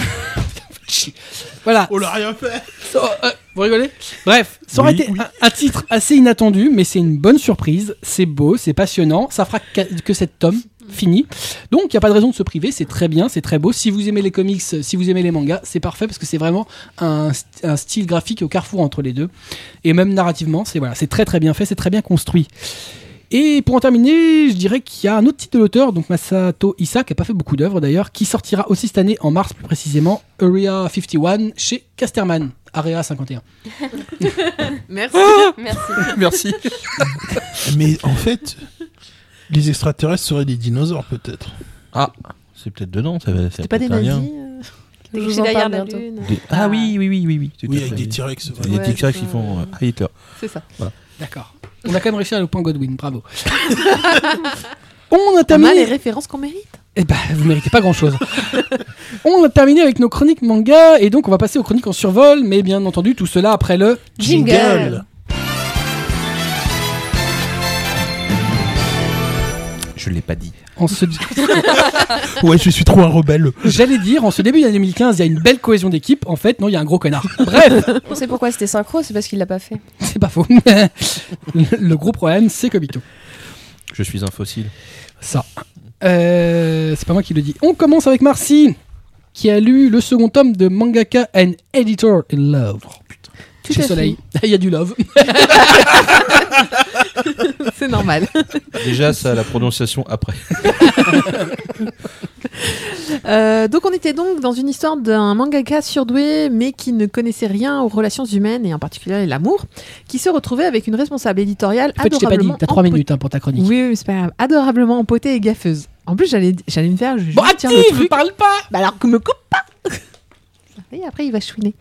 Speaker 1: Voilà.
Speaker 4: On l'a rien fait.
Speaker 1: So- euh, vous rigolez Bref, ça aurait
Speaker 5: Oui,
Speaker 1: été un, un titre assez inattendu, mais c'est une bonne surprise. C'est beau, c'est passionnant. Ça fera que, que cet tome fini. Donc, il n'y a pas de raison de se priver. C'est très bien, c'est très beau. Si vous aimez les comics, si vous aimez les mangas, c'est parfait parce que c'est vraiment un, st- un style graphique au carrefour entre les deux. Et même narrativement, c'est voilà, c'est très très bien fait, c'est très bien construit. Et pour en terminer, je dirais qu'il y a un autre titre de l'auteur, donc Masato Issa, qui n'a pas fait beaucoup d'œuvres d'ailleurs, qui sortira aussi cette année, en mars plus précisément, Area 51 chez Casterman, Area 51.
Speaker 2: Merci.
Speaker 3: Merci.
Speaker 5: Merci.
Speaker 4: Mais en fait, les extraterrestres seraient des dinosaures peut-être.
Speaker 5: Ah, c'est peut-être dedans. Ça, va- ça
Speaker 2: C'est pas des
Speaker 5: peut-être un
Speaker 2: nazis
Speaker 5: lien.
Speaker 2: euh, qui étaient
Speaker 3: Je vous
Speaker 2: cachés
Speaker 3: en
Speaker 2: derrière
Speaker 3: parle
Speaker 2: la
Speaker 3: bientôt.
Speaker 2: lune.
Speaker 5: Des- Ah oui, oui, oui, oui. oui, tout
Speaker 4: Oui,
Speaker 5: à
Speaker 4: avec
Speaker 5: fait.
Speaker 4: des T-Rex. voilà.
Speaker 5: Il y a
Speaker 2: Ouais,
Speaker 5: des T-Rex
Speaker 2: c'est
Speaker 5: qui
Speaker 2: ça.
Speaker 5: font euh, Ah, Hitler.
Speaker 2: C'est ça.
Speaker 1: D'accord. On a quand même réussi à le point Godwin, bravo. On a
Speaker 2: T'as mal
Speaker 1: terminé.
Speaker 2: les références qu'on mérite.
Speaker 1: Eh ben, vous méritez pas grand-chose. on a terminé avec nos chroniques manga et donc on va passer aux chroniques en survol, mais bien entendu tout cela après le.
Speaker 2: Jingle.
Speaker 5: Je l'ai pas dit.
Speaker 1: En ce...
Speaker 4: Ouais, je suis trop un rebelle.
Speaker 1: J'allais dire, en ce début d'année 2015, il y a une belle cohésion d'équipe. En fait, non, il y a un gros connard. Bref,
Speaker 3: On sait pourquoi c'était synchro, c'est parce qu'il l'a pas fait.
Speaker 1: c'est pas faux. le gros problème, c'est Kobito.
Speaker 5: Je suis un fossile.
Speaker 1: Ça. Euh, c'est pas moi qui le dis. On commence avec Marcy, qui a lu le second tome de Mangaka and Editor in Love.
Speaker 2: Oh, Tout
Speaker 1: Chez
Speaker 2: à fait.
Speaker 1: Soleil. Il y a du love.
Speaker 2: C'est normal.
Speaker 5: Déjà, ça, la prononciation après.
Speaker 2: Euh, donc on était donc dans une histoire d'un mangaka surdoué mais qui ne connaissait rien aux relations humaines et en particulier l'amour, qui se retrouvait avec une responsable éditoriale
Speaker 1: En fait, je t'ai pas dit,
Speaker 2: adorablement
Speaker 1: t'as 3
Speaker 2: empo-
Speaker 1: minutes hein, pour ta chronique.
Speaker 2: Oui, oui, c'est pas grave. Adorablement empotée et gaffeuse. En plus, j'allais j'allais me faire je-
Speaker 1: Bon, ah,
Speaker 2: je tiens le
Speaker 1: active,
Speaker 2: truc.
Speaker 1: parle pas
Speaker 2: Bah alors que me coupe pas. Et après, il va chouiner.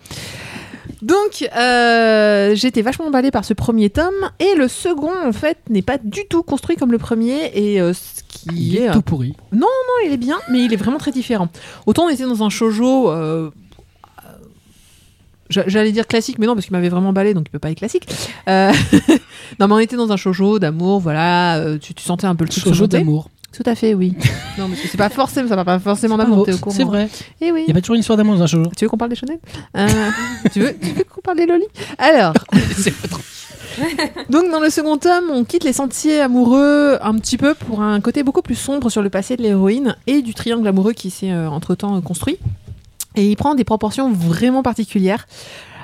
Speaker 2: Donc, euh, j'étais vachement emballée par ce premier tome et le second, en fait, n'est pas du tout construit comme le premier et euh, ce qui
Speaker 1: Il
Speaker 2: est
Speaker 1: est tout pourri.
Speaker 2: il est bien, mais il est vraiment très différent. Autant on était dans un shoujo. euh, euh, j'a- J'allais dire classique, mais non, parce qu'il m'avait vraiment emballé, donc il peut pas être classique. Euh, non, mais on était dans un shoujo d'amour, voilà. euh, Tu, tu sentais un peu le truc se
Speaker 1: Shoujo
Speaker 2: monter.
Speaker 1: d'amour.
Speaker 2: Tout à fait, oui. non, mais c'est pas forcément, ça va pas forcément
Speaker 1: Ah,
Speaker 2: d'amour, t'es au courant.
Speaker 1: C'est vrai.
Speaker 2: Eh oui.
Speaker 1: Il y a pas toujours une histoire d'amour dans un shoujo.
Speaker 2: Tu veux qu'on parle des shonen Euh, tu, veux, tu veux qu'on parle des lolis Alors, donc dans le second tome, on quitte les sentiers amoureux un petit peu pour un côté beaucoup plus sombre sur le passé de l'héroïne et du triangle amoureux qui s'est euh, entre-temps euh, construit. Et il prend des proportions vraiment particulières.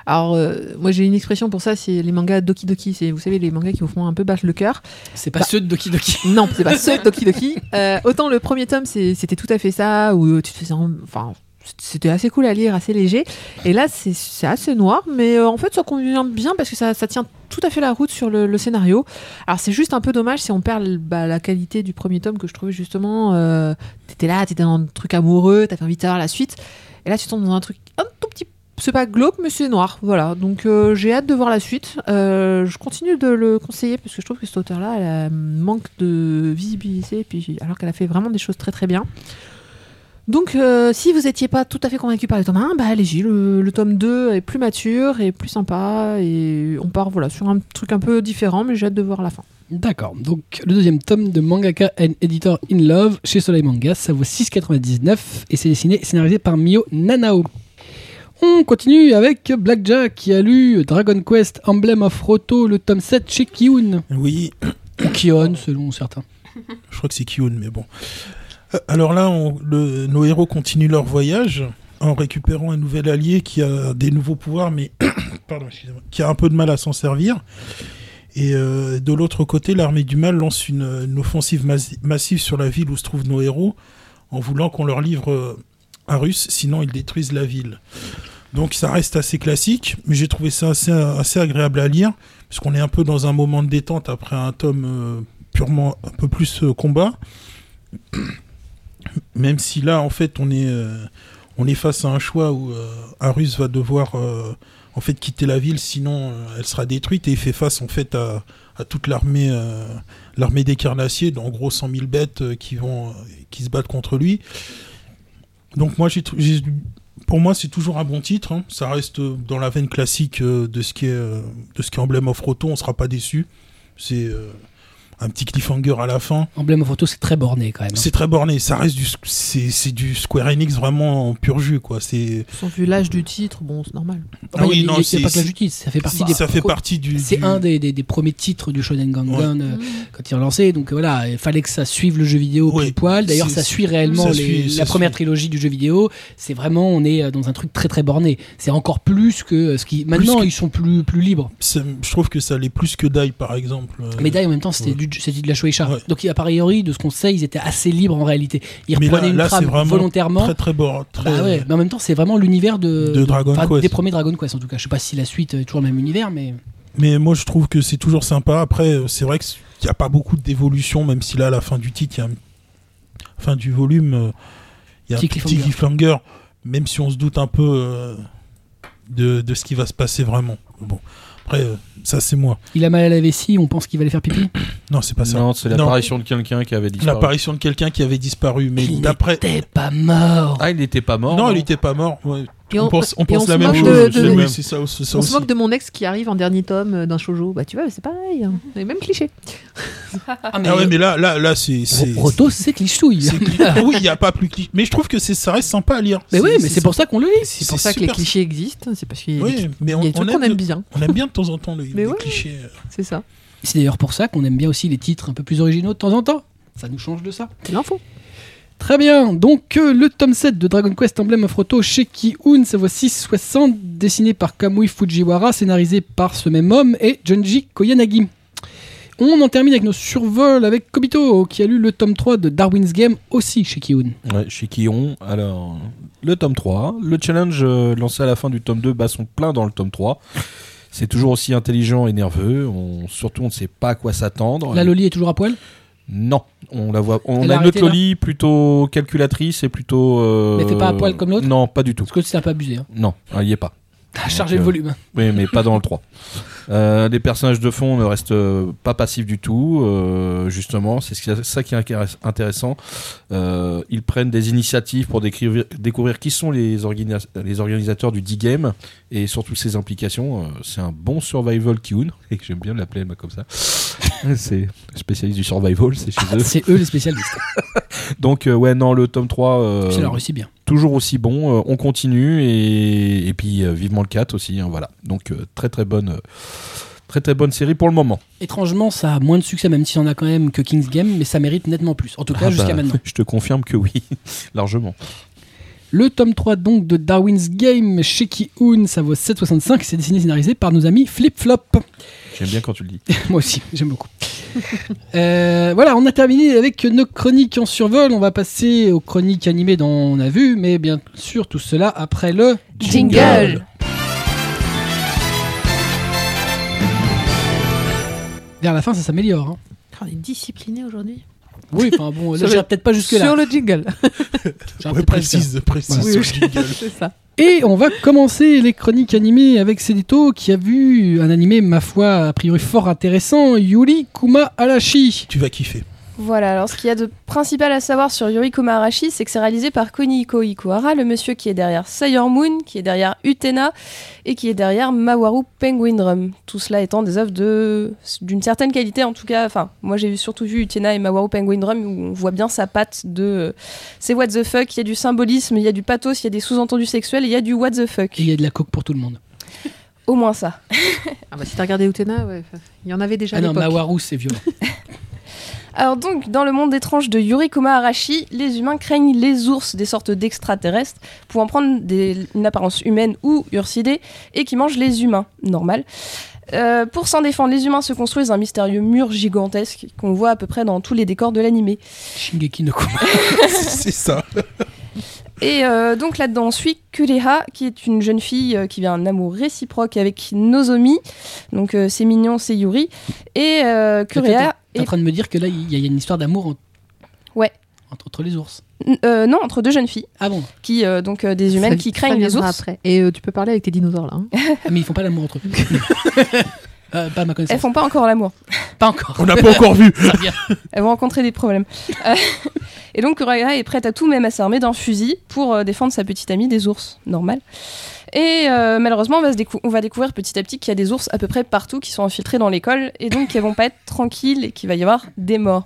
Speaker 2: Alors, euh, moi, j'ai une expression pour ça, c'est les mangas Doki Doki. C'est, vous savez, les mangas qui vous font un peu battre le cœur.
Speaker 1: C'est pas
Speaker 2: Bah.
Speaker 1: ceux de Doki Doki.
Speaker 2: Non, c'est pas ce Doki Doki. Euh, autant le premier tome, c'est- c'était tout à fait ça, où tu te faisais. en- Enfin, c'était assez cool à lire, assez léger. Et là, c'est c'est assez noir, mais euh, en fait, ça convient bien parce que ça, ça tient tout à fait la route sur le, le scénario. Alors, c'est juste un peu dommage si on perd bah, la qualité du premier tome que je trouvais justement. euh, t'étais là, t'étais dans un truc amoureux, t'avais envie de savoir la suite. Et là, tu tombes dans un truc un tout petit c'est pas glauque, mais c'est noir. Voilà. Donc euh, j'ai hâte de voir la suite. Euh, je continue de le conseiller parce que je trouve que cette auteur-là, elle euh, manque de visibilité, puis, alors qu'elle a fait vraiment des choses très très bien. Donc euh, si vous n'étiez pas tout à fait convaincu par le tome 1, bah allez-y, le, le tome 2 est plus mature et plus sympa et on part voilà sur un truc un peu différent mais j'ai hâte de voir la fin.
Speaker 1: D'accord. Donc, le deuxième tome de Mangaka and Editor in Love chez Soleil Manga, ça vaut 6,99 et c'est dessiné et scénarisé par Mio Nanao. On continue avec Blackjack qui a lu Dragon Quest Emblem of Roto, le tome 7 chez Kiun.
Speaker 4: Oui,
Speaker 1: Ou Kion, selon certains.
Speaker 4: Je crois que c'est Kyun, mais bon. Euh, Alors là, on- le- nos héros continuent leur voyage en récupérant un nouvel allié qui a des nouveaux pouvoirs, mais pardon, excusez-moi, qui a un peu de mal à s'en servir. Et euh, de l'autre côté, l'armée du mal lance une, une offensive mas- massive sur la ville où se trouvent nos héros, en voulant qu'on leur livre euh, un russe, sinon ils détruisent la ville. Donc ça reste assez classique, mais j'ai trouvé ça assez, assez agréable à lire, parce qu'on est un peu dans un moment de détente après un tome euh, purement un peu plus euh, combat. Même si là, en fait, on est, euh, on est face à un choix où euh, un Russe va devoir euh, en fait quitter la ville, sinon euh, elle sera détruite et il fait face en fait à, à toute l'armée, euh, l'armée des carnassiers, donc, en gros 100 000 bêtes euh, qui vont, qui se battent contre lui. Donc moi, j'ai, tr- j'ai- pour moi, c'est toujours un bon titre. hein. Ça reste euh, dans la veine classique euh, de ce qui est, euh, de ce qui est Emblem of Roto. On sera pas déçu. C'est euh, un petit cliffhanger à la fin.
Speaker 1: Emblem of Roto, c'est très borné quand même.
Speaker 4: C'est très borné, ça reste du, c'est, c'est du Square Enix vraiment en pur jus, quoi. C'est,
Speaker 2: Sans vu l'âge du titre, bon c'est normal.
Speaker 1: Ah bah,
Speaker 4: oui,
Speaker 1: il y a-
Speaker 4: non,
Speaker 1: il y a
Speaker 4: c'est-
Speaker 1: pas que la
Speaker 4: c'est-
Speaker 1: justice, ça fait partie
Speaker 4: ça
Speaker 1: des.
Speaker 4: fait partie du.
Speaker 1: C'est
Speaker 4: du-
Speaker 1: un des, des- des premiers titres du Shonen Gangan euh, quand il est lancé. Donc euh, voilà, il fallait que ça suive le jeu vidéo
Speaker 4: Ouais.
Speaker 1: pile poil. D'ailleurs,
Speaker 4: C'est-
Speaker 1: ça suit réellement
Speaker 4: ça
Speaker 1: les-
Speaker 4: suit, ça
Speaker 1: la première
Speaker 4: suit.
Speaker 1: trilogie du jeu vidéo. C'est vraiment, on est euh, dans un truc très très borné. C'est encore plus que euh, ce qui. Maintenant,
Speaker 4: que-
Speaker 1: ils sont plus, plus libres.
Speaker 4: ça- je trouve que ça l'est plus que Dai, par exemple. Euh,
Speaker 1: Mais d'ailleurs, en même temps, c'était
Speaker 4: ouais.
Speaker 1: du- c'était de la Shueisha.
Speaker 4: Ouais.
Speaker 1: Donc, a priori, de ce qu'on sait, ils étaient assez libres en réalité. Ils
Speaker 4: Mais là-
Speaker 1: reprenaient
Speaker 4: là,
Speaker 1: une
Speaker 4: c'est
Speaker 1: trame
Speaker 4: vraiment
Speaker 1: volontairement.
Speaker 4: très très bon, très.
Speaker 1: Bah ouais, mais en même temps, c'est vraiment l'univers de,
Speaker 4: De Dragon
Speaker 1: enfin,
Speaker 4: Quest.
Speaker 1: des premiers Dragon Quest en tout cas. Je sais pas si la suite est toujours le même univers, mais
Speaker 4: Mais moi, je trouve que c'est toujours sympa. Après, euh, c'est vrai qu'il n'y a pas beaucoup d'évolution, même si là, à la fin du titre, il y a un... fin du volume, euh, il y a
Speaker 1: Petit
Speaker 4: un petit
Speaker 1: cliffhanger.
Speaker 4: cliffhanger, même si on se doute un peu euh, de, de ce qui va se passer vraiment. Bon, après, euh, ça, c'est moi.
Speaker 1: il a mal à la vessie. On pense qu'il va aller faire pipi.
Speaker 4: Non, c'est pas ça.
Speaker 5: Non, c'est
Speaker 4: Non.
Speaker 5: l'apparition de quelqu'un qui avait disparu.
Speaker 4: L'apparition de quelqu'un qui avait disparu, mais
Speaker 1: Il
Speaker 4: d'après.
Speaker 1: T'es pas mort.
Speaker 5: Ah, il n'était pas mort.
Speaker 4: Non, il n'était pas mort. ouais.
Speaker 2: Et
Speaker 4: on,
Speaker 2: on-
Speaker 4: pense, on
Speaker 2: et
Speaker 4: pense
Speaker 2: on
Speaker 4: la
Speaker 2: se
Speaker 4: même
Speaker 2: moque
Speaker 4: chose.
Speaker 2: de- de-
Speaker 4: Oui, c'est ça, aussi- ça
Speaker 2: on
Speaker 4: aussi.
Speaker 2: se moque de mon ex qui arrive en dernier tome euh, d'un shoujo. Bah tu vois, c'est pareil. hein. Les mêmes clichés.
Speaker 1: Ah, mais-
Speaker 4: Ah ouais, mais là, là, là, c'est. c'est-
Speaker 1: Ro- Roto, c'est clichouille. Ah.
Speaker 4: c'est cli- oui, il n'y a pas plus cliché. Mais je trouve que c'est, ça reste sympa à lire.
Speaker 1: Mais oui, mais c'est pour ça qu'on le lit.
Speaker 2: C'est pour ça que les
Speaker 4: super-
Speaker 2: clichés existent. C'est parce qu'il y a des
Speaker 4: Oui, mais on,
Speaker 2: Il y a des
Speaker 4: on
Speaker 2: trucs
Speaker 4: aime,
Speaker 2: qu'on aime
Speaker 4: de-
Speaker 2: bien,
Speaker 4: on aime bien de temps en temps le- les
Speaker 2: ouais.
Speaker 4: clichés. euh.
Speaker 2: c'est ça.
Speaker 1: C'est d'ailleurs pour ça qu'on aime bien aussi les titres un peu plus originaux de temps en temps. Ça nous change de ça.
Speaker 2: C'est l'info.
Speaker 1: Très bien, donc euh, le tome 7 de Dragon Quest Emblem of Roto chez Kiun, ça vaut 6,60, dessiné par Kamui Fujiwara, scénarisé par ce même homme et Junji Koyanagi. On en termine avec nos survols avec Kobito, qui a lu le tome 3 de Darwin's Game aussi chez Kiun.
Speaker 5: Ouais, chez Quillon. Alors, le tome 3. Le challenge euh, lancé à la fin du tome 2 bat son plein dans le tome 3. C'est toujours aussi intelligent et nerveux. On, surtout, on ne sait pas à quoi s'attendre.
Speaker 1: La Loli est toujours à poil
Speaker 5: Non, on la voit. On
Speaker 1: Elle a
Speaker 5: a notre
Speaker 1: arrêté, là
Speaker 5: Loli plutôt calculatrice et plutôt. euh,
Speaker 1: Mais t'es pas à poil comme l'autre
Speaker 5: Non, pas du tout.
Speaker 1: Parce que ça n'a pas abusé. Hein.
Speaker 5: Non, Ah, il n'y est pas.
Speaker 1: T'as chargé
Speaker 5: euh,
Speaker 1: Ah, le volume.
Speaker 5: Oui, mais pas dans le 3. Euh, les personnages de fond ne restent euh, pas passifs du tout, euh, justement, c'est ce qui- ça qui est incaress- intéressant. Euh, ils prennent des initiatives pour décrire- découvrir qui sont les, organi- les organisateurs du D-Game et surtout ses implications. Euh, c'est un bon survival Kiun, et j'aime bien l'appeler moi, comme ça. c'est spécialiste du survival, c'est chez eux.
Speaker 1: C'est eux les spécialistes.
Speaker 5: Donc, euh, ouais, non, le tome 3, euh,
Speaker 1: Puis elle a réussi bien.
Speaker 5: toujours aussi bon. euh, on continue et, et puis euh, vivement le 4 aussi. hein, voilà. Donc euh, très très bonne, euh, très très bonne série pour le moment.
Speaker 1: Étrangement, ça a moins de succès, même si on a quand même que King's Game, mais ça mérite nettement plus. En tout cas,
Speaker 5: Ah
Speaker 1: jusqu'à
Speaker 5: bah,
Speaker 1: maintenant.
Speaker 5: Je te confirme que oui, largement.
Speaker 1: Le tome 3 donc de Darwin's Game chez Ki-Hoon, ça vaut 7,65. C'est dessiné et scénarisé par nos amis Flip Flop.
Speaker 5: J'aime bien quand tu le dis.
Speaker 1: Moi aussi, j'aime beaucoup. Euh, voilà, on a terminé avec nos chroniques en survol. On va passer aux chroniques animées dont on a vu, mais bien sûr, tout cela après le.
Speaker 2: Jingle.
Speaker 1: Vers la fin, ça s'améliore. hein.
Speaker 2: On est discipliné aujourd'hui.
Speaker 1: Oui, enfin bon, là,
Speaker 2: Sur le-
Speaker 1: j'irai peut-être pas jusque-là.
Speaker 2: Sur le jingle.
Speaker 1: J'irai
Speaker 4: Ouais,
Speaker 1: peut-être pas
Speaker 4: précise, précise.
Speaker 1: Voilà.
Speaker 4: sur
Speaker 2: Oui,
Speaker 4: le jingle.
Speaker 2: C'est ça.
Speaker 1: Et on va commencer les chroniques animées avec Sedito qui a vu un animé, ma foi, a priori fort intéressant, Yuri Kuma Alashi.
Speaker 4: Tu vas kiffer.
Speaker 3: Voilà, alors ce qu'il y a de principal à savoir sur Yuriko Maharashi, c'est que c'est réalisé par Konihiko Ikuhara, le monsieur qui est derrière Sailor Moon, qui est derrière Utena et qui est derrière Mawaru Penguin Drum. Tout cela étant des œuvres de d'une certaine qualité en tout cas. Enfin, moi j'ai surtout vu Utena et Mawaru Penguin Drum où on voit bien sa patte de euh, c'est what the fuck, il y a du symbolisme, il y a du pathos, il y a des sous-entendus sexuels, et il y a du what the fuck.
Speaker 1: Et il y a de la coque pour tout le monde.
Speaker 3: Au moins ça.
Speaker 2: Ah bah si t'as regardé Utena, ouais, enfin, il y en avait déjà
Speaker 1: Ah
Speaker 2: à
Speaker 1: non,
Speaker 2: l'époque.
Speaker 1: Mawaru, c'est violent.
Speaker 3: Alors donc, dans le monde étrange de Yurikoma Arashi, les humains craignent les ours, des sortes d'extraterrestres, pouvant prendre des- une apparence humaine ou ursidée, et qui mangent les humains, normal. Euh, pour s'en défendre, les humains se construisent un mystérieux mur gigantesque qu'on voit à peu près dans tous les décors de l'animé.
Speaker 1: Shingeki no Kuma.
Speaker 4: C'est ça.
Speaker 3: Et euh, donc là-dedans, on suit Kuleha, qui est une jeune fille euh, qui vient un amour réciproque avec Nozomi. Donc euh, c'est mignon, c'est Yuri. Et euh, Kuleha...
Speaker 1: T'es en train de me dire que là, il y, a- il y a une histoire d'amour en-
Speaker 3: Ouais.
Speaker 1: entre, entre les ours.
Speaker 3: est- euh, non, entre deux jeunes filles,
Speaker 1: Ah bon
Speaker 3: qui, euh, donc euh, des humaines
Speaker 2: Ça-
Speaker 3: qui
Speaker 2: ça
Speaker 3: craignent les
Speaker 2: viendra
Speaker 3: ours.
Speaker 2: Après. Et euh, tu peux parler avec tes dinosaures là. hein.
Speaker 1: Ah, Mais ils font pas l'amour entre eux. Euh, pas à ma
Speaker 3: Elles
Speaker 1: connaissance.
Speaker 3: font pas encore l'amour.
Speaker 1: Pas encore.
Speaker 4: On n'a pas encore vu.
Speaker 1: Ça revient.
Speaker 3: Elles vont rencontrer des problèmes. Euh, et donc Uraya est prête à tout, même à s'armer d'un fusil pour euh, défendre sa petite amie des ours, normal. Et euh, malheureusement, on va, se décou- on va découvrir petit à petit qu'il y a des ours à peu près partout qui sont infiltrés dans l'école et donc qui vont pas être tranquilles et qu'il va y avoir des morts.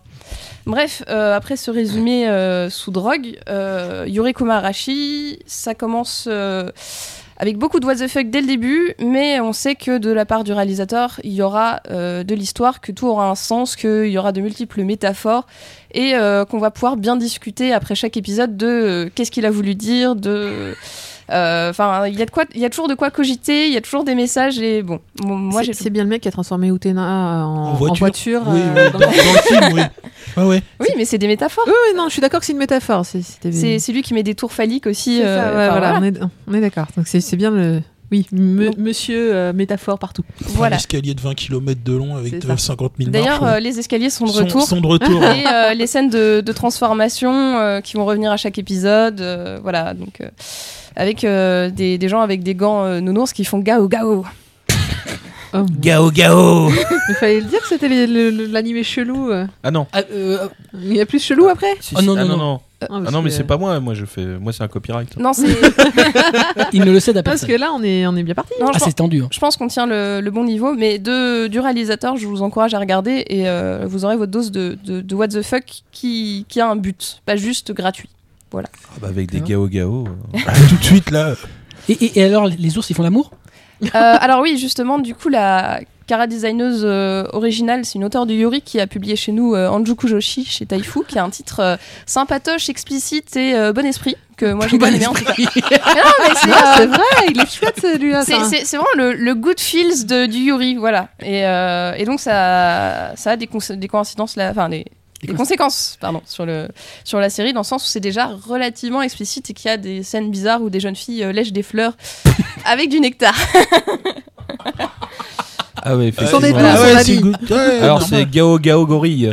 Speaker 3: Bref, euh, après ce résumé euh, sous drogue, euh, Yurikuma Arashi, ça commence euh, avec beaucoup de what the fuck dès le début, mais on sait que de la part du réalisateur, il y aura euh, de l'histoire, que tout aura un sens, qu'il y aura de multiples métaphores et euh, qu'on va pouvoir bien discuter après chaque épisode de euh, qu'est-ce qu'il a voulu dire, de. euh, Enfin, il y a de quoi, il y a toujours de quoi cogiter, il y a toujours des messages et bon, m- moi
Speaker 2: C'est-
Speaker 3: j'ai.
Speaker 2: C'est bien le mec qui a transformé Utena euh, en,
Speaker 4: En voiture. oui,
Speaker 2: euh,
Speaker 4: oui,
Speaker 2: dans-
Speaker 4: dans, dans le film, oui. Ouais, ouais.
Speaker 3: Oui, mais c'est des métaphores.
Speaker 2: Oui, oui, non, je suis d'accord que c'est une métaphore. C'est c'était-
Speaker 3: C'est c'est lui qui met des tours phalliques aussi.
Speaker 2: C'est
Speaker 3: euh,
Speaker 2: ça, ouais,
Speaker 3: enfin,
Speaker 2: voilà, On est, on est d'accord. Donc c'est c'est bien le. Oui, me- monsieur euh, métaphore partout.
Speaker 3: Voilà.
Speaker 4: Un escalier de 20 km de long avec
Speaker 2: C'est
Speaker 4: euh,
Speaker 2: ça.
Speaker 4: 50 000
Speaker 3: D'ailleurs,
Speaker 4: marches.
Speaker 3: euh, les escaliers sont de
Speaker 4: Sont-
Speaker 3: retour.
Speaker 4: sont de retour.
Speaker 3: et euh, les scènes de, de transformation euh, qui vont revenir à chaque épisode. euh, voilà, donc euh, avec euh, des, des gens avec des gants euh, nounours qui font gao gao.
Speaker 2: Oh, mon-
Speaker 4: Gao Gao
Speaker 2: Il fallait le dire que c'était les- le- le- l'animé chelou. euh.
Speaker 5: Ah non.
Speaker 1: Ah, euh,
Speaker 2: Il y a plus chelou après
Speaker 5: Si,
Speaker 1: Ah
Speaker 5: si,
Speaker 1: non,
Speaker 5: ah
Speaker 1: non, non.
Speaker 5: Ah non, mais c'est pas moi. Moi, je fais. Moi, c'est un copyright.
Speaker 3: Non, c'est.
Speaker 1: il ne le cède à
Speaker 2: Parce
Speaker 1: personne.
Speaker 2: que là, on est, on est bien parti.
Speaker 3: non,
Speaker 1: Ah,
Speaker 3: je, pense,
Speaker 1: c'est tendu. hein.
Speaker 3: je pense qu'on tient le, le bon niveau, mais de, du réalisateur, je vous encourage à regarder et euh, vous aurez votre dose de, de, de what the fuck qui, qui a un but, pas juste gratuit.
Speaker 5: Ah bah, avec des
Speaker 1: Ah.
Speaker 5: gao gao.
Speaker 4: Tout de suite, là.
Speaker 1: Et, et- et alors, les ours, ils font l'amour
Speaker 3: Euh, alors oui, justement, du coup, la Cara designeuse euh, originale, c'est une auteure du Yuri qui a publié chez nous euh, Anjuku Joshi chez Taifu, qui a un titre euh, sympatoche, explicite et euh, bon esprit que moi j'ai bien aimé. en tout cas. Mais non, mais c'est,
Speaker 2: Non,
Speaker 3: euh,
Speaker 2: Ah, c'est vrai, il est chouette celui-là.
Speaker 3: c'est-
Speaker 2: enfin.
Speaker 3: c'est- c'est vraiment le, le good feels de, du Yuri, voilà. Et, euh, et donc ça, ça a des, cons- des coïncidences, là, enfin des, des conséquences, pardon, sur, le, sur la série, dans le sens où c'est déjà relativement explicite et qu'il y a des scènes bizarres où des jeunes filles euh, lèchent des fleurs avec du nectar.
Speaker 5: Ah ouais,
Speaker 2: Ce sont des
Speaker 5: effectivement.
Speaker 2: douze, on
Speaker 4: Ah ouais,
Speaker 2: a
Speaker 4: c'est
Speaker 2: dit.
Speaker 4: good. Ouais,
Speaker 5: Alors
Speaker 4: normal.
Speaker 5: c'est Gao Gao Gorille.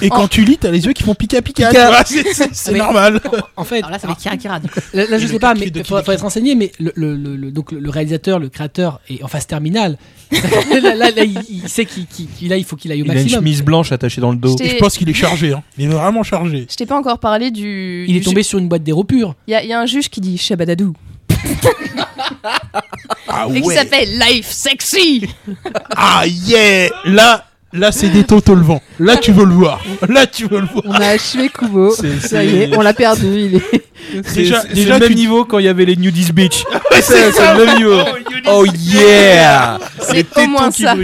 Speaker 4: Et
Speaker 2: Oh.
Speaker 4: quand tu lis, t'as les yeux qui font pica pica.
Speaker 1: Pica.
Speaker 4: tu vois, c'est- C'est c'est
Speaker 1: Mais-
Speaker 4: normal.
Speaker 1: En fait, ah,
Speaker 2: Alors là, ça va être Kira Kira. du coup.
Speaker 1: Là, là, je
Speaker 4: Et
Speaker 1: sais
Speaker 4: le
Speaker 1: pas,
Speaker 4: clip
Speaker 1: mais
Speaker 4: de
Speaker 1: il
Speaker 4: Kim
Speaker 1: faudrait
Speaker 4: Kim.
Speaker 1: être renseigné, mais le, le- le- le- donc, le- le réalisateur, le créateur est en phase terminale. là, là, là, il, il sait qu'il qu'il- qu'il- là, il faut qu'il aille au
Speaker 5: Il a une
Speaker 1: maximum.
Speaker 5: chemise blanche attachée dans le dos.
Speaker 3: J'étais-
Speaker 4: Je pense qu'il est chargé. hein. Il est vraiment chargé.
Speaker 3: Je t'ai pas encore parlé du.
Speaker 1: Il est
Speaker 3: du
Speaker 1: tombé sur une boîte d'héros pure.
Speaker 3: Il y, a- il y a un juge qui dit Shabadadou.
Speaker 4: Ah
Speaker 3: Et qui
Speaker 4: ouais.
Speaker 3: s'appelle Life Sexy.
Speaker 4: Ah yeah. Là, là, c'est des totaux le vent. Là, tu veux le voir. Là, tu veux le voir.
Speaker 2: On a achevé Kubo.
Speaker 4: C'est-
Speaker 2: Ça y est, on l'a perdu. Il est...
Speaker 4: Déjà-
Speaker 5: c'est
Speaker 4: déjà,
Speaker 5: le même
Speaker 4: tu-
Speaker 5: niveau quand il y avait les Nudies Beach. c'est c'est le même niveau.
Speaker 4: Oh,
Speaker 2: Oh
Speaker 5: Oh yeah
Speaker 3: C'est au moins ça.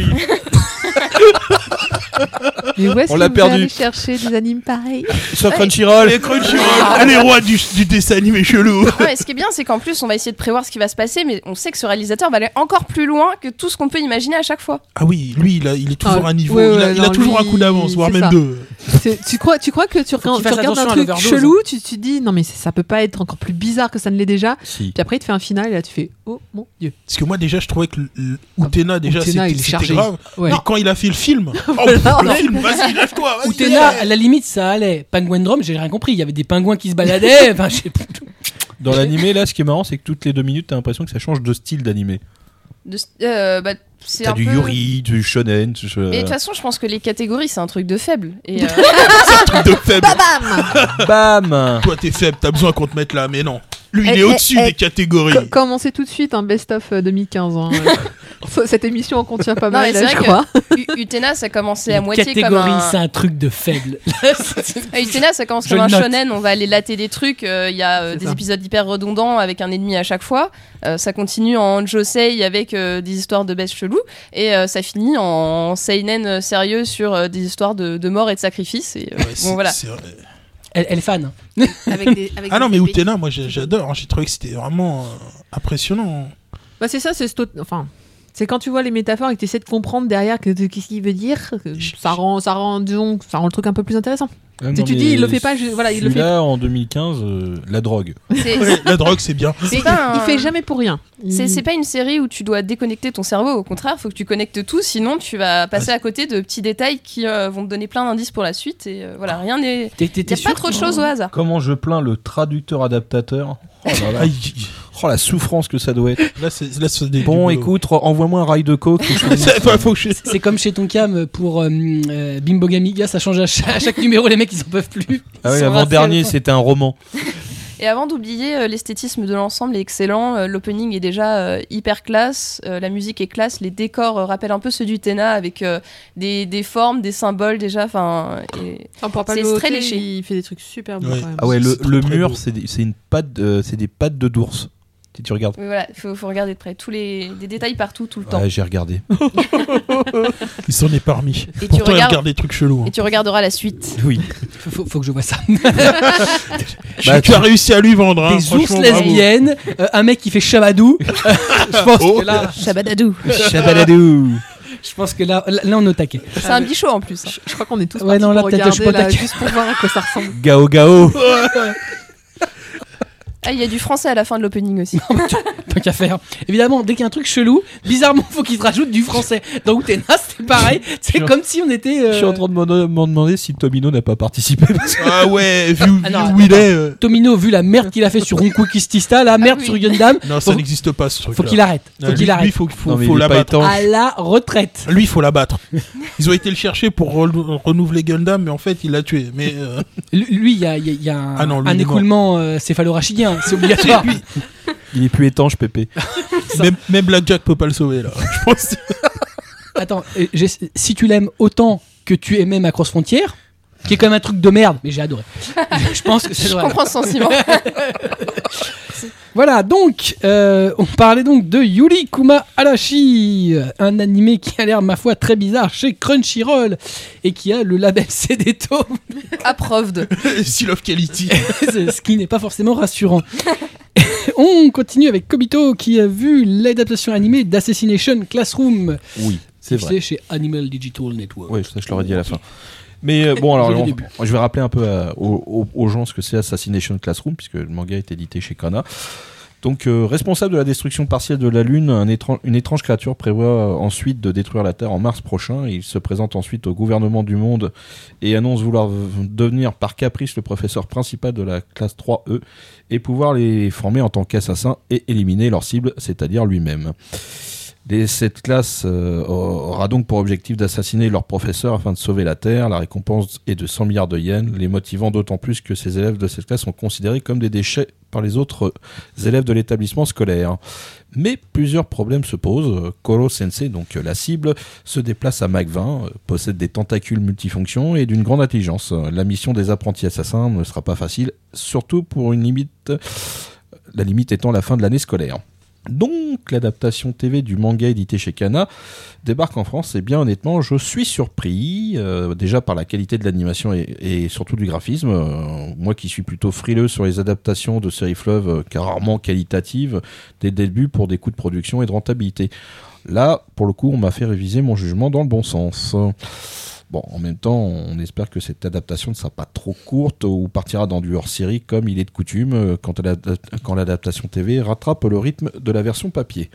Speaker 2: Mais où est-ce
Speaker 5: On
Speaker 2: que
Speaker 5: l'a
Speaker 2: vous
Speaker 5: perdu.
Speaker 2: allez chercher des animes pareils
Speaker 5: Sur Crunchyroll.
Speaker 4: Les Crunchyroll, ah, les rois du, du dessin animé chelou.
Speaker 3: Ah ouais, ce qui est bien, c'est qu'en plus, on va essayer de prévoir ce qui va se passer, mais on sait que ce réalisateur va aller encore plus loin que tout ce qu'on peut imaginer à chaque fois.
Speaker 4: Ah oui, lui, il, a- il est toujours
Speaker 2: Ah,
Speaker 4: à un niveau.
Speaker 2: ouais,
Speaker 4: il a,
Speaker 2: ouais,
Speaker 4: il a
Speaker 2: non,
Speaker 4: toujours
Speaker 2: lui,
Speaker 4: un coup d'avance, voire
Speaker 2: c'est
Speaker 4: même
Speaker 2: ça.
Speaker 4: deux.
Speaker 2: C'est- tu crois, tu crois que tu,
Speaker 1: Faut qu'il
Speaker 2: regardes- tu
Speaker 1: fasse
Speaker 2: regardes un
Speaker 1: attention à
Speaker 2: truc
Speaker 1: l'overdose.
Speaker 2: chelou, tu tu te dis non mais ça, ça peut pas être encore plus bizarre que ça ne l'est déjà.
Speaker 5: Si.
Speaker 2: Puis après il te fait un final et là tu fais oh mon dieu.
Speaker 4: Parce que moi, déjà, je trouvais que le- le Utena, déjà,
Speaker 2: Utena,
Speaker 4: c'était
Speaker 2: il est
Speaker 4: c'était
Speaker 2: chargé.
Speaker 4: grave.
Speaker 2: Ouais.
Speaker 4: Mais quand il a fait le film, oh,
Speaker 2: Voilà.
Speaker 4: le film, vas-y, lâche-toi.
Speaker 5: Oh,
Speaker 4: vas-y.
Speaker 1: Ou Téna, à la limite, ça allait. Penguindrome, j'ai rien compris. Il y avait des pingouins qui se baladaient. Enfin, je sais pas.
Speaker 5: Dans l'animé, là, ce qui est marrant, c'est que toutes les deux minutes, t'as l'impression que ça change de style d'animé.
Speaker 3: De ce- euh, bah, c'est
Speaker 5: T'as
Speaker 3: un
Speaker 5: du
Speaker 3: peu-
Speaker 5: Yuri, du Shonen. euh, du-
Speaker 3: Mais de toute façon, je pense que les catégories, c'est un truc de faible. Et, euh,
Speaker 4: Truc de faible.
Speaker 2: Ah,
Speaker 5: Bam
Speaker 4: Toi, t'es faible, t'as besoin qu'on te mette là, mais non. Lui, il
Speaker 2: Eh,
Speaker 4: est
Speaker 2: eh,
Speaker 4: au-dessus
Speaker 2: eh.
Speaker 4: des catégories.
Speaker 2: Co- Comme on sait tout de suite un best-of euh, 2015. hein. Ça- Cette émission en contient pas
Speaker 3: Non, mais
Speaker 2: mal,
Speaker 3: c'est
Speaker 2: je
Speaker 3: vrai
Speaker 2: crois.
Speaker 3: U- Utena, ça commençait à
Speaker 1: Une
Speaker 3: moitié
Speaker 1: catégorie,
Speaker 3: comme un.
Speaker 1: c'est un truc de faible.
Speaker 3: Ah, Utena, ça commence
Speaker 1: Je
Speaker 3: comme un
Speaker 1: le note.
Speaker 3: shonen, on va aller latter des trucs, euh, il y a euh,
Speaker 2: C'est
Speaker 3: des
Speaker 2: ça.
Speaker 3: épisodes hyper redondants avec un ennemi à chaque fois, Euh, ça continue en josei avec euh, des histoires de bêtes chelou, et euh, ça finit en seinen euh, sérieux sur euh, des histoires de, de mort et de sacrifice, et euh,
Speaker 4: Ouais, c'est-
Speaker 3: bon voilà.
Speaker 4: c'est vrai.
Speaker 1: elle, elle est fan. hein.
Speaker 6: Avec des, avec
Speaker 4: Ah non,
Speaker 6: des
Speaker 4: mais
Speaker 6: épées.
Speaker 4: Utena, moi, j'ai- j'adore. hein, J'ai trouvé que c'était vraiment euh, impressionnant.
Speaker 2: Bah, c'est ça, c'est cet autre- enfin. C'est quand tu vois les métaphores et que tu essaies de comprendre derrière que- de- qu'est-ce qu'il veut dire, que ça rend, ça rend, disons, ça rend le truc un peu plus intéressant. Tu- tu dis, il le fait pas, je- voilà, il le fait-
Speaker 5: Là, en 2015, euh, la drogue.
Speaker 3: C'est-
Speaker 4: Ouais, La drogue, c'est bien.
Speaker 3: c'est
Speaker 2: Mais
Speaker 3: pas
Speaker 2: il, il
Speaker 3: un-
Speaker 2: fait jamais pour rien. Il-
Speaker 3: C'est c'est pas une série où tu dois déconnecter ton cerveau, au contraire, faut que tu connectes tout, sinon tu vas passer à côté de petits détails qui euh, vont te donner plein d'indices pour la suite, et euh, voilà, rien n'est...
Speaker 1: T'es- t'es-
Speaker 3: Il
Speaker 1: t'es
Speaker 3: n'y a pas
Speaker 1: sûr
Speaker 3: trop de
Speaker 1: que-
Speaker 3: choses au hasard.
Speaker 5: Comment je plains le traducteur adaptateur Oh là là.
Speaker 4: Aïe,
Speaker 5: Oh, la souffrance que ça doit être.
Speaker 4: Là, c'est là, c'est des-
Speaker 5: Bon,
Speaker 4: du-
Speaker 5: écoute, re- envoie-moi un rail de coke. Ah que je te dise.
Speaker 4: C'est- faut- faut que je-
Speaker 1: C'est comme chez Tonkam pour euh, euh, Bimbo Gamiga, ça change à chaque, à chaque numéro, les mecs ils en peuvent plus.
Speaker 5: Ah
Speaker 1: Ils
Speaker 5: oui,
Speaker 1: sont
Speaker 5: l'avant-dernier,
Speaker 1: rincés.
Speaker 5: c'était un roman.
Speaker 3: Et avant d'oublier, euh, l'esthétisme de l'ensemble est excellent. euh, L'opening est déjà euh, hyper classe. euh, la musique est classe. Les décors euh, rappellent un peu ceux du Téna avec euh, des, des formes, des symboles déjà. Enfin, et-
Speaker 2: On pourra pas
Speaker 3: c'est
Speaker 2: le
Speaker 3: très
Speaker 2: ôter,
Speaker 3: léché.
Speaker 2: Il fait des trucs super beaux
Speaker 4: Ouais.
Speaker 2: quand même.
Speaker 5: Ah ouais,
Speaker 4: C'est
Speaker 5: le,
Speaker 4: très,
Speaker 5: le
Speaker 4: très beau.
Speaker 5: mur, c'est des, c'est une patte, euh, c'est des pattes de d'ours. Si tu regardes.
Speaker 3: oui, voilà, faut, faut regarder de près tous les des détails partout, tout le temps.
Speaker 5: Ouais, j'ai regardé.
Speaker 4: Il s'en est parmi.
Speaker 3: Et tu
Speaker 4: Pourtant, il
Speaker 3: regardes-
Speaker 4: regarde des trucs chelous.
Speaker 3: Et
Speaker 4: hein.
Speaker 3: tu regarderas la suite.
Speaker 5: Oui.
Speaker 1: Faut, faut- faut que je vois ça.
Speaker 4: Je-
Speaker 5: Bah,
Speaker 4: tu as réussi à lui vendre. hein,
Speaker 1: Des ours
Speaker 4: franchement, bravo.
Speaker 1: lesbiennes, euh, un mec qui fait Shabadou. Euh, je pense
Speaker 4: Oh.
Speaker 1: que là,
Speaker 3: Shabadadou.
Speaker 5: Chabaladou.
Speaker 1: je pense que là, là, là, on est au taquet.
Speaker 3: C'est un bichot en plus. hein.
Speaker 2: Je crois qu'on est tous
Speaker 1: Ouais,
Speaker 2: partis
Speaker 1: non, là,
Speaker 2: pour
Speaker 1: peut-être, je
Speaker 2: regarder
Speaker 1: suis pas
Speaker 2: là,
Speaker 1: au taquet.
Speaker 2: juste pour voir à quoi ça ressemble.
Speaker 5: Gao Gao.
Speaker 3: Ah, il y a du français à la fin de l'opening aussi.
Speaker 1: Tant qu'à faire. Évidemment, dès qu'il y a un truc chelou, bizarrement, faut qu'il te rajoute du français. Dans Utena, c'est pareil. C'est
Speaker 5: Je-
Speaker 1: comme si on était. euh,
Speaker 5: Je suis en train de m'en m'en demander si Tomino n'a pas participé. parce que-
Speaker 4: Ah ouais, vu, vu
Speaker 1: Ah non,
Speaker 4: où il est. euh,
Speaker 1: Tomino, vu la merde qu'il a fait sur Runkukistista,
Speaker 5: Ah
Speaker 1: la merde
Speaker 3: oui.
Speaker 1: sur Gundam,
Speaker 4: Non, ça
Speaker 1: Faut-
Speaker 4: n'existe pas ce truc.
Speaker 1: faut qu'il arrête. Faut qu'il
Speaker 4: Lui,
Speaker 1: arrête.
Speaker 4: faut, faut,
Speaker 5: Non, mais
Speaker 4: faut
Speaker 5: il est pas
Speaker 4: l'abattre.
Speaker 5: étanche.
Speaker 1: À la retraite.
Speaker 4: Lui, faut l'abattre. Ils ont été le chercher pour rel- renouveler Gundam, mais en fait, il l'a tué. Mais euh,
Speaker 1: Lu- Lui, il y a, il y a- il y a un,
Speaker 4: Ah non, lui,
Speaker 1: un
Speaker 4: il est mort.
Speaker 1: écoulement euh, céphalorachidien, c'est obligatoire.
Speaker 5: Il est plus étanche, Pépé.
Speaker 1: Ça-
Speaker 4: même, même Blackjack peut pas le sauver là. Je pense.
Speaker 1: Attends, euh, j'ai- si tu l'aimes autant que tu aimais ma cross frontière, qui est quand même un truc de merde, mais j'ai adoré. Je pense que c'est
Speaker 3: Je
Speaker 1: vrai.
Speaker 3: comprends ce sentiment.
Speaker 1: Voilà, donc, euh, on parlait donc de Yuri Kuma Arashi, un animé qui a l'air, ma foi, très bizarre chez Crunchyroll et qui a le label Cedeto,
Speaker 3: Approved.
Speaker 4: Seal of Quality.
Speaker 1: euh, ce ce qui n'est pas forcément rassurant. on continue avec Kobito qui a vu l'adaptation animée d'Assassination Classroom,
Speaker 5: Oui, c'est vrai.
Speaker 1: diffusée chez Animal Digital Network.
Speaker 5: Oui, ça je l'aurais dit à la fin. Mais euh, bon, alors
Speaker 1: Vous avez
Speaker 5: on-
Speaker 1: hein. des buts.
Speaker 5: je vais rappeler un peu à- aux, aux- aux gens ce que c'est Assassination Classroom, puisque le manga est édité chez Kana. Donc, euh, responsable de la destruction partielle de la Lune, un étran- une étrange créature prévoit euh, ensuite de détruire la Terre en mars prochain. Il se présente ensuite au gouvernement du monde et annonce vouloir v- devenir par caprice le professeur principal de la classe 3E et pouvoir les former en tant qu'assassins et éliminer leur cible, c'est-à-dire lui-même. Les- cette classe euh, aura donc pour objectif d'assassiner leurs professeurs afin de sauver la Terre. La récompense est de 100 milliards de yens, les motivant d'autant plus que ces élèves de cette classe sont considérés comme des déchets par les autres euh, élèves de l'établissement scolaire. Mais plusieurs problèmes se posent. Koro Sensei, donc euh, la cible, se déplace à Mach 20, euh, possède des tentacules multifonctions et d'une grande intelligence. La mission des apprentis assassins ne sera pas facile, surtout pour une limite, la limite étant la fin de l'année scolaire. Donc, l'adaptation TV du manga édité chez Kana débarque en France et bien honnêtement, je suis surpris, euh, déjà par la qualité de l'animation et, et surtout du graphisme. Euh, moi qui suis plutôt frileux sur les adaptations de séries fleuves, euh, car rarement qualitatives, dès le début pour des coûts de production et de rentabilité. Là, pour le coup, on m'a fait réviser mon jugement dans le bon sens. Bon, en même temps, on espère que cette adaptation ne sera pas trop courte ou partira dans du hors-série comme il est de coutume euh, quand l'adap- quand l'adaptation TV rattrape le rythme de la version papier.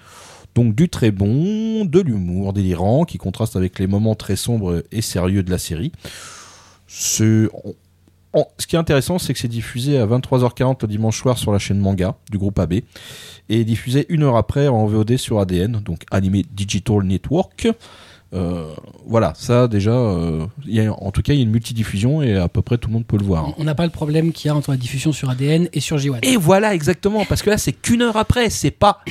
Speaker 5: Donc du très bon, de l'humour délirant qui contraste avec les moments très sombres et sérieux de la série. Ce, on- on- ce qui est intéressant, c'est que c'est diffusé à 23h40 le dimanche soir sur la chaîne manga du groupe AB et diffusé une heure après en VOD sur ADN, donc animé Digital Network. Euh, voilà, ça déjà, euh, il y a- en tout cas, il y a une multidiffusion et à peu près tout le monde peut le voir.
Speaker 1: On n'a pas le problème qu'il y a entre la diffusion sur ADN et sur J1.
Speaker 5: Et voilà, exactement, parce que là, c'est qu'une heure après, c'est pas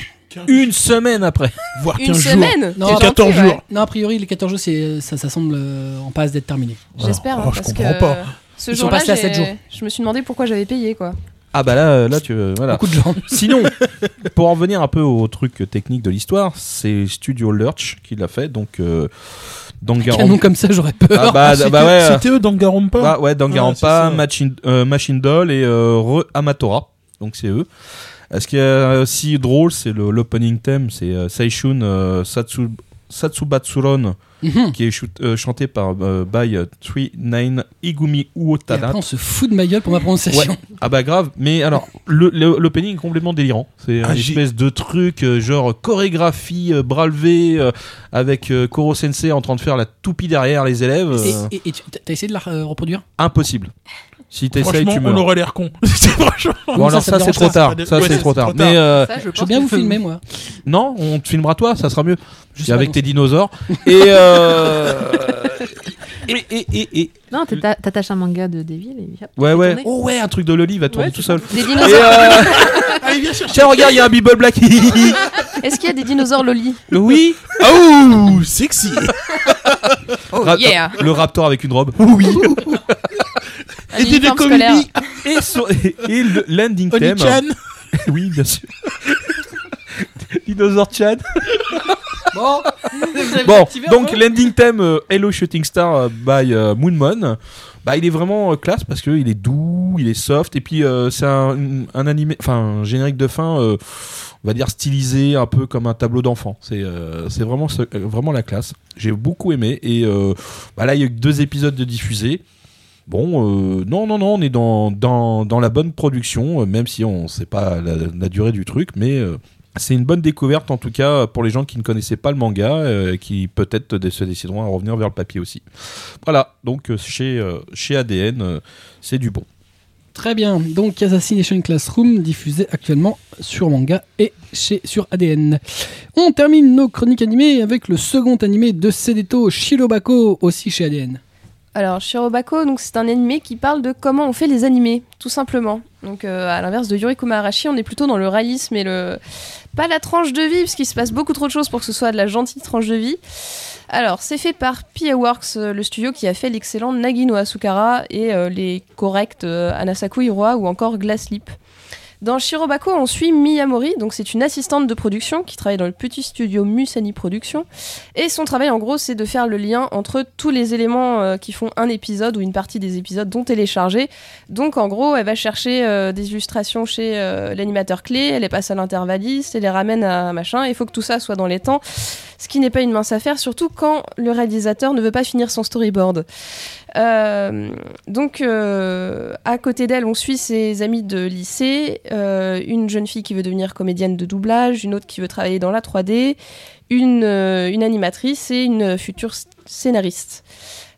Speaker 5: une semaine après.
Speaker 4: voire
Speaker 3: Une
Speaker 4: 15 jours.
Speaker 3: semaine
Speaker 1: Non,
Speaker 4: Et
Speaker 1: par
Speaker 4: 14
Speaker 3: contre,
Speaker 4: jours.
Speaker 1: Non, a priori, les 14 jours, c'est, ça, ça semble euh, en passe d'être terminé.
Speaker 3: J'espère,
Speaker 4: Oh,
Speaker 3: hein,
Speaker 4: je
Speaker 3: parce
Speaker 4: comprends
Speaker 3: que
Speaker 4: pas.
Speaker 3: ce
Speaker 1: Ils sont
Speaker 3: jour-là,
Speaker 1: passés à
Speaker 3: j'ai-
Speaker 1: sept jours.
Speaker 3: je me suis demandé pourquoi j'avais payé quoi.
Speaker 5: Ah bah là, euh, là, tu euh, voilà.
Speaker 1: Beaucoup de gens.
Speaker 5: Sinon, pour en venir un peu au truc technique de l'histoire, c'est Studio Lurch qui l'a fait, donc euh, Danganronpa.
Speaker 1: Canon comme ça, j'aurais peur.
Speaker 5: Ah bah,
Speaker 4: C'était-
Speaker 5: bah ouais. Bah,
Speaker 4: C'était eux dans Garompa.
Speaker 5: Ouais, ouais, Danganronpa,
Speaker 4: Ouais, c'est ça.
Speaker 5: Machine, euh, Machine Doll et euh, Re Amatora. Donc c'est eux. Euh, Ce qui est aussi drôle, c'est le- l'opening theme, c'est euh, Seishun euh, Satsu- Satsubatsuron,
Speaker 1: Mhm.
Speaker 5: qui est shoot- euh, chanté par euh, by 39 Igumi
Speaker 1: Et
Speaker 5: Uotada.
Speaker 1: après, on se fout de ma gueule pour ma prononciation.
Speaker 5: Ouais. Ah bah grave, mais alors le- le- l'opening est complètement délirant. C'est
Speaker 4: Ah,
Speaker 5: une
Speaker 4: j'ai-
Speaker 5: espèce de truc euh, genre chorégraphie euh, bras levés euh, avec euh, Koro Sensei en train de faire la toupie derrière les élèves. euh,
Speaker 1: Et, et- et tu- t'as essayé de la euh, reproduire
Speaker 5: impossible. Si t'essayes,
Speaker 4: Franchement,
Speaker 5: tu
Speaker 4: on
Speaker 5: meurs.
Speaker 4: aurait l'air con. C'est franchement-
Speaker 5: Bon
Speaker 1: Ça, ça
Speaker 5: alors ça,
Speaker 1: me
Speaker 5: c'est
Speaker 1: dérange
Speaker 5: trop
Speaker 1: pas.
Speaker 5: tard.
Speaker 4: C'est pas
Speaker 5: Ça
Speaker 4: dé-
Speaker 5: c'est
Speaker 4: ouais,
Speaker 5: trop
Speaker 4: c'est
Speaker 5: tard.
Speaker 4: trop
Speaker 5: Mais euh,
Speaker 2: Ça, je
Speaker 1: Je veux
Speaker 2: pense
Speaker 1: bien
Speaker 2: qu'il
Speaker 1: vous
Speaker 2: faut-
Speaker 1: filmer, moi.
Speaker 5: non, on te filmera toi, ça sera mieux.
Speaker 1: Je
Speaker 5: Et
Speaker 1: sais pas
Speaker 5: avec
Speaker 1: danser.
Speaker 5: tes dinosaures. Et euh, et, et, et, et-
Speaker 2: Non, t'atta- t'attaches un manga de Devil et hop.
Speaker 5: ouais ouais.
Speaker 2: tourner.
Speaker 5: Oh ouais, un truc de Loli va tourner
Speaker 2: Ouais,
Speaker 5: tout
Speaker 2: c'est
Speaker 5: seul.
Speaker 3: Des
Speaker 5: Et,
Speaker 3: dinosaures.
Speaker 5: euh,
Speaker 4: Allez, viens chercher.
Speaker 5: tiens regarde, il y a un Bible Black.
Speaker 3: Est-ce qu'il y a des dinosaures Loli
Speaker 5: oui.
Speaker 4: Oh, sexy.
Speaker 3: Oh
Speaker 5: Ra-
Speaker 3: yeah
Speaker 5: Le raptor avec une robe.
Speaker 4: Oui.
Speaker 3: Un
Speaker 4: Et des
Speaker 3: uniforme
Speaker 4: décomiques.
Speaker 3: scolaire.
Speaker 5: Et, son- et- et le landing theme.
Speaker 4: Oni-chan.
Speaker 5: Oui, bien sûr. Dinosaur Chan.
Speaker 1: Bon,
Speaker 5: Bon, donc landing theme euh, Hello Shooting Star euh, by euh, Moonmon. Bah, il est vraiment euh, classe parce qu'il est doux, il est soft, et puis euh, c'est un, un animé, enfin un générique de fin, euh, on va dire stylisé un peu comme un tableau d'enfant. C'est euh, c'est vraiment ce- euh, vraiment la classe. J'ai beaucoup aimé et euh, bah, là il y a eu que deux épisodes de diffusés. Bon, euh, non, non, non, on est dans, dans, dans la bonne production, euh, même si on ne sait pas la, la durée du truc, mais euh, c'est une bonne découverte en tout cas pour les gens qui ne connaissaient pas le manga, euh, qui peut-être dé- se décideront à revenir vers le papier aussi. Voilà, donc euh, chez, euh, chez ADN, euh, c'est du bon.
Speaker 1: Très bien. Donc Assassination Classroom diffusé actuellement sur manga et chez sur ADN. On termine nos chroniques animées avec le second animé de Sedeto Shirobako aussi chez ADN.
Speaker 3: Alors, Shirobako, donc c'est un animé qui parle de comment on fait les animés, tout simplement. Donc, euh, à l'inverse de Yuriko Maharashi, on est plutôt dans le réalisme et le. Pas la tranche de vie, parce qu'il se passe beaucoup trop de choses pour que ce soit de la gentille tranche de vie. Alors, c'est fait par PA Works, euh, le studio qui a fait l'excellent Nagino Asukara et euh, les corrects euh, Anasaku Hiroa ou encore Glass Lip. Dans Shirobako, on suit Miyamori, donc c'est une assistante de production qui travaille dans le petit studio Musani Productions. Et son travail, en gros, c'est de faire le lien entre tous les éléments euh, qui font un épisode ou une partie des épisodes dont elle est chargée. Donc, en gros, elle va chercher euh, des illustrations chez euh, l'animateur clé, elle les passe à l'intervalliste, elle les ramène à machin. Il faut que tout ça soit dans les temps, ce qui n'est pas une mince affaire, surtout quand le réalisateur ne veut pas finir son storyboard. Euh, donc, euh, à côté d'elle, on suit ses amis de lycée, euh, une jeune fille qui veut devenir comédienne de doublage, une autre qui veut travailler dans la 3D, une, euh, une animatrice et une euh, future s- scénariste.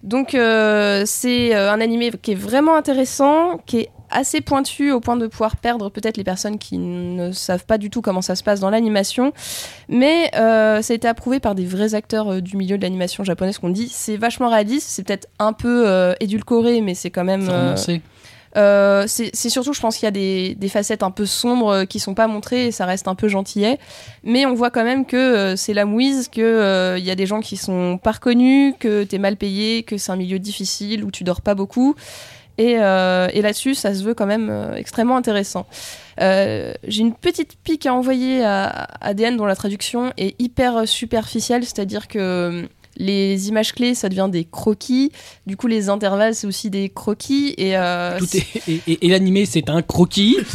Speaker 3: Donc euh, c'est euh, un animé qui est vraiment intéressant, qui est assez pointu au point de pouvoir perdre peut-être les personnes qui ne savent pas du tout comment ça se passe dans l'animation. Mais euh, ça a été approuvé par des vrais acteurs euh, du milieu de l'animation japonaise qu'on dit c'est vachement réaliste, c'est peut-être un peu euh, édulcoré, mais c'est quand même...
Speaker 1: C'est
Speaker 3: euh,
Speaker 1: romancé.
Speaker 3: euh, c'est c'est surtout, je pense qu'il y a des, des facettes un peu sombres euh, qui sont pas montrées et ça reste un peu gentillet. Mais on voit quand même que euh, c'est la mouise, que euh, il y a des gens qui sont pas reconnus, que t'es mal payé, que c'est un milieu difficile où tu dors pas beaucoup. Et, euh, et là-dessus, ça se veut quand même euh, extrêmement intéressant. Euh, J'ai une petite pique à envoyer à ADN dont la traduction est hyper superficielle, c'est-à-dire que euh, les images clés, ça devient des croquis. Du coup, les intervalles, c'est aussi des croquis. Et, euh,
Speaker 1: Tout est- et, et- et l'animé, c'est un croquis.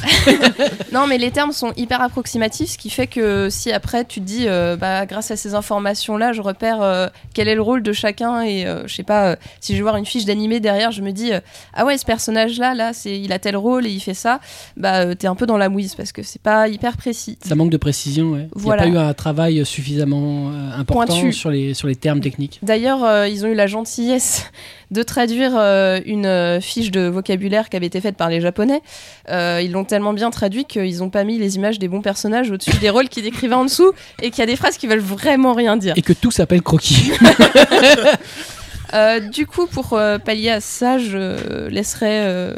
Speaker 3: Non, mais les termes sont hyper approximatifs, ce qui fait que si après tu te dis, euh, bah, grâce à ces informations-là, je repère euh, quel est le rôle de chacun et euh, je sais pas, euh, si je vais voir une fiche d'animé derrière, je me dis, euh, ah ouais, ce personnage-là, là, c'est, il a tel rôle et il fait ça, bah euh, t'es un peu dans la mouise parce que c'est pas hyper précis.
Speaker 1: Ça manque de précision. ouais.
Speaker 3: Voilà.
Speaker 1: Il n'y a pas eu un travail suffisamment euh, important
Speaker 3: Pointu.
Speaker 1: sur les, sur les termes techniques.
Speaker 3: D'ailleurs, euh, ils ont eu la gentillesse de traduire euh, une euh, fiche de vocabulaire qui avait été faite par les Japonais. Euh, ils l'ont tellement bien traduit qu'ils ont pas mis les images des bons personnages au-dessus des rôles qu'ils décrivaient en dessous et qu'il y a des phrases qui veulent vraiment rien dire.
Speaker 1: Et que tout s'appelle croquis.
Speaker 3: Euh, du coup, pour euh, pallier à ça, je laisserai euh,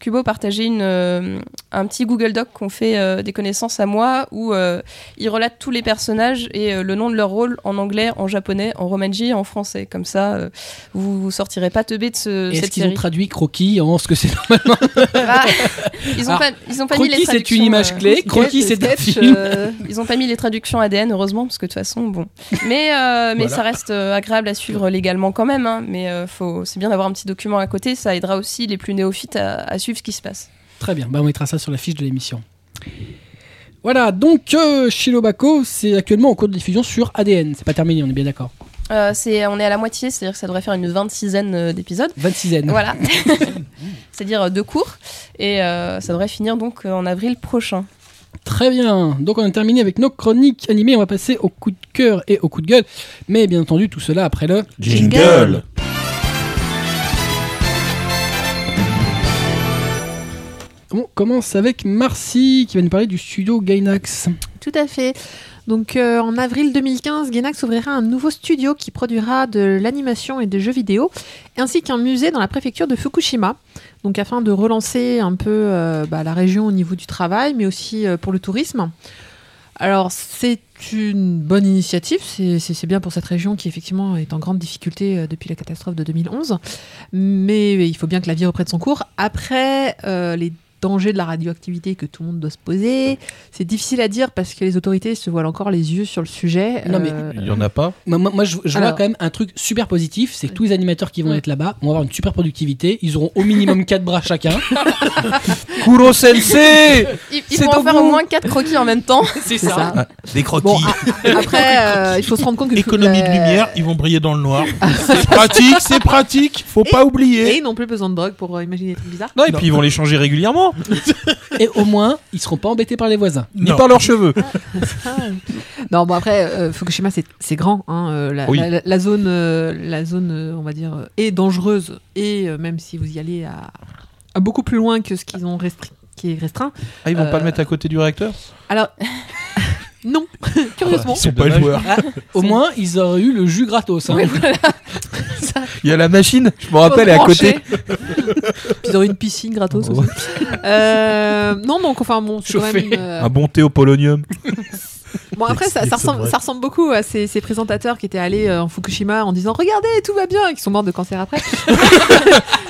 Speaker 3: Kubo partager une, euh, un petit Google Doc qu'on fait euh, des connaissances à moi où euh, il relate tous les personnages et euh, le nom de leur rôle en anglais, en japonais, en romanji et en français. Comme ça, euh, vous, vous sortirez pas teubé de ce-
Speaker 1: Est-ce
Speaker 3: cette
Speaker 1: qu'ils ont
Speaker 3: série.
Speaker 1: traduit croquis en ce que c'est normalement
Speaker 3: Bah, ils ont
Speaker 1: Alors,
Speaker 3: pas, ils ont pas mis les
Speaker 1: Ah, Croquis, c'est
Speaker 3: traductions.
Speaker 1: une image
Speaker 3: euh,
Speaker 1: clé. Croquis, c'est un
Speaker 3: sketch,
Speaker 1: film.
Speaker 3: euh, ils ont pas mis les traductions ADN, heureusement, parce que de toute façon, bon. Mais, euh, mais
Speaker 4: Voilà.
Speaker 3: ça reste euh, agréable à suivre légalement quand même. hein. mais euh, faut, c'est bien d'avoir un petit document à côté, ça aidera aussi les plus néophytes à, à suivre ce qui se passe.
Speaker 1: Très bien, bah, on mettra ça sur la fiche de l'émission. Voilà, donc euh, Shirobako, c'est actuellement en cours de diffusion sur ADN. C'est pas terminé, on est bien d'accord.
Speaker 3: Euh, c'est, on est à la moitié, c'est-à-dire que ça devrait faire une 26aine euh, d'épisodes.
Speaker 1: 26 N.
Speaker 3: Voilà. c'est-à-dire euh, deux cours. Et euh, ça devrait finir donc euh, en avril prochain.
Speaker 1: Très bien, donc on a terminé avec nos chroniques animées. On va passer au coup de cœur et au coup de gueule. Mais bien entendu, tout cela après le.
Speaker 5: Jingle
Speaker 1: On commence avec Marcy qui va nous parler du studio Gainax.
Speaker 2: Tout à fait. Donc euh, en avril 2015, Gainax ouvrira un nouveau studio qui produira de l'animation et des jeux vidéo, ainsi qu'un musée dans la préfecture de Fukushima. Donc afin de relancer un peu euh, bah, la région au niveau du travail, mais aussi euh, pour le tourisme. Alors c'est une bonne initiative, c'est- c'est c'est bien pour cette région qui effectivement est en grande difficulté euh, depuis la catastrophe de 2011, mais il faut bien que la vie reprenne son cours. Après euh, les dangers de la radioactivité que tout le monde doit se poser, c'est difficile à dire parce que les autorités se voilent encore les yeux sur le sujet.
Speaker 1: Non, mais
Speaker 2: Euh,
Speaker 5: Il n'y en a pas
Speaker 1: Moi, moi- moi, je, je vois
Speaker 2: Alors.
Speaker 1: quand même un truc super positif c'est que tous les animateurs qui vont
Speaker 2: Mm.
Speaker 1: être là-bas vont avoir une super productivité. Ils auront au minimum 4 bras chacun.
Speaker 5: Kuro Sensei
Speaker 3: Ils,
Speaker 1: C'est
Speaker 3: ils vont
Speaker 1: au
Speaker 3: en faire au
Speaker 1: bout.
Speaker 3: moins quatre croquis en même temps.
Speaker 1: C'est
Speaker 2: c'est ça.
Speaker 4: Ah,
Speaker 6: Des croquis.
Speaker 2: Bon,
Speaker 5: ah,
Speaker 2: a- après, euh, il faut se rendre compte que
Speaker 4: Économie de
Speaker 2: la-
Speaker 4: lumière, ils vont briller dans le noir. c'est pratique, c'est pratique, faut pas
Speaker 2: Et
Speaker 4: oublier.
Speaker 2: ils n'ont plus besoin de drogue pour euh, imaginer des trucs bizarres.
Speaker 5: Non, et puis ils vont les changer régulièrement,
Speaker 1: Et au moins, ils seront pas embêtés par les voisins.
Speaker 5: ni
Speaker 4: Non.
Speaker 5: par leurs cheveux.
Speaker 2: non, bon après, euh, Fukushima c'est c'est grand. hein, euh, la,
Speaker 5: Oui.
Speaker 2: la- la zone, euh, la zone, euh, on va dire, euh, est dangereuse. Et euh, même si vous y allez à, à beaucoup plus loin que ce qu'ils ont restri- qui est restreint.
Speaker 5: Ah, ils vont pas
Speaker 2: Euh,
Speaker 5: le mettre à côté du réacteur
Speaker 2: Alors, non, curieusement.
Speaker 4: Ils sont pas
Speaker 5: dommage.
Speaker 4: joueurs.
Speaker 1: Au moins, ils auraient eu le jus gratos. hein.
Speaker 2: Oui, voilà.
Speaker 5: Il y a la machine, je
Speaker 2: Ah,
Speaker 5: me
Speaker 2: Puis ils auraient une piscine gratos aussi. Euh, non, donc enfin bon, c'est quand même
Speaker 1: Chauffée.
Speaker 2: une, euh,
Speaker 5: Un bon thé au polonium.
Speaker 2: Bon après ça,
Speaker 4: C'est-
Speaker 2: ça,
Speaker 4: c'est
Speaker 2: ressemble,
Speaker 4: vrai.
Speaker 2: ça ressemble beaucoup à ces, ces présentateurs qui étaient allés euh, en Fukushima en disant regardez tout va bien et qui sont morts de cancer après.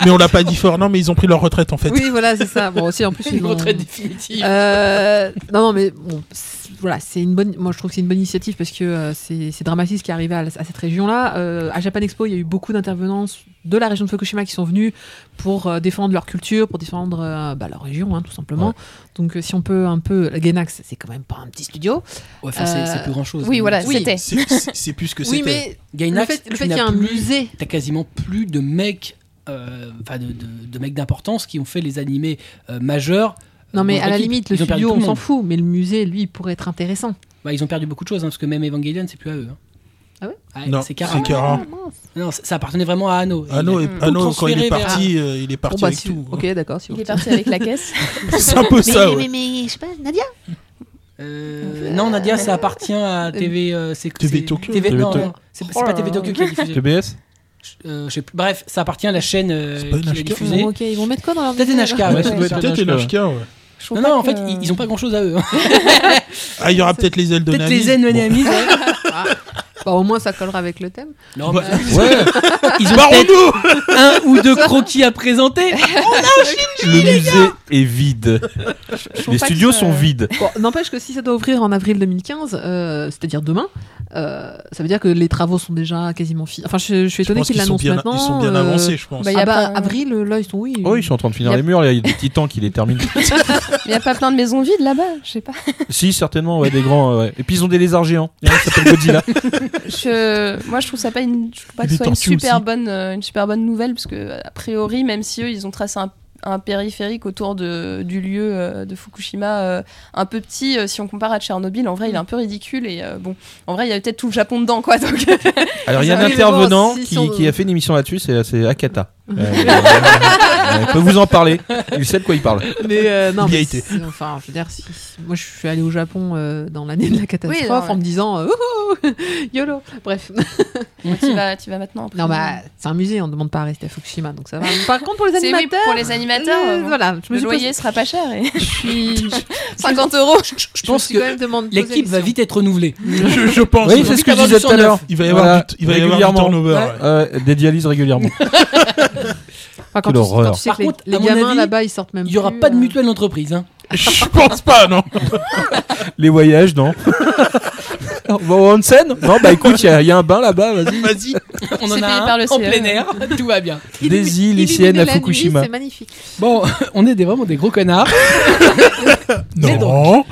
Speaker 4: Mais on l'a pas dit fort, non, mais ils ont pris leur retraite en fait.
Speaker 2: oui voilà c'est ça. Bon aussi en plus ils
Speaker 1: Une
Speaker 2: ont-
Speaker 1: retraite définitive.
Speaker 2: Euh, non non mais bon c'est- voilà c'est une bonne moi je trouve que c'est une bonne initiative parce que euh, c'est c'est dramatique ce qui est arrivé à, la- à cette région là. à Japan Expo il y a eu beaucoup d'intervenants de la région de Fukushima qui sont venus pour euh, défendre leur culture pour défendre euh, bah, leur région hein, tout simplement. Donc euh, si on peut un peu la Gainax c'est quand même pas un petit studio.
Speaker 1: Ouais, enfin, c'est-
Speaker 2: Euh,
Speaker 1: c'est plus grand chose.
Speaker 3: Oui, voilà, c'était.
Speaker 4: C'est- C'est c'est plus ce que
Speaker 2: Oui
Speaker 4: c'était.
Speaker 2: mais le
Speaker 1: Gainax,
Speaker 2: fait, le
Speaker 1: tu
Speaker 2: fait qu'il y
Speaker 1: n'as
Speaker 2: a un
Speaker 1: plus-
Speaker 2: musée
Speaker 1: T'as quasiment plus de mecs, euh, enfin de, de- de mecs d'importance qui ont fait les animés euh, majeurs.
Speaker 2: Non, mais
Speaker 1: dans
Speaker 2: à la
Speaker 1: l'équipe.
Speaker 2: limite, le
Speaker 1: Ils ont perdu
Speaker 2: studio,
Speaker 1: tout
Speaker 2: on
Speaker 1: le
Speaker 2: s'en
Speaker 1: monde.
Speaker 2: fout, mais le musée, lui, il pourrait être intéressant.
Speaker 1: Bah, ils ont perdu beaucoup de choses, hein, parce que même Evangelion, c'est plus à eux. hein.
Speaker 2: Ah ouais
Speaker 4: Non,
Speaker 1: c'est
Speaker 4: c'est
Speaker 1: Kara.
Speaker 4: Kara.
Speaker 1: Non, ça ça appartenait vraiment à Anno.
Speaker 4: Anno, est-
Speaker 3: Tout
Speaker 4: Anno, quand il
Speaker 1: transféré
Speaker 4: est
Speaker 1: vers-
Speaker 4: parti, euh, il est parti
Speaker 2: Bon, bah,
Speaker 4: avec
Speaker 2: si-
Speaker 4: tout.
Speaker 1: hein.
Speaker 2: Ok, d'accord. si vous-
Speaker 3: Il est parti avec la caisse.
Speaker 4: C'est un peu ça, ouais.
Speaker 2: je sais pas, Nadia
Speaker 1: Euh, non, Nadia, ça appartient à TV. euh, c'est-
Speaker 4: TV
Speaker 1: c'est-
Speaker 4: Tokyo.
Speaker 1: TV non,
Speaker 5: TV
Speaker 1: non, c'est c'est pas
Speaker 2: Oh
Speaker 1: TV Tokyo qui a diffusé.
Speaker 5: TBS
Speaker 1: Euh, je sais plus. Bref, ça appartient à la chaîne euh,
Speaker 4: C'est pas
Speaker 1: qui a
Speaker 4: NHK,
Speaker 1: diffusé.
Speaker 2: ok, ils vont mettre quoi dans leur
Speaker 1: Peut-être
Speaker 2: musée,
Speaker 1: NHK,
Speaker 2: alors
Speaker 1: ouais,
Speaker 4: C'est
Speaker 1: ça doit être
Speaker 4: peut-être NHK,
Speaker 5: NHK,
Speaker 4: ouais.
Speaker 3: Je
Speaker 1: Non,
Speaker 3: trouve pas
Speaker 1: non, en fait,
Speaker 3: que-
Speaker 1: ils, ils ont pas grand chose à eux. hein.
Speaker 4: Ah, il y aura peut-être les ailes de
Speaker 1: Peut-être les
Speaker 4: Nami.
Speaker 1: ennemis.
Speaker 4: Bon.
Speaker 1: amis, ouais.
Speaker 2: Bah, au moins, ça collera avec le thème.
Speaker 1: Non,
Speaker 4: Bah,
Speaker 1: mais-
Speaker 5: Ouais,
Speaker 1: Ils ont peut-être un ou deux croquis à présenter.
Speaker 5: le musée est vide.
Speaker 3: Je trouve
Speaker 5: Les
Speaker 3: pas que
Speaker 5: studios
Speaker 3: ça-
Speaker 5: sont vides.
Speaker 2: Bon, N'empêche que si ça doit ouvrir en avril 2015, euh, c'est-à-dire demain, euh, ça veut dire que les travaux sont déjà quasiment finis. Enfin, je, je suis
Speaker 4: Je
Speaker 2: étonné
Speaker 4: pense
Speaker 2: qu'ils
Speaker 4: qu'ils sont
Speaker 2: l'annoncent
Speaker 4: bien,
Speaker 2: maintenant.
Speaker 4: ils sont bien
Speaker 2: euh,
Speaker 4: avancés, je pense.
Speaker 3: bah, y a
Speaker 2: ah bah,
Speaker 3: pas-
Speaker 2: avril, euh, là, ils sont oui.
Speaker 5: Oh, ils sont en train de finir
Speaker 2: Y a-
Speaker 5: les murs, là, il y a des petits temps qui les terminent.
Speaker 3: Il n'y a pas plein de maisons vides là-bas, je sais pas.
Speaker 5: si, certainement, ouais, des grands. euh, ouais. Et puis ils ont des lézards géants. Il y en a qui s'appellent Godzilla.
Speaker 3: Je- Moi, je trouve ça pas une, je trouve pas
Speaker 4: Et
Speaker 3: que
Speaker 4: des
Speaker 3: ce soit une
Speaker 4: tortues
Speaker 3: super
Speaker 4: aussi.
Speaker 3: bonne, euh, une super bonne nouvelle parce que a priori, même si eux, ils ont tracé un un périphérique autour de, du lieu euh, de Fukushima euh, un peu petit euh, si on compare à Tchernobyl en vrai il est un peu ridicule et euh, bon en vrai il y a peut-être tout le Japon dedans quoi donc euh,
Speaker 5: Alors il y a
Speaker 2: Oui,
Speaker 5: un
Speaker 2: mais bon,
Speaker 5: intervenant
Speaker 2: si- si
Speaker 5: qui,
Speaker 2: on-
Speaker 5: qui a fait une émission là-dessus, c'est c'est Akata. Euh,
Speaker 4: bah,
Speaker 5: euh, il peut vous en parler. Il sait de quoi il parle.
Speaker 2: Mais euh, non,
Speaker 4: Il y
Speaker 2: mais
Speaker 4: a été.
Speaker 2: c'est- enfin, je veux dire, si, moi je suis allée au Japon euh, dans l'année de la catastrophe
Speaker 3: non, ouais.
Speaker 2: en me disant euh, oh, oh, yolo. Bref,
Speaker 3: tu vas tu vas maintenant après.
Speaker 2: non bah c'est un musée, on ne demande pas à rester à Fukushima, donc ça va. Par contre pour les
Speaker 3: C'est- oui,
Speaker 2: animateurs,
Speaker 3: pour les animateurs,
Speaker 2: euh,
Speaker 3: euh, bon.
Speaker 2: voilà, je me
Speaker 3: le
Speaker 2: suis
Speaker 3: loyer
Speaker 2: posé-
Speaker 3: sera pas cher et
Speaker 2: je suis, je
Speaker 3: 50 euros
Speaker 1: Je pense
Speaker 2: me suis
Speaker 1: que
Speaker 2: quand même demandé- posé
Speaker 1: l'équipe va
Speaker 2: la question.
Speaker 1: vite être renouvelée.
Speaker 4: Je, je pense.
Speaker 5: Oui, c'est ce que je disais tout à l'heure.
Speaker 4: Il va y avoir,
Speaker 5: Voilà,
Speaker 4: du, il va y avoir du
Speaker 5: régulièrement.
Speaker 4: turnover.
Speaker 1: Ouais.
Speaker 4: ouais.
Speaker 5: Euh, des dialyses régulièrement.
Speaker 2: Enfin, quand, tu,
Speaker 5: Quelle
Speaker 2: quand
Speaker 5: horreur.
Speaker 2: tu sais
Speaker 1: Par
Speaker 2: que les-
Speaker 1: contre, à
Speaker 2: les,
Speaker 1: mon
Speaker 2: gamins
Speaker 1: avis,
Speaker 2: là-bas ils sortent même.
Speaker 1: Il n'y aura
Speaker 2: plus,
Speaker 1: pas de
Speaker 2: euh,
Speaker 1: mutuelle d'entreprise. hein.
Speaker 4: Je pense pas, non.
Speaker 5: Les voyages, non On va au onsen Non, bah écoute, il y, a- il y a un bain là-bas, vas-y.
Speaker 4: Vas-y.
Speaker 1: On en
Speaker 3: C'est
Speaker 1: a
Speaker 3: payé
Speaker 1: un
Speaker 3: par le
Speaker 1: en
Speaker 2: E
Speaker 3: CE.
Speaker 1: plein air. Tout va bien.
Speaker 5: Des îles
Speaker 2: illuminer
Speaker 5: lycéennes à
Speaker 2: la nuit,
Speaker 5: Fukushima.
Speaker 2: C'est magnifique.
Speaker 1: Bon, on est des, vraiment des gros connards. Mais
Speaker 4: Non.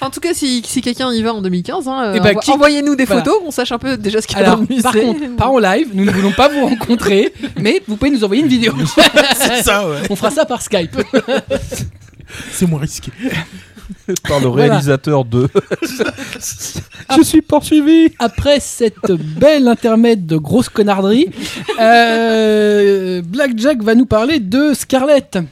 Speaker 2: Enfin, en tout cas, si, si quelqu'un y va en 2015, hein,
Speaker 1: Eh
Speaker 2: euh,
Speaker 1: bah,
Speaker 2: envo-
Speaker 1: qui-
Speaker 2: envoyez-nous des
Speaker 1: Voilà.
Speaker 2: photos, on sache un peu déjà ce qu'il y a
Speaker 1: Alors,
Speaker 2: dans le musée.
Speaker 1: par contre, pas en live, nous ne voulons pas vous rencontrer, mais vous pouvez nous envoyer une vidéo.
Speaker 4: C'est ça, ouais.
Speaker 1: On fera ça par Skype.
Speaker 4: C'est moins risqué.
Speaker 5: Par le
Speaker 1: Voilà.
Speaker 5: réalisateur de. Je suis poursuivi
Speaker 1: Après cette belle intermède de grosse connarderie, euh, Blackjack va nous parler de Scarlett.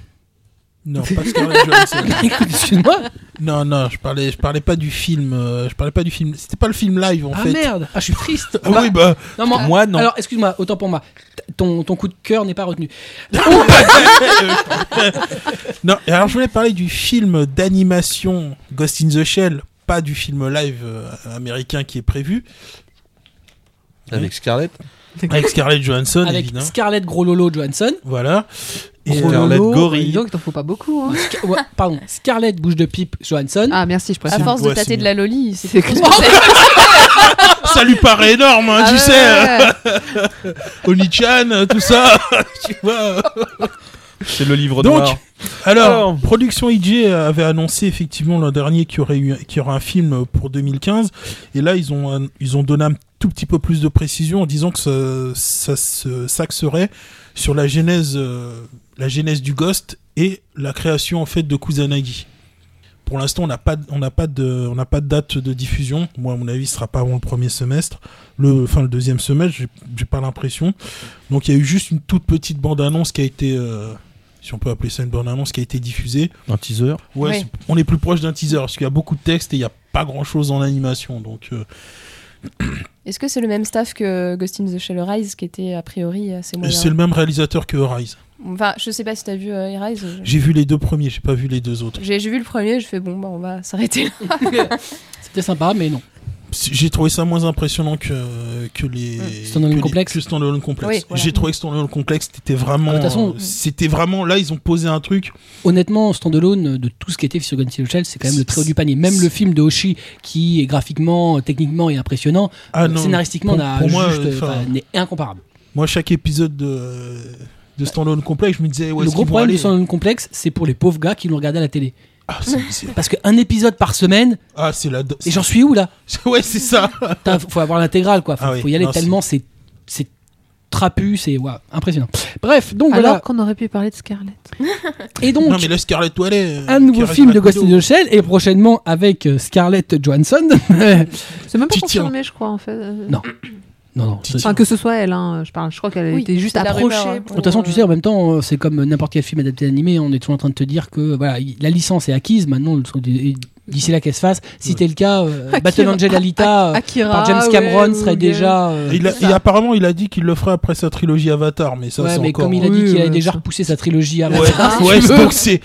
Speaker 4: Non, pas Scarlett Johansson.
Speaker 1: Écoute, excuse-moi.
Speaker 4: Non, non, je parlais, je parlais pas du film. euh, je parlais pas du film. C'était pas le film live en
Speaker 1: Ah
Speaker 4: fait.
Speaker 1: merde, ah, je suis triste.
Speaker 4: Ah oui, bah.
Speaker 1: Non, mais-
Speaker 5: Moi, non.
Speaker 1: Alors, excuse-moi, autant pour moi. T- Ton, ton coup de cœur n'est pas retenu.
Speaker 4: Ah, Non, et alors je voulais parler du film d'animation Ghost in the Shell, pas du film live euh, américain qui est prévu.
Speaker 5: Avec Scarlett.
Speaker 4: Avec Scarlett Johansson,
Speaker 1: Avec
Speaker 4: évidemment.
Speaker 1: Scarlett Grololo Johansson.
Speaker 4: Voilà. Et,
Speaker 5: Gros
Speaker 4: euh,
Speaker 5: Scarlett
Speaker 2: Lolo,
Speaker 5: Gorille.
Speaker 2: dis Donc, t'en faut pas beaucoup. hein.
Speaker 1: Sca- ouais, pardon, Scarlett Bouche de Pipe Johansson.
Speaker 2: Ah, merci, je préfère.
Speaker 3: à
Speaker 4: C'est-
Speaker 3: force
Speaker 4: ouais,
Speaker 3: de
Speaker 4: c'est
Speaker 3: tâter de la loli c'est
Speaker 2: C'est que-
Speaker 4: ça lui paraît énorme, hein,
Speaker 2: Ah
Speaker 4: tu
Speaker 2: ouais,
Speaker 4: sais. euh,
Speaker 2: ouais, ouais.
Speaker 4: Oni-chan, euh, tout ça. tu vois.
Speaker 5: C'est le livre
Speaker 4: Donc,
Speaker 5: noir.
Speaker 4: Alors,
Speaker 5: Alors.
Speaker 4: Production IG avait annoncé effectivement l'an dernier qu'il y aurait eu, qu'il y aurait un film pour 2015, et là ils ont un- ils ont donné un tout petit peu plus de précision en disant que ça, ça se s'axerait sur la genèse euh, la genèse du Ghost et la création en fait de Kusanagi. Pour l'instant, on n'a pas on n'a pas de on n'a pas de date de diffusion. Moi, à mon avis, ce sera pas avant le premier semestre, le enfin le deuxième semestre, j'ai- j'ai pas l'impression. Donc il y a eu juste une toute petite bande annonce qui a été euh, si on peut appeler ça une bande annonce qui a été diffusée.
Speaker 5: Un teaser.
Speaker 4: Ouais,
Speaker 2: Oui.
Speaker 4: c'est- on est plus proche d'un teaser parce qu'il y a beaucoup de texte et il n'y a pas grand chose en animation. Donc, euh,
Speaker 3: est-ce que c'est le même staff que Ghost in the Shell Rise qui était a priori assez moyen
Speaker 4: c'est le même réalisateur que Rise.
Speaker 3: enfin je sais pas si t'as vu euh, Rise je-
Speaker 4: J'ai vu les deux premiers, j'ai pas vu les deux autres.
Speaker 3: j'ai j'ai vu le premier je fais bon bah on va s'arrêter là
Speaker 1: C'était sympa, mais non.
Speaker 4: C'est- J'ai trouvé ça moins impressionnant que, que les.
Speaker 1: Standalone
Speaker 4: que les-
Speaker 1: complexe.
Speaker 4: que Standalone complexe.
Speaker 3: Oui, voilà.
Speaker 4: J'ai trouvé que Standalone complexe, c'était vraiment.
Speaker 1: Ah, de toute façon-
Speaker 4: euh, c'était vraiment. Là, ils ont posé un truc.
Speaker 1: Honnêtement, standalone de tout ce qui était sur Gun Shell, c'est quand même le très haut du panier. Même le film de Hoshi, qui est graphiquement, techniquement et impressionnant,
Speaker 4: Ah non.
Speaker 1: scénaristiquement,
Speaker 4: pour-
Speaker 1: n'a
Speaker 4: pour moi,
Speaker 1: juste,
Speaker 4: euh,
Speaker 1: enfin,
Speaker 4: enfin-
Speaker 1: n'est incomparable.
Speaker 4: Moi, chaque épisode de, de Standalone complexe, je me disais, ouais,
Speaker 1: le gros problème du standalone complexe, c'est pour les pauvres gars qui l'ont regardé à la télé.
Speaker 4: Ah, c'est- c'est
Speaker 1: Parce qu'un épisode par semaine,
Speaker 4: ah, c'est la.
Speaker 1: et j'en suis où là
Speaker 4: Ouais, c'est ça.
Speaker 1: Putain, faut avoir l'intégrale quoi. Faut,
Speaker 4: Ah oui,
Speaker 1: faut y aller
Speaker 4: non,
Speaker 1: tellement c'est c'est trapu, c'est waouh, impressionnant. Bref, donc
Speaker 2: Alors
Speaker 1: voilà.
Speaker 2: qu'on aurait pu parler de Scarlett.
Speaker 1: Et donc
Speaker 4: non, mais le Scarlet Toilet.
Speaker 1: un nouveau film de Ghost in the Shell et prochainement avec euh, Scarlett Johansson.
Speaker 2: C'est même pas
Speaker 4: Titi, hein.
Speaker 2: confirmé, je crois, en fait. euh.
Speaker 1: Non. non non. ça-
Speaker 2: Enfin, que ce soit elle, hein, je parle. Je crois qu'elle
Speaker 3: Oui,
Speaker 2: était juste
Speaker 3: c'est la rumeur,
Speaker 2: approchée.
Speaker 3: hein.
Speaker 1: De toute façon, tu sais, en même temps, euh, c'est comme n'importe quel film adapté animé, on est toujours en train de te dire que voilà, il- la licence est acquise, maintenant, le truc est- d'ici là qu'elle se fasse. Si
Speaker 4: Ouais.
Speaker 1: c'était le cas, euh,
Speaker 2: Akira-
Speaker 1: Battle Angel Alita euh,
Speaker 2: Akira,
Speaker 1: par James
Speaker 2: ouais,
Speaker 1: Cameron
Speaker 2: ou
Speaker 1: serait
Speaker 2: Gary.
Speaker 1: déjà. euh,
Speaker 4: Ah, Il a-
Speaker 2: C'est ça.
Speaker 4: et apparemment, il a dit qu'il le ferait après sa trilogie Avatar, mais ça,
Speaker 1: ouais,
Speaker 4: c'est
Speaker 1: mais
Speaker 4: encore. euh,
Speaker 1: comme il a
Speaker 2: Oui,
Speaker 1: dit qu'il
Speaker 2: ouais,
Speaker 1: avait déjà
Speaker 2: ça.
Speaker 1: repoussé sa trilogie à
Speaker 4: Ouais,
Speaker 1: Avatar,
Speaker 4: ouais,
Speaker 1: si tu veux.
Speaker 4: donc c'est.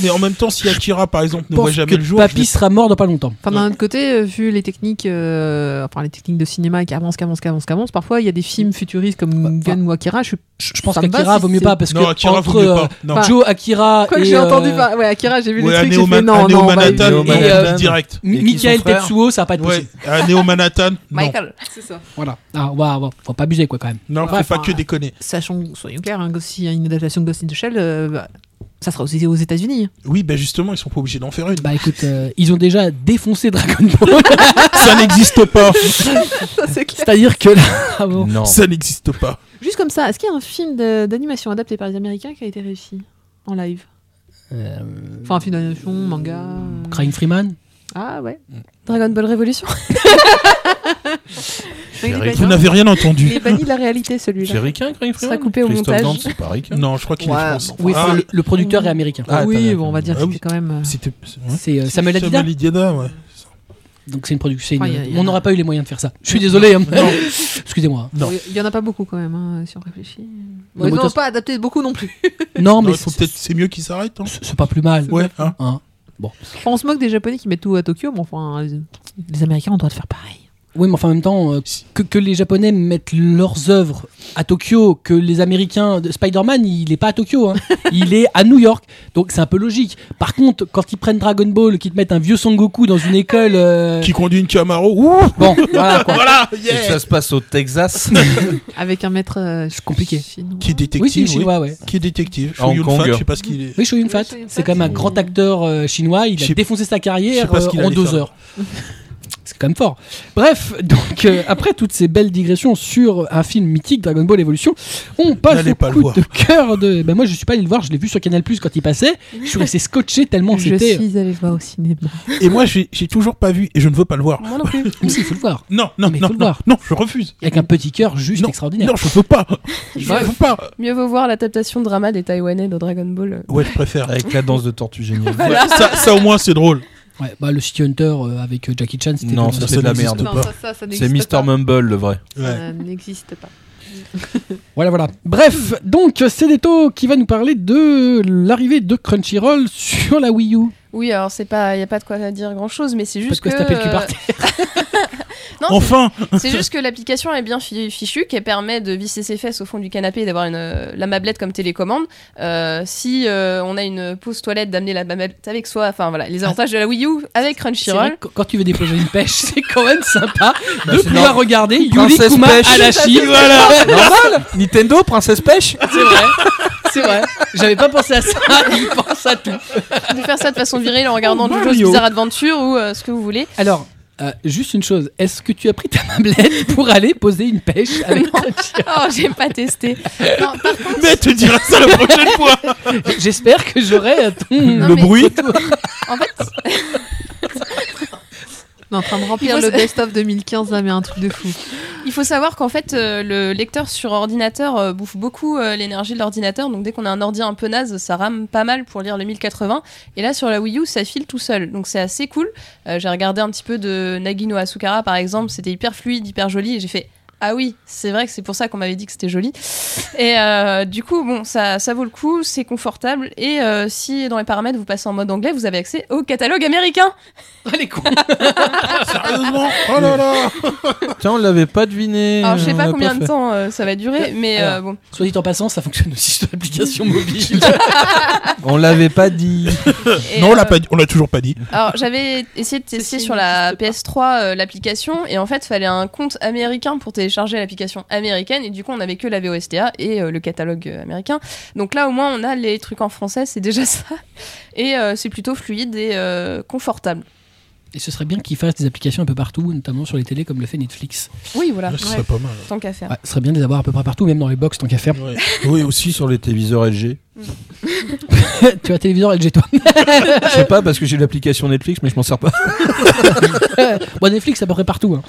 Speaker 4: Mais en même temps, si Akira, par exemple, ne
Speaker 1: pense
Speaker 4: voit jamais
Speaker 1: que
Speaker 4: le jour, je
Speaker 1: Papy
Speaker 4: l'ai-
Speaker 1: sera mort dans pas longtemps.
Speaker 2: Enfin, d'un autre côté, euh, vu les techniques, euh, enfin les techniques de cinéma qui avancent, qui avancent, qui avancent, qui avancent, parfois il y a des
Speaker 4: Mm.
Speaker 2: films futuristes comme
Speaker 1: bah.
Speaker 2: Gun ou Akira. Je suis
Speaker 1: Je je pense
Speaker 2: Ça me va
Speaker 1: qu'Akira
Speaker 2: si
Speaker 1: vaut mieux
Speaker 2: c'est-
Speaker 1: pas parce
Speaker 4: non,
Speaker 1: que
Speaker 4: Akira,
Speaker 1: entre
Speaker 4: vaut mieux
Speaker 1: euh,
Speaker 4: pas. Non.
Speaker 2: enfin,
Speaker 1: Joe, Akira
Speaker 2: quoi
Speaker 1: et
Speaker 2: que j'ai
Speaker 1: euh,
Speaker 2: entendu pas. Ouais, Akira, j'ai vu
Speaker 4: Ouais,
Speaker 2: les
Speaker 4: un
Speaker 2: trucs. J'ai
Speaker 4: Néo
Speaker 2: fait non,
Speaker 4: Man- un Néo
Speaker 2: non, bah, on va
Speaker 4: Manhattan,
Speaker 5: Néo
Speaker 2: éviter.
Speaker 1: et, euh,
Speaker 5: Manhattan.
Speaker 4: direct.
Speaker 1: Mi-
Speaker 5: Et qui sont
Speaker 1: Michael
Speaker 5: frères
Speaker 1: Tetsuo, ça va pas être
Speaker 4: Ouais,
Speaker 1: possible.
Speaker 4: un Néo Manhattan, non.
Speaker 2: C'est ça.
Speaker 1: Voilà. Ah, ouais, ouais, faut pas abuser quoi quand même.
Speaker 4: Non,
Speaker 2: Ouais,
Speaker 4: faut pas
Speaker 2: enfin,
Speaker 1: hein.
Speaker 4: que déconner.
Speaker 2: Sachant, soyons clairs, hein, que s'il y a une adaptation de Ghost in the Shell, euh, bah, ça sera aussi aux États-Unis.
Speaker 4: Oui, bah justement, ils sont pas obligés d'en faire une.
Speaker 1: Bah écoute, euh, ils ont déjà défoncé Dragon Ball.
Speaker 4: Ça n'existe pas.
Speaker 2: ça, c'est clair.
Speaker 1: C'est-à-dire que là, ah bon.
Speaker 5: Non.
Speaker 4: Ça n'existe pas.
Speaker 2: Juste comme ça, est-ce qu'il y a un film de- d'animation adapté par les Américains qui a été réussi en live
Speaker 1: Euh,
Speaker 2: Enfin, un film d'animation, manga. euh,
Speaker 1: Crying Freeman.
Speaker 2: Ah ouais.
Speaker 3: Dragon Ball Révolution
Speaker 2: Il est
Speaker 1: Bah,
Speaker 5: Eric.
Speaker 4: Vous
Speaker 2: banni-
Speaker 4: n'avez rien
Speaker 2: il
Speaker 4: entendu.
Speaker 2: est banni de la réalité
Speaker 5: C'est
Speaker 2: celui-là.
Speaker 5: ricain, Crying
Speaker 3: sera
Speaker 5: Freeman
Speaker 3: coupé au
Speaker 5: Christophe
Speaker 3: montage.
Speaker 5: Gantz, c'est pas ricain.
Speaker 4: Non, je crois qu'il est
Speaker 2: Ouais,
Speaker 4: français.
Speaker 1: Oui,
Speaker 4: Ah,
Speaker 1: enfin, le, le producteur est américain.
Speaker 5: Ah,
Speaker 2: oui,
Speaker 5: t'as-
Speaker 2: bon, on va dire
Speaker 4: Ah
Speaker 2: que
Speaker 4: oui.
Speaker 2: c'est quand même. euh,
Speaker 4: C'était ouais.
Speaker 1: C'est euh, Samuel Adida.
Speaker 4: Samuel Adiada, ouais.
Speaker 1: Donc c'est une production.
Speaker 2: Enfin, Ah, y a- y
Speaker 1: on
Speaker 2: en a-
Speaker 1: n'aura pas eu les moyens de faire ça. Je suis désolé. hein. Excusez-moi.
Speaker 4: Non.
Speaker 2: bon, Il y en a pas beaucoup quand même, hein, si on réfléchit. Bon,
Speaker 1: mais
Speaker 2: ils
Speaker 1: de
Speaker 2: n'ont
Speaker 1: toute-
Speaker 2: pas adapté beaucoup non plus.
Speaker 1: Non,
Speaker 4: Non,
Speaker 1: mais
Speaker 4: il faut
Speaker 1: c'est-
Speaker 4: peut-être c'est mieux qu'il s'arrête. Hein.
Speaker 1: c'est c'est pas plus mal.
Speaker 4: Ouais, hein.
Speaker 1: Hein.
Speaker 2: Enfin, on se moque des Japonais qui mettent tout à Tokyo, mais enfin, les- les Américains ont le droit de faire pareil.
Speaker 1: Oui, mais enfin, en même temps, euh, que, que les Japonais mettent leurs œuvres à Tokyo, que les Américains. de- Spider-Man, il est pas à Tokyo, hein. il est à New York. Donc c'est un peu logique. Par contre, quand ils prennent Dragon Ball, qu'ils te mettent un vieux Son Goku dans une école. euh,
Speaker 4: Qui conduit une Camaro. Ouh,
Speaker 1: Bon, voilà quoi.
Speaker 4: voilà,
Speaker 5: Et que
Speaker 4: yeah.
Speaker 5: ça se passe au Texas,
Speaker 2: Avec un maître. euh,
Speaker 1: C'est compliqué.
Speaker 2: chinois.
Speaker 4: Qui est détective.
Speaker 1: Oui, c'est
Speaker 4: Oui,
Speaker 1: chinois, ouais.
Speaker 4: Qui est détective.
Speaker 5: À Hong
Speaker 4: Shoyun
Speaker 5: Kong.
Speaker 4: Fat, je sais pas ce qu'il est.
Speaker 1: Oui, Shou Yun Fat,
Speaker 2: Oui, Shou Yun Fat,
Speaker 1: c'est quand même un
Speaker 5: oui.
Speaker 1: grand acteur euh, chinois. Il
Speaker 4: Je
Speaker 1: a
Speaker 4: sais-
Speaker 1: défoncé sa
Speaker 4: je sais
Speaker 1: carrière
Speaker 4: pas ce qu'il
Speaker 1: euh, en
Speaker 4: allait
Speaker 1: deux
Speaker 4: faire.
Speaker 1: heures. C'est quand même fort. Bref, donc euh, après toutes ces belles digressions sur un film mythique, Dragon Ball Evolution, on passe
Speaker 4: N'allez
Speaker 1: au
Speaker 4: pas le
Speaker 1: coup
Speaker 4: voir.
Speaker 1: de cœur de. Ben moi, je suis pas allé le voir, je l'ai vu sur Canal Plus quand il passait. Je suis resté scotché tellement
Speaker 2: Je
Speaker 1: c'était.
Speaker 2: suis allé voir au cinéma.
Speaker 4: Et moi, j'ai j'ai toujours pas vu et je ne veux pas le voir.
Speaker 3: Moi non plus.
Speaker 1: Mais si, il faut le voir.
Speaker 4: Non, non,
Speaker 1: Mais
Speaker 4: non,
Speaker 1: faut le
Speaker 4: non,
Speaker 1: voir.
Speaker 4: non, je refuse.
Speaker 1: Avec un petit cœur juste
Speaker 4: Non,
Speaker 1: extraordinaire.
Speaker 4: Non, je veux pas. Je
Speaker 1: Ouais.
Speaker 4: veux pas.
Speaker 3: Mieux vaut voir l'adaptation drama des Taïwanais dans Dragon Ball.
Speaker 4: Ouais, je préfère.
Speaker 5: avec la danse de tortue géniale.
Speaker 4: Ouais, ça, ça, au moins, c'est drôle.
Speaker 1: Ouais, bah, le City Hunter euh, avec euh, Jackie Chan, c'était.
Speaker 5: Non,
Speaker 1: pas
Speaker 5: ça,
Speaker 1: mal.
Speaker 5: c'est de la
Speaker 4: n'existe
Speaker 5: merde.
Speaker 4: pas.
Speaker 2: ça, ça
Speaker 5: C'est Mr. Mumble, le vrai.
Speaker 1: Euh,
Speaker 4: Ouais.
Speaker 2: Ça n'existe pas.
Speaker 1: Voilà, voilà. Bref, donc c'est Neto qui va nous parler de l'arrivée de Crunchyroll sur la Wii U.
Speaker 3: Oui, alors c'est pas, y a pas de quoi dire grand chose, mais c'est
Speaker 1: Parce
Speaker 3: juste
Speaker 1: que
Speaker 3: que.
Speaker 1: se taper le cul par
Speaker 3: euh,
Speaker 1: terre.
Speaker 3: non, c'est-
Speaker 4: Enfin,
Speaker 3: C'est juste que l'application est bien fi- fichue, qu'elle permet de visser ses fesses au fond du canapé et d'avoir une, euh, la mablette comme télécommande. Euh, si euh, on a une pause toilette, d'amener la mablette avec soi. Enfin voilà, les avantages de la Wii U
Speaker 1: Ah.
Speaker 3: avec
Speaker 1: C'est vrai
Speaker 3: Crunchyroll.
Speaker 1: que quand tu veux déposer une pêche, c'est quand même sympa
Speaker 5: Bah,
Speaker 1: de
Speaker 5: c'est
Speaker 1: pouvoir
Speaker 5: normal.
Speaker 1: regarder Yuri
Speaker 5: Princesse
Speaker 1: Kuma
Speaker 5: Pêche.
Speaker 1: à la Chine.
Speaker 5: Voilà Ah, Normal Nintendo, Princesse Pêche
Speaker 1: C'est vrai, c'est vrai. J'avais pas pensé à ça, il pense à tout.
Speaker 3: De faire ça de façon virile en regardant
Speaker 1: Oh,
Speaker 3: Jojo's
Speaker 1: Mario.
Speaker 3: Bizarre Adventure ou euh, ce que vous voulez.
Speaker 1: Alors, euh, juste une chose, est-ce que tu as pris ta mablette pour aller poser une pêche avec Crunchyroll
Speaker 3: Oh, j'ai pas testé. Non, par contre,
Speaker 4: mais elle te dira ça la prochaine fois.
Speaker 1: J'espère que j'aurai euh, ton...
Speaker 3: Non,
Speaker 4: le
Speaker 3: mais-
Speaker 4: bruit.
Speaker 3: en fait,
Speaker 2: On est en train de remplir
Speaker 3: Il faut
Speaker 2: le
Speaker 3: se-
Speaker 2: best-of 2015 là, mais un truc de fou.
Speaker 3: Il faut savoir qu'en fait, euh, le lecteur sur ordinateur euh, bouffe beaucoup euh, l'énergie de l'ordinateur. Donc, dès qu'on a un ordi un peu naze, ça rame pas mal pour lire le 1080. Et là, sur la Wii U, ça file tout seul. Donc, c'est assez cool. Euh, j'ai regardé un petit peu de Nagino Asukara, par exemple. C'était hyper fluide, hyper joli. Et j'ai fait. Ah oui, c'est vrai que c'est pour ça qu'on m'avait dit que c'était joli. Et euh, du coup, bon, ça, ça vaut le coup, c'est confortable. Et euh, si dans les paramètres vous passez en mode anglais, vous avez accès au catalogue américain.
Speaker 1: Allez, con.
Speaker 4: Sérieusement. Oh là là.
Speaker 5: Tiens, on l'avait pas deviné.
Speaker 3: Alors, je sais
Speaker 5: on
Speaker 3: pas
Speaker 5: l'a
Speaker 3: combien de
Speaker 5: fait.
Speaker 3: temps euh, ça va durer, mais
Speaker 1: Alors,
Speaker 3: euh, bon.
Speaker 1: Soit dit en passant, ça fonctionne aussi sur l'application mobile.
Speaker 5: On l'avait pas dit.
Speaker 3: Et,
Speaker 4: non, on l'a
Speaker 3: euh,
Speaker 4: pas dit- on l'a toujours pas dit.
Speaker 3: Alors j'avais essayé de tester
Speaker 2: Ceci
Speaker 3: sur la
Speaker 2: n'existe
Speaker 3: PS3 euh, l'application et en fait fallait un compte américain pour télécharger l'application américaine et du coup on avait que la VOSTA et euh, le catalogue euh, américain. Donc là au moins on a les trucs en français, c'est déjà ça. Et euh, c'est plutôt fluide et euh, confortable.
Speaker 1: Et ce serait bien qu'ils fassent des applications un peu partout, notamment sur les télés comme le fait Netflix.
Speaker 3: Oui voilà,
Speaker 1: Ah,
Speaker 4: Ouais, Ce serait pas mal.
Speaker 3: tant qu'à faire.
Speaker 1: Ouais, ce serait bien de les avoir à peu près partout, même dans les box, tant qu'à faire.
Speaker 4: Ouais.
Speaker 5: Oui, aussi sur les téléviseurs LG.
Speaker 1: tu as téléviseur LG, toi
Speaker 5: Je
Speaker 3: Euh.
Speaker 5: sais pas parce que j'ai l'application Netflix, mais je m'en sers pas.
Speaker 1: bon, Netflix à peu près partout. hein.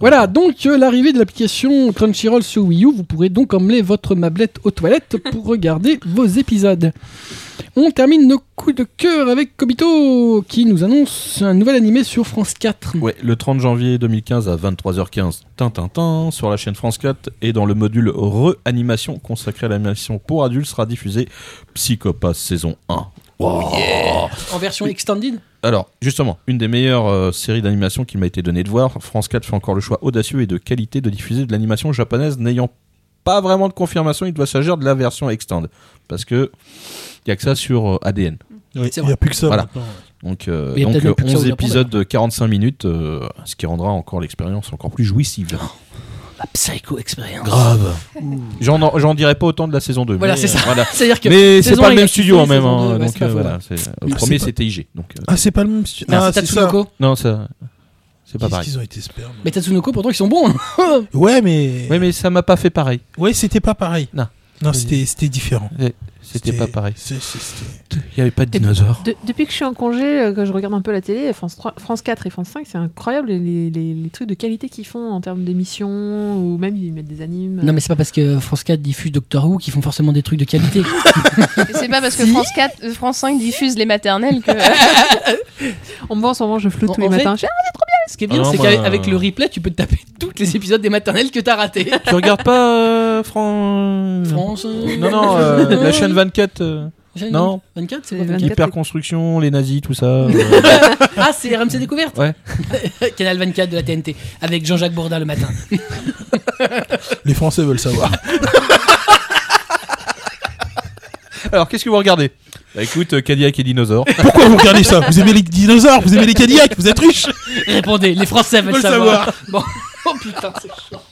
Speaker 1: Voilà, donc euh, l'arrivée de l'application Crunchyroll sur Wii U, vous pourrez donc emmener votre mablette aux toilettes pour regarder vos épisodes. On termine nos coups de cœur avec Kobito qui nous annonce un nouvel animé sur France 4.
Speaker 5: Ouais, le 30 janvier 2015 à 23h15, Tintintin, sur la chaîne France 4 et dans le module Re-animation consacré à l'animation pour adultes sera diffusé Psychopath saison 1. Wow.
Speaker 1: En version extended
Speaker 5: Alors, justement, une des meilleures euh, séries d'animation qui m'a été donnée de voir, France 4 fait encore le choix audacieux et de qualité de diffuser de l'animation japonaise n'ayant pas vraiment de confirmation, il doit s'agir de la version extend. Parce que il n'y a que ça sur euh, ADN.
Speaker 4: Ouais,
Speaker 1: C'est
Speaker 4: Il
Speaker 1: vrai.
Speaker 4: n'y a plus que ça
Speaker 5: Voilà.
Speaker 4: maintenant.
Speaker 5: Donc, euh,
Speaker 1: Mais il y a
Speaker 5: donc,
Speaker 1: peut-être
Speaker 5: euh,
Speaker 1: même plus que ça au
Speaker 5: 11
Speaker 1: Japon,
Speaker 5: épisodes de 45 minutes, euh, ce qui rendra encore l'expérience encore plus jouissive.
Speaker 1: La psycho expérience.
Speaker 5: Grave. J'en en- j'en dirai pas autant de la saison 2.
Speaker 1: Voilà,
Speaker 5: mais,
Speaker 1: c'est ça.
Speaker 5: euh, voilà.
Speaker 1: C'est-à-dire que.
Speaker 5: Mais c'est
Speaker 1: saison
Speaker 5: pas
Speaker 1: un, il
Speaker 5: le
Speaker 1: y a
Speaker 5: même studio en
Speaker 1: saison
Speaker 5: même.
Speaker 1: deux,
Speaker 5: hein,
Speaker 1: ouais,
Speaker 5: donc,
Speaker 1: c'est pas
Speaker 5: euh,
Speaker 1: faux,
Speaker 5: voilà, c'est- euh,
Speaker 1: Mais
Speaker 5: le premier
Speaker 4: c'est pas-
Speaker 5: c'était IG. Donc, euh,
Speaker 4: Ah, c'est pas le même.
Speaker 1: Merci
Speaker 4: Ah, c'est ça.
Speaker 1: Tatsunoko.
Speaker 5: non, ça, c'est pas
Speaker 4: Qu'est-ce
Speaker 5: pareil.
Speaker 4: qu'ils ont été sperme.
Speaker 1: Mais Tatsunoko, pourtant, ils sont bons. hein.
Speaker 4: Ouais, mais.
Speaker 5: Oui, mais ça m'a pas fait pareil.
Speaker 4: Ouais, c'était pas pareil.
Speaker 5: Non.
Speaker 4: Non,
Speaker 5: Oui.
Speaker 4: c'était c'était différent.
Speaker 5: C'était pas pareil.
Speaker 4: c'est- c'est- c'était-
Speaker 5: Il n'y avait pas de dinosaures.
Speaker 2: De- depuis que je suis en congé, euh, que je regarde un peu la télé, France, 3 France 4 et France 5, c'est incroyable les, les- les trucs de qualité qu'ils font en termes d'émissions ou même ils mettent des animes.
Speaker 1: Non, mais c'est pas parce que France 4 diffuse Doctor Who qu'ils font forcément des trucs de qualité.
Speaker 3: Et c'est pas parce que France 4, euh, France 5 diffuse les maternelles que. euh,
Speaker 2: On me voit en ce moment, je flotte
Speaker 1: En-
Speaker 2: tous les
Speaker 1: en fait-
Speaker 2: matins. Je fais, Ah,
Speaker 1: Ce qui est
Speaker 5: Ah
Speaker 1: bien,
Speaker 5: non,
Speaker 1: c'est
Speaker 5: moi,
Speaker 1: qu'avec
Speaker 5: euh,
Speaker 1: le replay, tu peux te taper tous les épisodes des maternelles que t'as ratés.
Speaker 5: tu regardes pas euh, Fran-
Speaker 1: France. euh,
Speaker 5: Non, non, euh, la chaîne 24. euh,
Speaker 1: chaîne
Speaker 5: non.
Speaker 1: 24, c'est
Speaker 2: Les
Speaker 1: quoi
Speaker 2: 24.
Speaker 5: Hyper construction, les nazis, tout ça. euh,
Speaker 1: Ah, c'est RMC Découverte
Speaker 5: Ouais.
Speaker 1: Canal 24 de la TNT, avec Jean-Jacques Bourdin le matin.
Speaker 4: Les Français veulent savoir.
Speaker 5: Alors, qu'est-ce que vous regardez Bah écoute, euh, Cadillac et dinosaures.
Speaker 4: Pourquoi vous regardez ça Vous aimez les dinosaures Vous aimez les Cadillacs Vous êtes riches
Speaker 1: Répondez, les Français veulent
Speaker 4: Veulent
Speaker 1: savoir. Bon, oh putain, c'est chiant.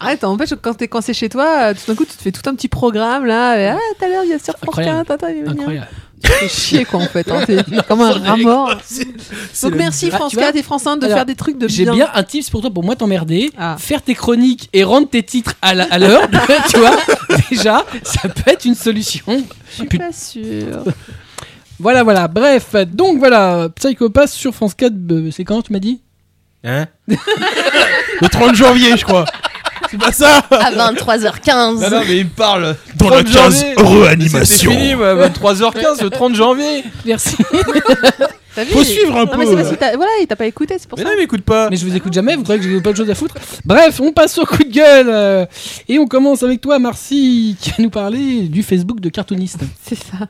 Speaker 2: Arrête, en fait, Ah, quand t'es coincé chez toi, euh, tout d'un coup, tu te fais tout un petit programme là. et, ah, tout à l'heure, il y a sur France
Speaker 1: Incroyable.
Speaker 2: 4, attends, il va venir.
Speaker 1: Incroyable.
Speaker 2: Tu fais chier quoi en fait. hein, t'es comme un rat mort.
Speaker 4: C'est
Speaker 2: Donc
Speaker 4: la-
Speaker 2: merci
Speaker 1: Ah,
Speaker 2: France
Speaker 1: tu vois
Speaker 2: 4 et France 1 de
Speaker 1: Alors,
Speaker 2: faire des trucs de
Speaker 1: J'ai
Speaker 2: bien.
Speaker 1: bien un tips pour toi pour moi t'emmerder.
Speaker 2: Ah.
Speaker 1: Faire tes chroniques et rendre tes titres à la- à l'heure, tu vois, déjà, ça peut être une solution.
Speaker 2: Je suis pas sûre.
Speaker 1: Voilà, voilà, bref, donc voilà, Psychopath sur France 4, euh, c'est quand tu m'as dit
Speaker 5: Hein
Speaker 4: Le 30 janvier, je crois. C'est pas ça
Speaker 3: à 23h15.
Speaker 5: non, non, mais il me parle
Speaker 4: Dans la
Speaker 5: 30
Speaker 4: case
Speaker 5: janvier.
Speaker 4: heureux
Speaker 5: C'était
Speaker 4: animation.
Speaker 5: fini, moi, 23h15, le 30 janvier.
Speaker 1: Merci.
Speaker 2: T'as vu
Speaker 4: Faut
Speaker 2: il-
Speaker 4: suivre
Speaker 2: Non,
Speaker 4: un peu.
Speaker 2: mais c'est parce que t'as- voilà, il t'a pas écouté, c'est pour
Speaker 5: Mais
Speaker 2: ça.
Speaker 5: non, il m'écoute pas.
Speaker 1: Mais je vous écoute jamais, vous croyez que j'ai pas de choses à foutre Bref, on passe au coup de gueule euh, Et on commence avec toi, Marcy, qui va nous parler du Facebook de cartooniste.
Speaker 2: C'est ça.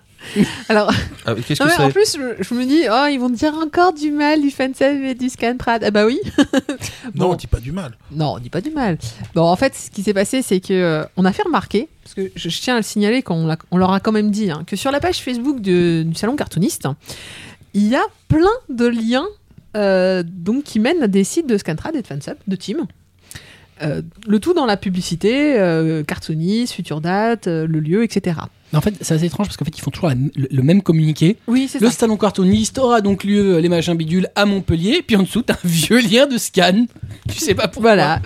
Speaker 2: Alors,
Speaker 5: Ah, Qu'est-ce
Speaker 2: non,
Speaker 5: que
Speaker 2: mais en
Speaker 5: c'est
Speaker 2: plus, je, je me dis, oh, ils vont dire encore du mal du fansub et du scantrad. Ah bah oui.
Speaker 4: Non,
Speaker 2: Bon.
Speaker 4: on dit pas du mal.
Speaker 2: Non, on dit pas du mal. Bon, en fait, ce qui s'est passé, c'est que euh, on a fait remarquer, parce que je, je tiens à le signaler, qu'on l'a- on leur a quand même dit, hein, que sur la page Facebook de- du salon cartooniste, il y a plein de liens euh, donc qui mènent à des sites de Scantrad et de Fansub, de Team. Euh, le tout dans la publicité, euh, cartooniste, future date, euh, le lieu, etc.
Speaker 1: Mais en fait, c'est assez étrange parce qu'en fait, ils font toujours la- le, le même communiqué.
Speaker 2: Oui, c'est
Speaker 1: Le salon cartooniste aura donc lieu, euh, les machins bidules, à Montpellier. Puis en dessous, t'as un vieux lien de scan. Tu sais pas pourquoi.
Speaker 2: Voilà.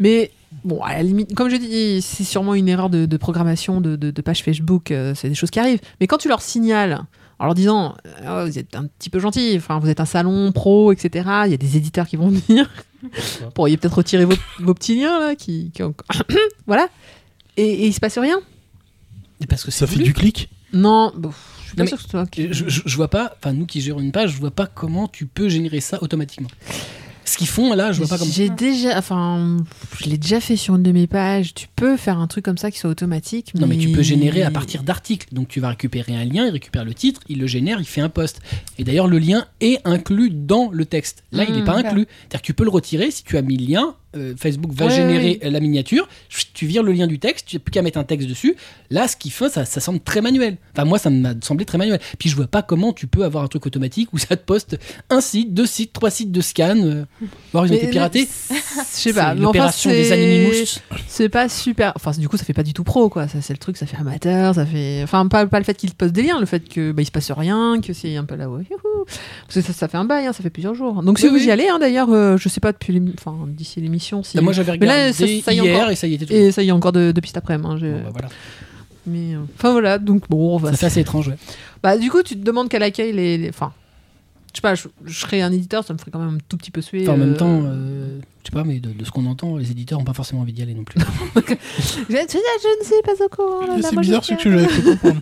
Speaker 2: Mais bon, à la limite, comme je dis, c'est sûrement une erreur de, de programmation de, de- de page Facebook, euh, c'est des choses qui arrivent. Mais quand tu leur signales en leur disant euh, Oh, vous êtes un petit peu gentil, enfin, vous êtes un salon pro, etc., il y a des éditeurs qui vont venir, vous pourriez peut-être retirer vos, vos petits liens, là, qui. qui ont- voilà. Et, et il se passe rien
Speaker 1: Et Parce que
Speaker 4: Ça
Speaker 1: c'est
Speaker 4: fait
Speaker 1: voulu.
Speaker 4: du clic
Speaker 2: Non, bon, je suis pas
Speaker 1: Non, mais-
Speaker 2: sûre que ce soit-
Speaker 1: Je, je- je vois pas, enfin, nous qui gérons une page, je vois pas comment tu peux générer ça automatiquement. Ce qu'ils font là, je vois pas comment.
Speaker 2: J'ai déjà, enfin, je l'ai déjà fait sur une de mes pages. Tu peux faire un truc comme ça qui soit automatique.
Speaker 1: Non, mais tu peux générer à partir d'articles. Donc tu vas récupérer un lien, il récupère le titre, il le génère, il fait un post. Et d'ailleurs, le lien est inclus dans le texte. Là, il n'est
Speaker 2: Mm,
Speaker 1: pas
Speaker 3: ok.
Speaker 1: inclus. C'est-à-dire que tu peux le retirer si tu as mis le lien. euh, Facebook va
Speaker 2: Ouais,
Speaker 1: générer la miniature. Chut, Tu vires le lien du texte, tu n'as plus qu'à mettre un texte dessus. Là, ce qu'il fait, ça, ça semble très manuel. Enfin, moi, ça m'a semblé très manuel. Puis je vois pas comment tu peux avoir un truc automatique où ça te poste un site, deux sites, trois sites de scan, euh, voire ils ont
Speaker 2: Mais
Speaker 1: été piratés.
Speaker 2: Je sais pas.
Speaker 1: C'est
Speaker 2: mais enfin,
Speaker 1: L'opération des
Speaker 2: c'est-
Speaker 1: Anonymous.
Speaker 2: C'est pas super. Enfin, du coup, ça fait pas du tout pro, quoi. Ça, c'est le truc, ça fait amateur, ça fait. Enfin, pas, pas le fait qu'ils postent des liens, le fait que bah, il se passe rien, que c'est un peu là. ouais, youhou. Parce que ça, ça fait un bail, hein, ça fait plusieurs jours. Donc, si
Speaker 1: Oui,
Speaker 2: vous
Speaker 1: oui.
Speaker 2: y allez, hein, d'ailleurs, euh, je sais pas depuis, l'émi- enfin, d'ici l'émission, si.
Speaker 1: Là, moi, j'avais
Speaker 2: Mais là,
Speaker 1: regardé
Speaker 2: ça- ça y est
Speaker 1: hier
Speaker 2: encore.
Speaker 1: et ça y était tout.
Speaker 2: Et ça y est, encore de- depuis cet après-midi. hein, je-
Speaker 1: Bon, bah, voilà.
Speaker 2: Mais euh, enfin voilà, donc bon, on va
Speaker 1: Ça fait assez étrange. ouais.
Speaker 2: Bah, du coup, tu te demandes qu'elle accueille les. les- Enfin, je sais pas, je, je serais un éditeur, ça me ferait quand même un tout petit peu suer.
Speaker 1: Enfin, en
Speaker 2: euh,
Speaker 1: même temps, euh, je sais pas, mais de, de ce qu'on entend, les éditeurs ont pas forcément envie d'y aller non plus.
Speaker 2: Je, je- je ne sais pas au courant. là, là,
Speaker 4: C'est
Speaker 2: moi, je
Speaker 4: bizarre ce
Speaker 2: tiens.
Speaker 4: que j'avais fait comprendre.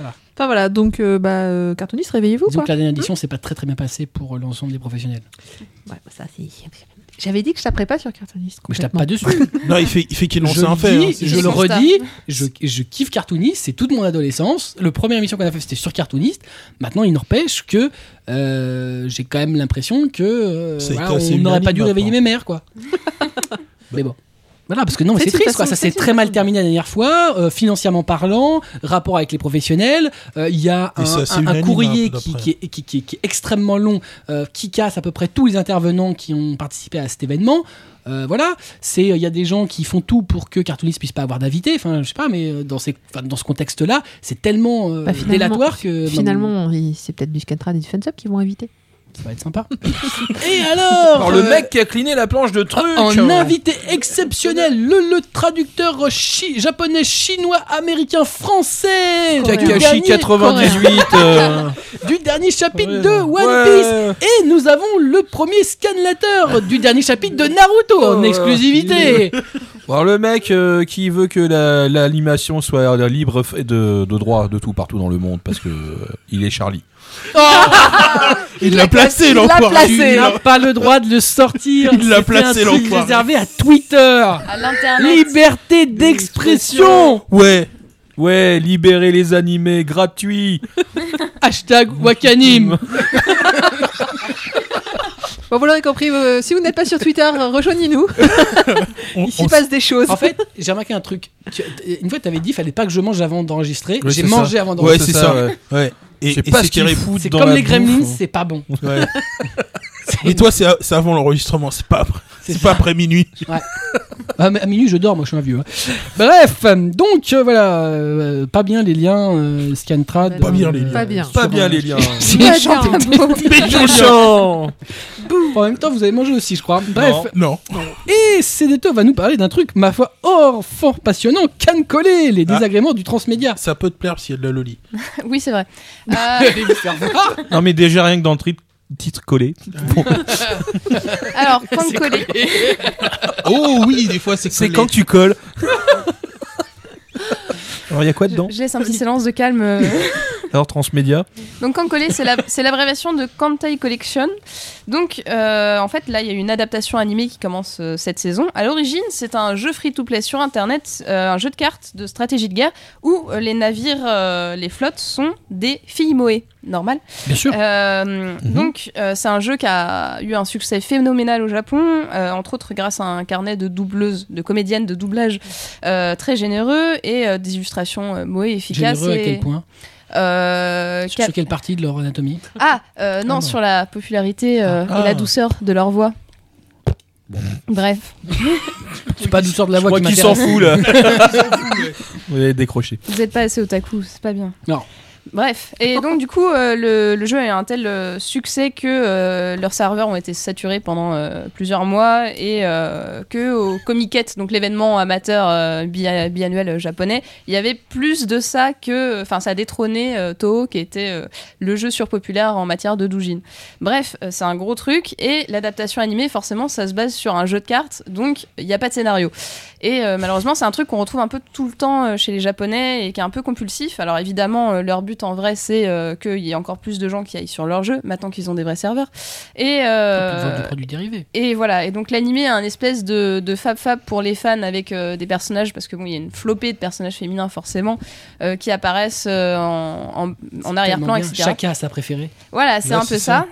Speaker 2: Enfin voilà, donc euh, bah, euh, cartooniste, réveillez-vous.
Speaker 1: Disons
Speaker 2: Quoi.
Speaker 1: euh, que la dernière édition, c'est pas très très bien passé pour l'ensemble des professionnels.
Speaker 2: Ouais, bah, ça, c'est- J'avais dit que je taperais pas sur Cartoonist.
Speaker 1: Mais je tape
Speaker 2: complètement.
Speaker 1: pas dessus.
Speaker 4: Non, il fait, il fait qu'il lance
Speaker 1: je
Speaker 4: un
Speaker 1: le
Speaker 4: fait.
Speaker 1: dis,
Speaker 4: hein, c'est-
Speaker 1: je le
Speaker 3: son
Speaker 1: redis, je, je kiffe Cartoonist, c'est toute mon adolescence. Le première émission qu'on a fait, c'était sur Cartoonist. Maintenant, il n'empêche que euh, j'ai quand même l'impression que euh,
Speaker 4: Ça a été
Speaker 1: voilà,
Speaker 4: assez
Speaker 1: on n'aurait pas dû
Speaker 4: unanime,
Speaker 1: réveiller mes
Speaker 4: maintenant.
Speaker 1: mères, quoi. mais bon. Voilà, parce que non, mais
Speaker 2: C'est
Speaker 1: c'est
Speaker 2: une
Speaker 1: triste, quoi.
Speaker 2: façon-
Speaker 1: Ça
Speaker 2: c'est
Speaker 1: s'est
Speaker 2: une
Speaker 1: très mal
Speaker 2: façon.
Speaker 1: terminé la dernière fois, euh, financièrement parlant, rapport avec les professionnels. Euh, Il y a
Speaker 4: Et
Speaker 1: un,
Speaker 4: c'est assez
Speaker 1: un- un
Speaker 4: unanime,
Speaker 1: courrier
Speaker 4: hein, d'après.
Speaker 1: qui, qui est, qui- qui- qui est extrêmement long, euh, qui casse à peu près tous les intervenants qui ont participé à cet événement. Euh, voilà, c'est il y a des gens qui font tout pour que Cartoonist puisse pas avoir d'invité. Enfin, je sais pas, mais euh, dans ces, enfin, dans ce contexte-là, c'est tellement euh,
Speaker 2: Bah, finalement-
Speaker 1: délatoire que
Speaker 2: Finalement, il- c'est peut-être du Scantrad et du Fansub qui vont inviter.
Speaker 1: ça va être sympa. Et alors,
Speaker 5: Alors le
Speaker 1: euh,
Speaker 5: mec hein, qui a cliné la planche de truc euh,
Speaker 1: un invité exceptionnel, le, le traducteur chi- japonais, chinois, américain, français, du
Speaker 5: Kakashi
Speaker 1: dernier-
Speaker 5: 98 euh,
Speaker 1: du dernier chapitre
Speaker 5: ouais,
Speaker 1: de One
Speaker 5: ouais.
Speaker 1: Piece. Et nous avons le premier scanlateur du dernier chapitre de Naruto en
Speaker 5: Oh,
Speaker 1: exclusivité.
Speaker 5: Alors le mec euh, qui veut que la- l'animation soit euh, libre f- de, de droit de tout partout dans le monde parce que euh, il est Charlie.
Speaker 1: Oh,
Speaker 4: Il l'a placé, l'enfoiré.
Speaker 1: Tu n'as pas le droit de le sortir.
Speaker 4: Il l'a
Speaker 1: C'était
Speaker 4: placé,
Speaker 1: un truc
Speaker 4: l'enfoiré.
Speaker 1: réservé à Twitter.
Speaker 3: À
Speaker 1: Ah
Speaker 3: l'internet.
Speaker 1: Liberté d'expression.
Speaker 4: Ouais.
Speaker 5: Ouais, libérer les animés gratuits.
Speaker 1: Hashtag Wakanim.
Speaker 2: Bon, vous l'aurez compris, euh, si vous n'êtes pas sur Twitter, euh, rejoignez-nous.
Speaker 4: On-
Speaker 2: Il s'y
Speaker 4: on-
Speaker 2: passe des choses.
Speaker 1: En fait, j'ai remarqué un truc. Tu- euh, Une fois, t'avais dit, fallait pas que je mange avant d'enregistrer.
Speaker 5: Oui,
Speaker 1: J'ai
Speaker 5: c'est ça.
Speaker 1: mangé avant
Speaker 4: Ouais,
Speaker 1: d'enregistrer.
Speaker 4: c'est ça. Ouais. Et,
Speaker 5: Je sais
Speaker 4: et
Speaker 5: pas
Speaker 4: c'est
Speaker 5: ce qu'il
Speaker 4: terrible.
Speaker 5: fout
Speaker 1: c'est
Speaker 5: dans
Speaker 1: comme
Speaker 5: la
Speaker 1: les
Speaker 5: bouffe,
Speaker 1: gremlins,
Speaker 5: hein.
Speaker 1: c'est pas bon.
Speaker 4: Ouais. Et toi, c'est c'est avant l'enregistrement, c'est pas après.
Speaker 1: C'est
Speaker 4: C'est pas après minuit.
Speaker 1: Ah, mais à minuit, je dors, moi, je suis un vieux. hein. Bref, donc euh, voilà, euh, pas bien les liens, euh, Scantrad. Euh,
Speaker 2: Pas
Speaker 4: bien les liens.
Speaker 2: Pas bien.
Speaker 5: Pas bien les liens.
Speaker 1: J'ai
Speaker 2: Pas
Speaker 1: chanté
Speaker 2: bien.
Speaker 1: des-
Speaker 5: Méchant.
Speaker 1: En même temps, vous avez mangé aussi, je crois. Bref,
Speaker 4: Non.
Speaker 1: et CDTO va nous parler d'un truc, ma foi, hors fort passionnant, canne collée, les
Speaker 4: Ah.
Speaker 1: désagréments du transmédia.
Speaker 4: Ça peut te plaire s'il y a de la loli.
Speaker 3: Oui, c'est vrai. Euh,
Speaker 1: Allez lui faire voir.
Speaker 5: Non mais déjà rien que dans le trip titre collé.
Speaker 3: alors, quand coller.
Speaker 4: Oh oui, des fois c'est
Speaker 5: C'est
Speaker 4: collé.
Speaker 5: quand tu colles. Alors il y a quoi dedans
Speaker 3: Je laisse un petit silence de calme. euh.
Speaker 5: Alors transmédia.
Speaker 3: Donc Kankole, c'est la- c'est l'abréviation de Kantai Collection. Donc euh, en fait, là, il y a une adaptation animée qui commence euh, cette saison. À l'origine, c'est un jeu free-to-play sur Internet, euh, un jeu de cartes de stratégie de guerre où euh, les navires, euh, les flottes sont des filles Moé, normal.
Speaker 1: Bien sûr.
Speaker 3: Euh,
Speaker 1: Mhm.
Speaker 3: Donc, euh, c'est un jeu qui a eu un succès phénoménal au Japon, euh, entre autres grâce à un carnet de doubleuses, de comédiennes de doublage euh, très généreux et euh, des illustrations euh, moe efficaces.
Speaker 1: Généreux à
Speaker 3: et,
Speaker 1: quel point
Speaker 3: euh,
Speaker 1: sur,
Speaker 3: cap-
Speaker 1: sur quelle partie de leur anatomie
Speaker 3: Ah, euh, non,
Speaker 1: non.
Speaker 3: sur la popularité euh,
Speaker 4: Ah.
Speaker 3: et la douceur de leur voix. Bref,
Speaker 1: C'est pas douceur de la
Speaker 5: Je
Speaker 1: voix
Speaker 5: crois
Speaker 1: qui
Speaker 5: qu'il s'en
Speaker 1: m'intéresse.
Speaker 5: fout là. Vous allez décrocher.
Speaker 3: vous n'êtes pas assez otaku, c'est pas bien.
Speaker 1: Non.
Speaker 3: Bref, et donc du coup, euh, le, le jeu a eu un tel euh, succès que euh, leurs serveurs ont été saturés pendant euh, plusieurs mois et euh, que au Comiket, donc l'événement amateur euh, bia- biannuel euh, japonais, il y avait plus de ça que, enfin, ça a détrôné euh, Toho qui était euh, le jeu surpopulaire en matière de doujin. Bref, euh, c'est un gros truc et l'adaptation animée, forcément, ça se base sur un jeu de cartes, donc il n'y a pas de scénario. Et euh, malheureusement, c'est un truc qu'on retrouve un peu tout le temps euh, chez les Japonais et qui est un peu compulsif. Alors évidemment, euh, leur but en vrai, c'est euh, qu'il y ait encore plus de gens qui aillent sur leur jeu, maintenant qu'ils ont des vrais serveurs. Et, euh,
Speaker 1: Pour vendre du produit dérivé.
Speaker 3: et voilà, et donc l'animé a un espèce de, de fab fab pour les fans avec euh, des personnages, parce que bon, il y a une flopée de personnages féminins forcément euh, qui apparaissent euh, en, en- en arrière-plan,
Speaker 1: Tellement bien.
Speaker 3: etc.
Speaker 1: Chacun a sa préférée.
Speaker 3: Voilà, c'est
Speaker 4: Ouais,
Speaker 3: un
Speaker 4: c'est
Speaker 3: peu ça.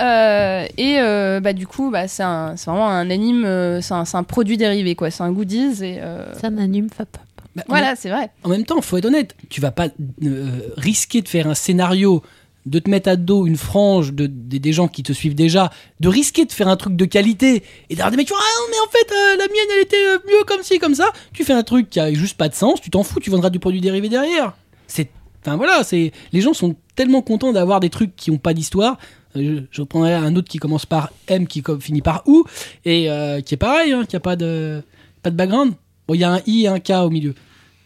Speaker 3: Euh, et euh, bah, du coup, bah, c'est un- c'est vraiment un anime, euh, c'est un, c'est un produit dérivé, quoi. C'est un goodies. Et, euh,
Speaker 2: C'est un anime fap.
Speaker 1: Bah, on a-
Speaker 3: Voilà, c'est vrai.
Speaker 1: En même temps, faut être honnête, tu vas pas euh, risquer de faire un scénario, de te mettre à dos une frange de, des- des gens qui te suivent déjà, de risquer de faire un truc de qualité et d'avoir des mecs qui font Ah non, mais en fait, euh, la mienne, elle était euh, mieux comme ci, comme ça. Tu fais un truc qui a juste pas de sens, tu t'en fous, tu vendras du produit dérivé derrière. C'est. Enfin voilà, c'est. Les gens sont tellement contents d'avoir des trucs qui ont pas d'histoire. Euh, Je, je prendrais un autre qui commence par M, qui com- finit par OU, et euh, qui est pareil, hein, qui a pas de, pas de background. Bon, il y a un I et un K au milieu.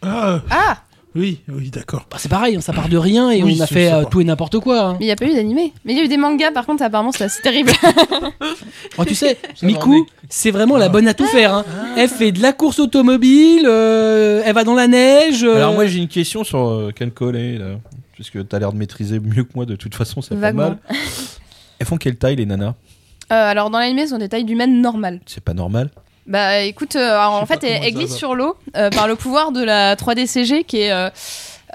Speaker 4: Ah
Speaker 3: Ah,
Speaker 4: oui, oui, d'accord.
Speaker 1: Bah, c'est pareil, hein, ça part de rien et
Speaker 4: Oui,
Speaker 1: on a
Speaker 4: c'est-
Speaker 1: fait
Speaker 4: c'est
Speaker 1: euh,
Speaker 4: pas-
Speaker 1: tout et n'importe quoi. hein.
Speaker 3: mais il n'y a pas eu d'animé. Mais il y a eu des mangas, par contre, apparemment, c'est assez terrible.
Speaker 1: Oh, tu sais,
Speaker 5: va, Ah.
Speaker 1: Miku, c'est vraiment la bonne à tout faire. hein. Elle fait de la course automobile, euh, elle va dans la neige. euh,
Speaker 5: Alors moi j'ai une question sur euh, Ken Coley là, puisque t'as l'air de maîtriser mieux que moi de toute façon, ça fait
Speaker 3: Vaguement.
Speaker 5: mal. Elles font quelle taille les nanas
Speaker 3: Euh, alors dans l'anime, son détail d'humaine normale.
Speaker 5: C'est pas normal.
Speaker 3: Bah écoute, euh, alors,
Speaker 4: Je sais
Speaker 3: en fait,
Speaker 4: pas
Speaker 3: elle,
Speaker 4: comment
Speaker 3: elle
Speaker 4: ça
Speaker 3: glisse
Speaker 4: va.
Speaker 3: sur l'eau euh, par le pouvoir de la 3DCG qui est. euh,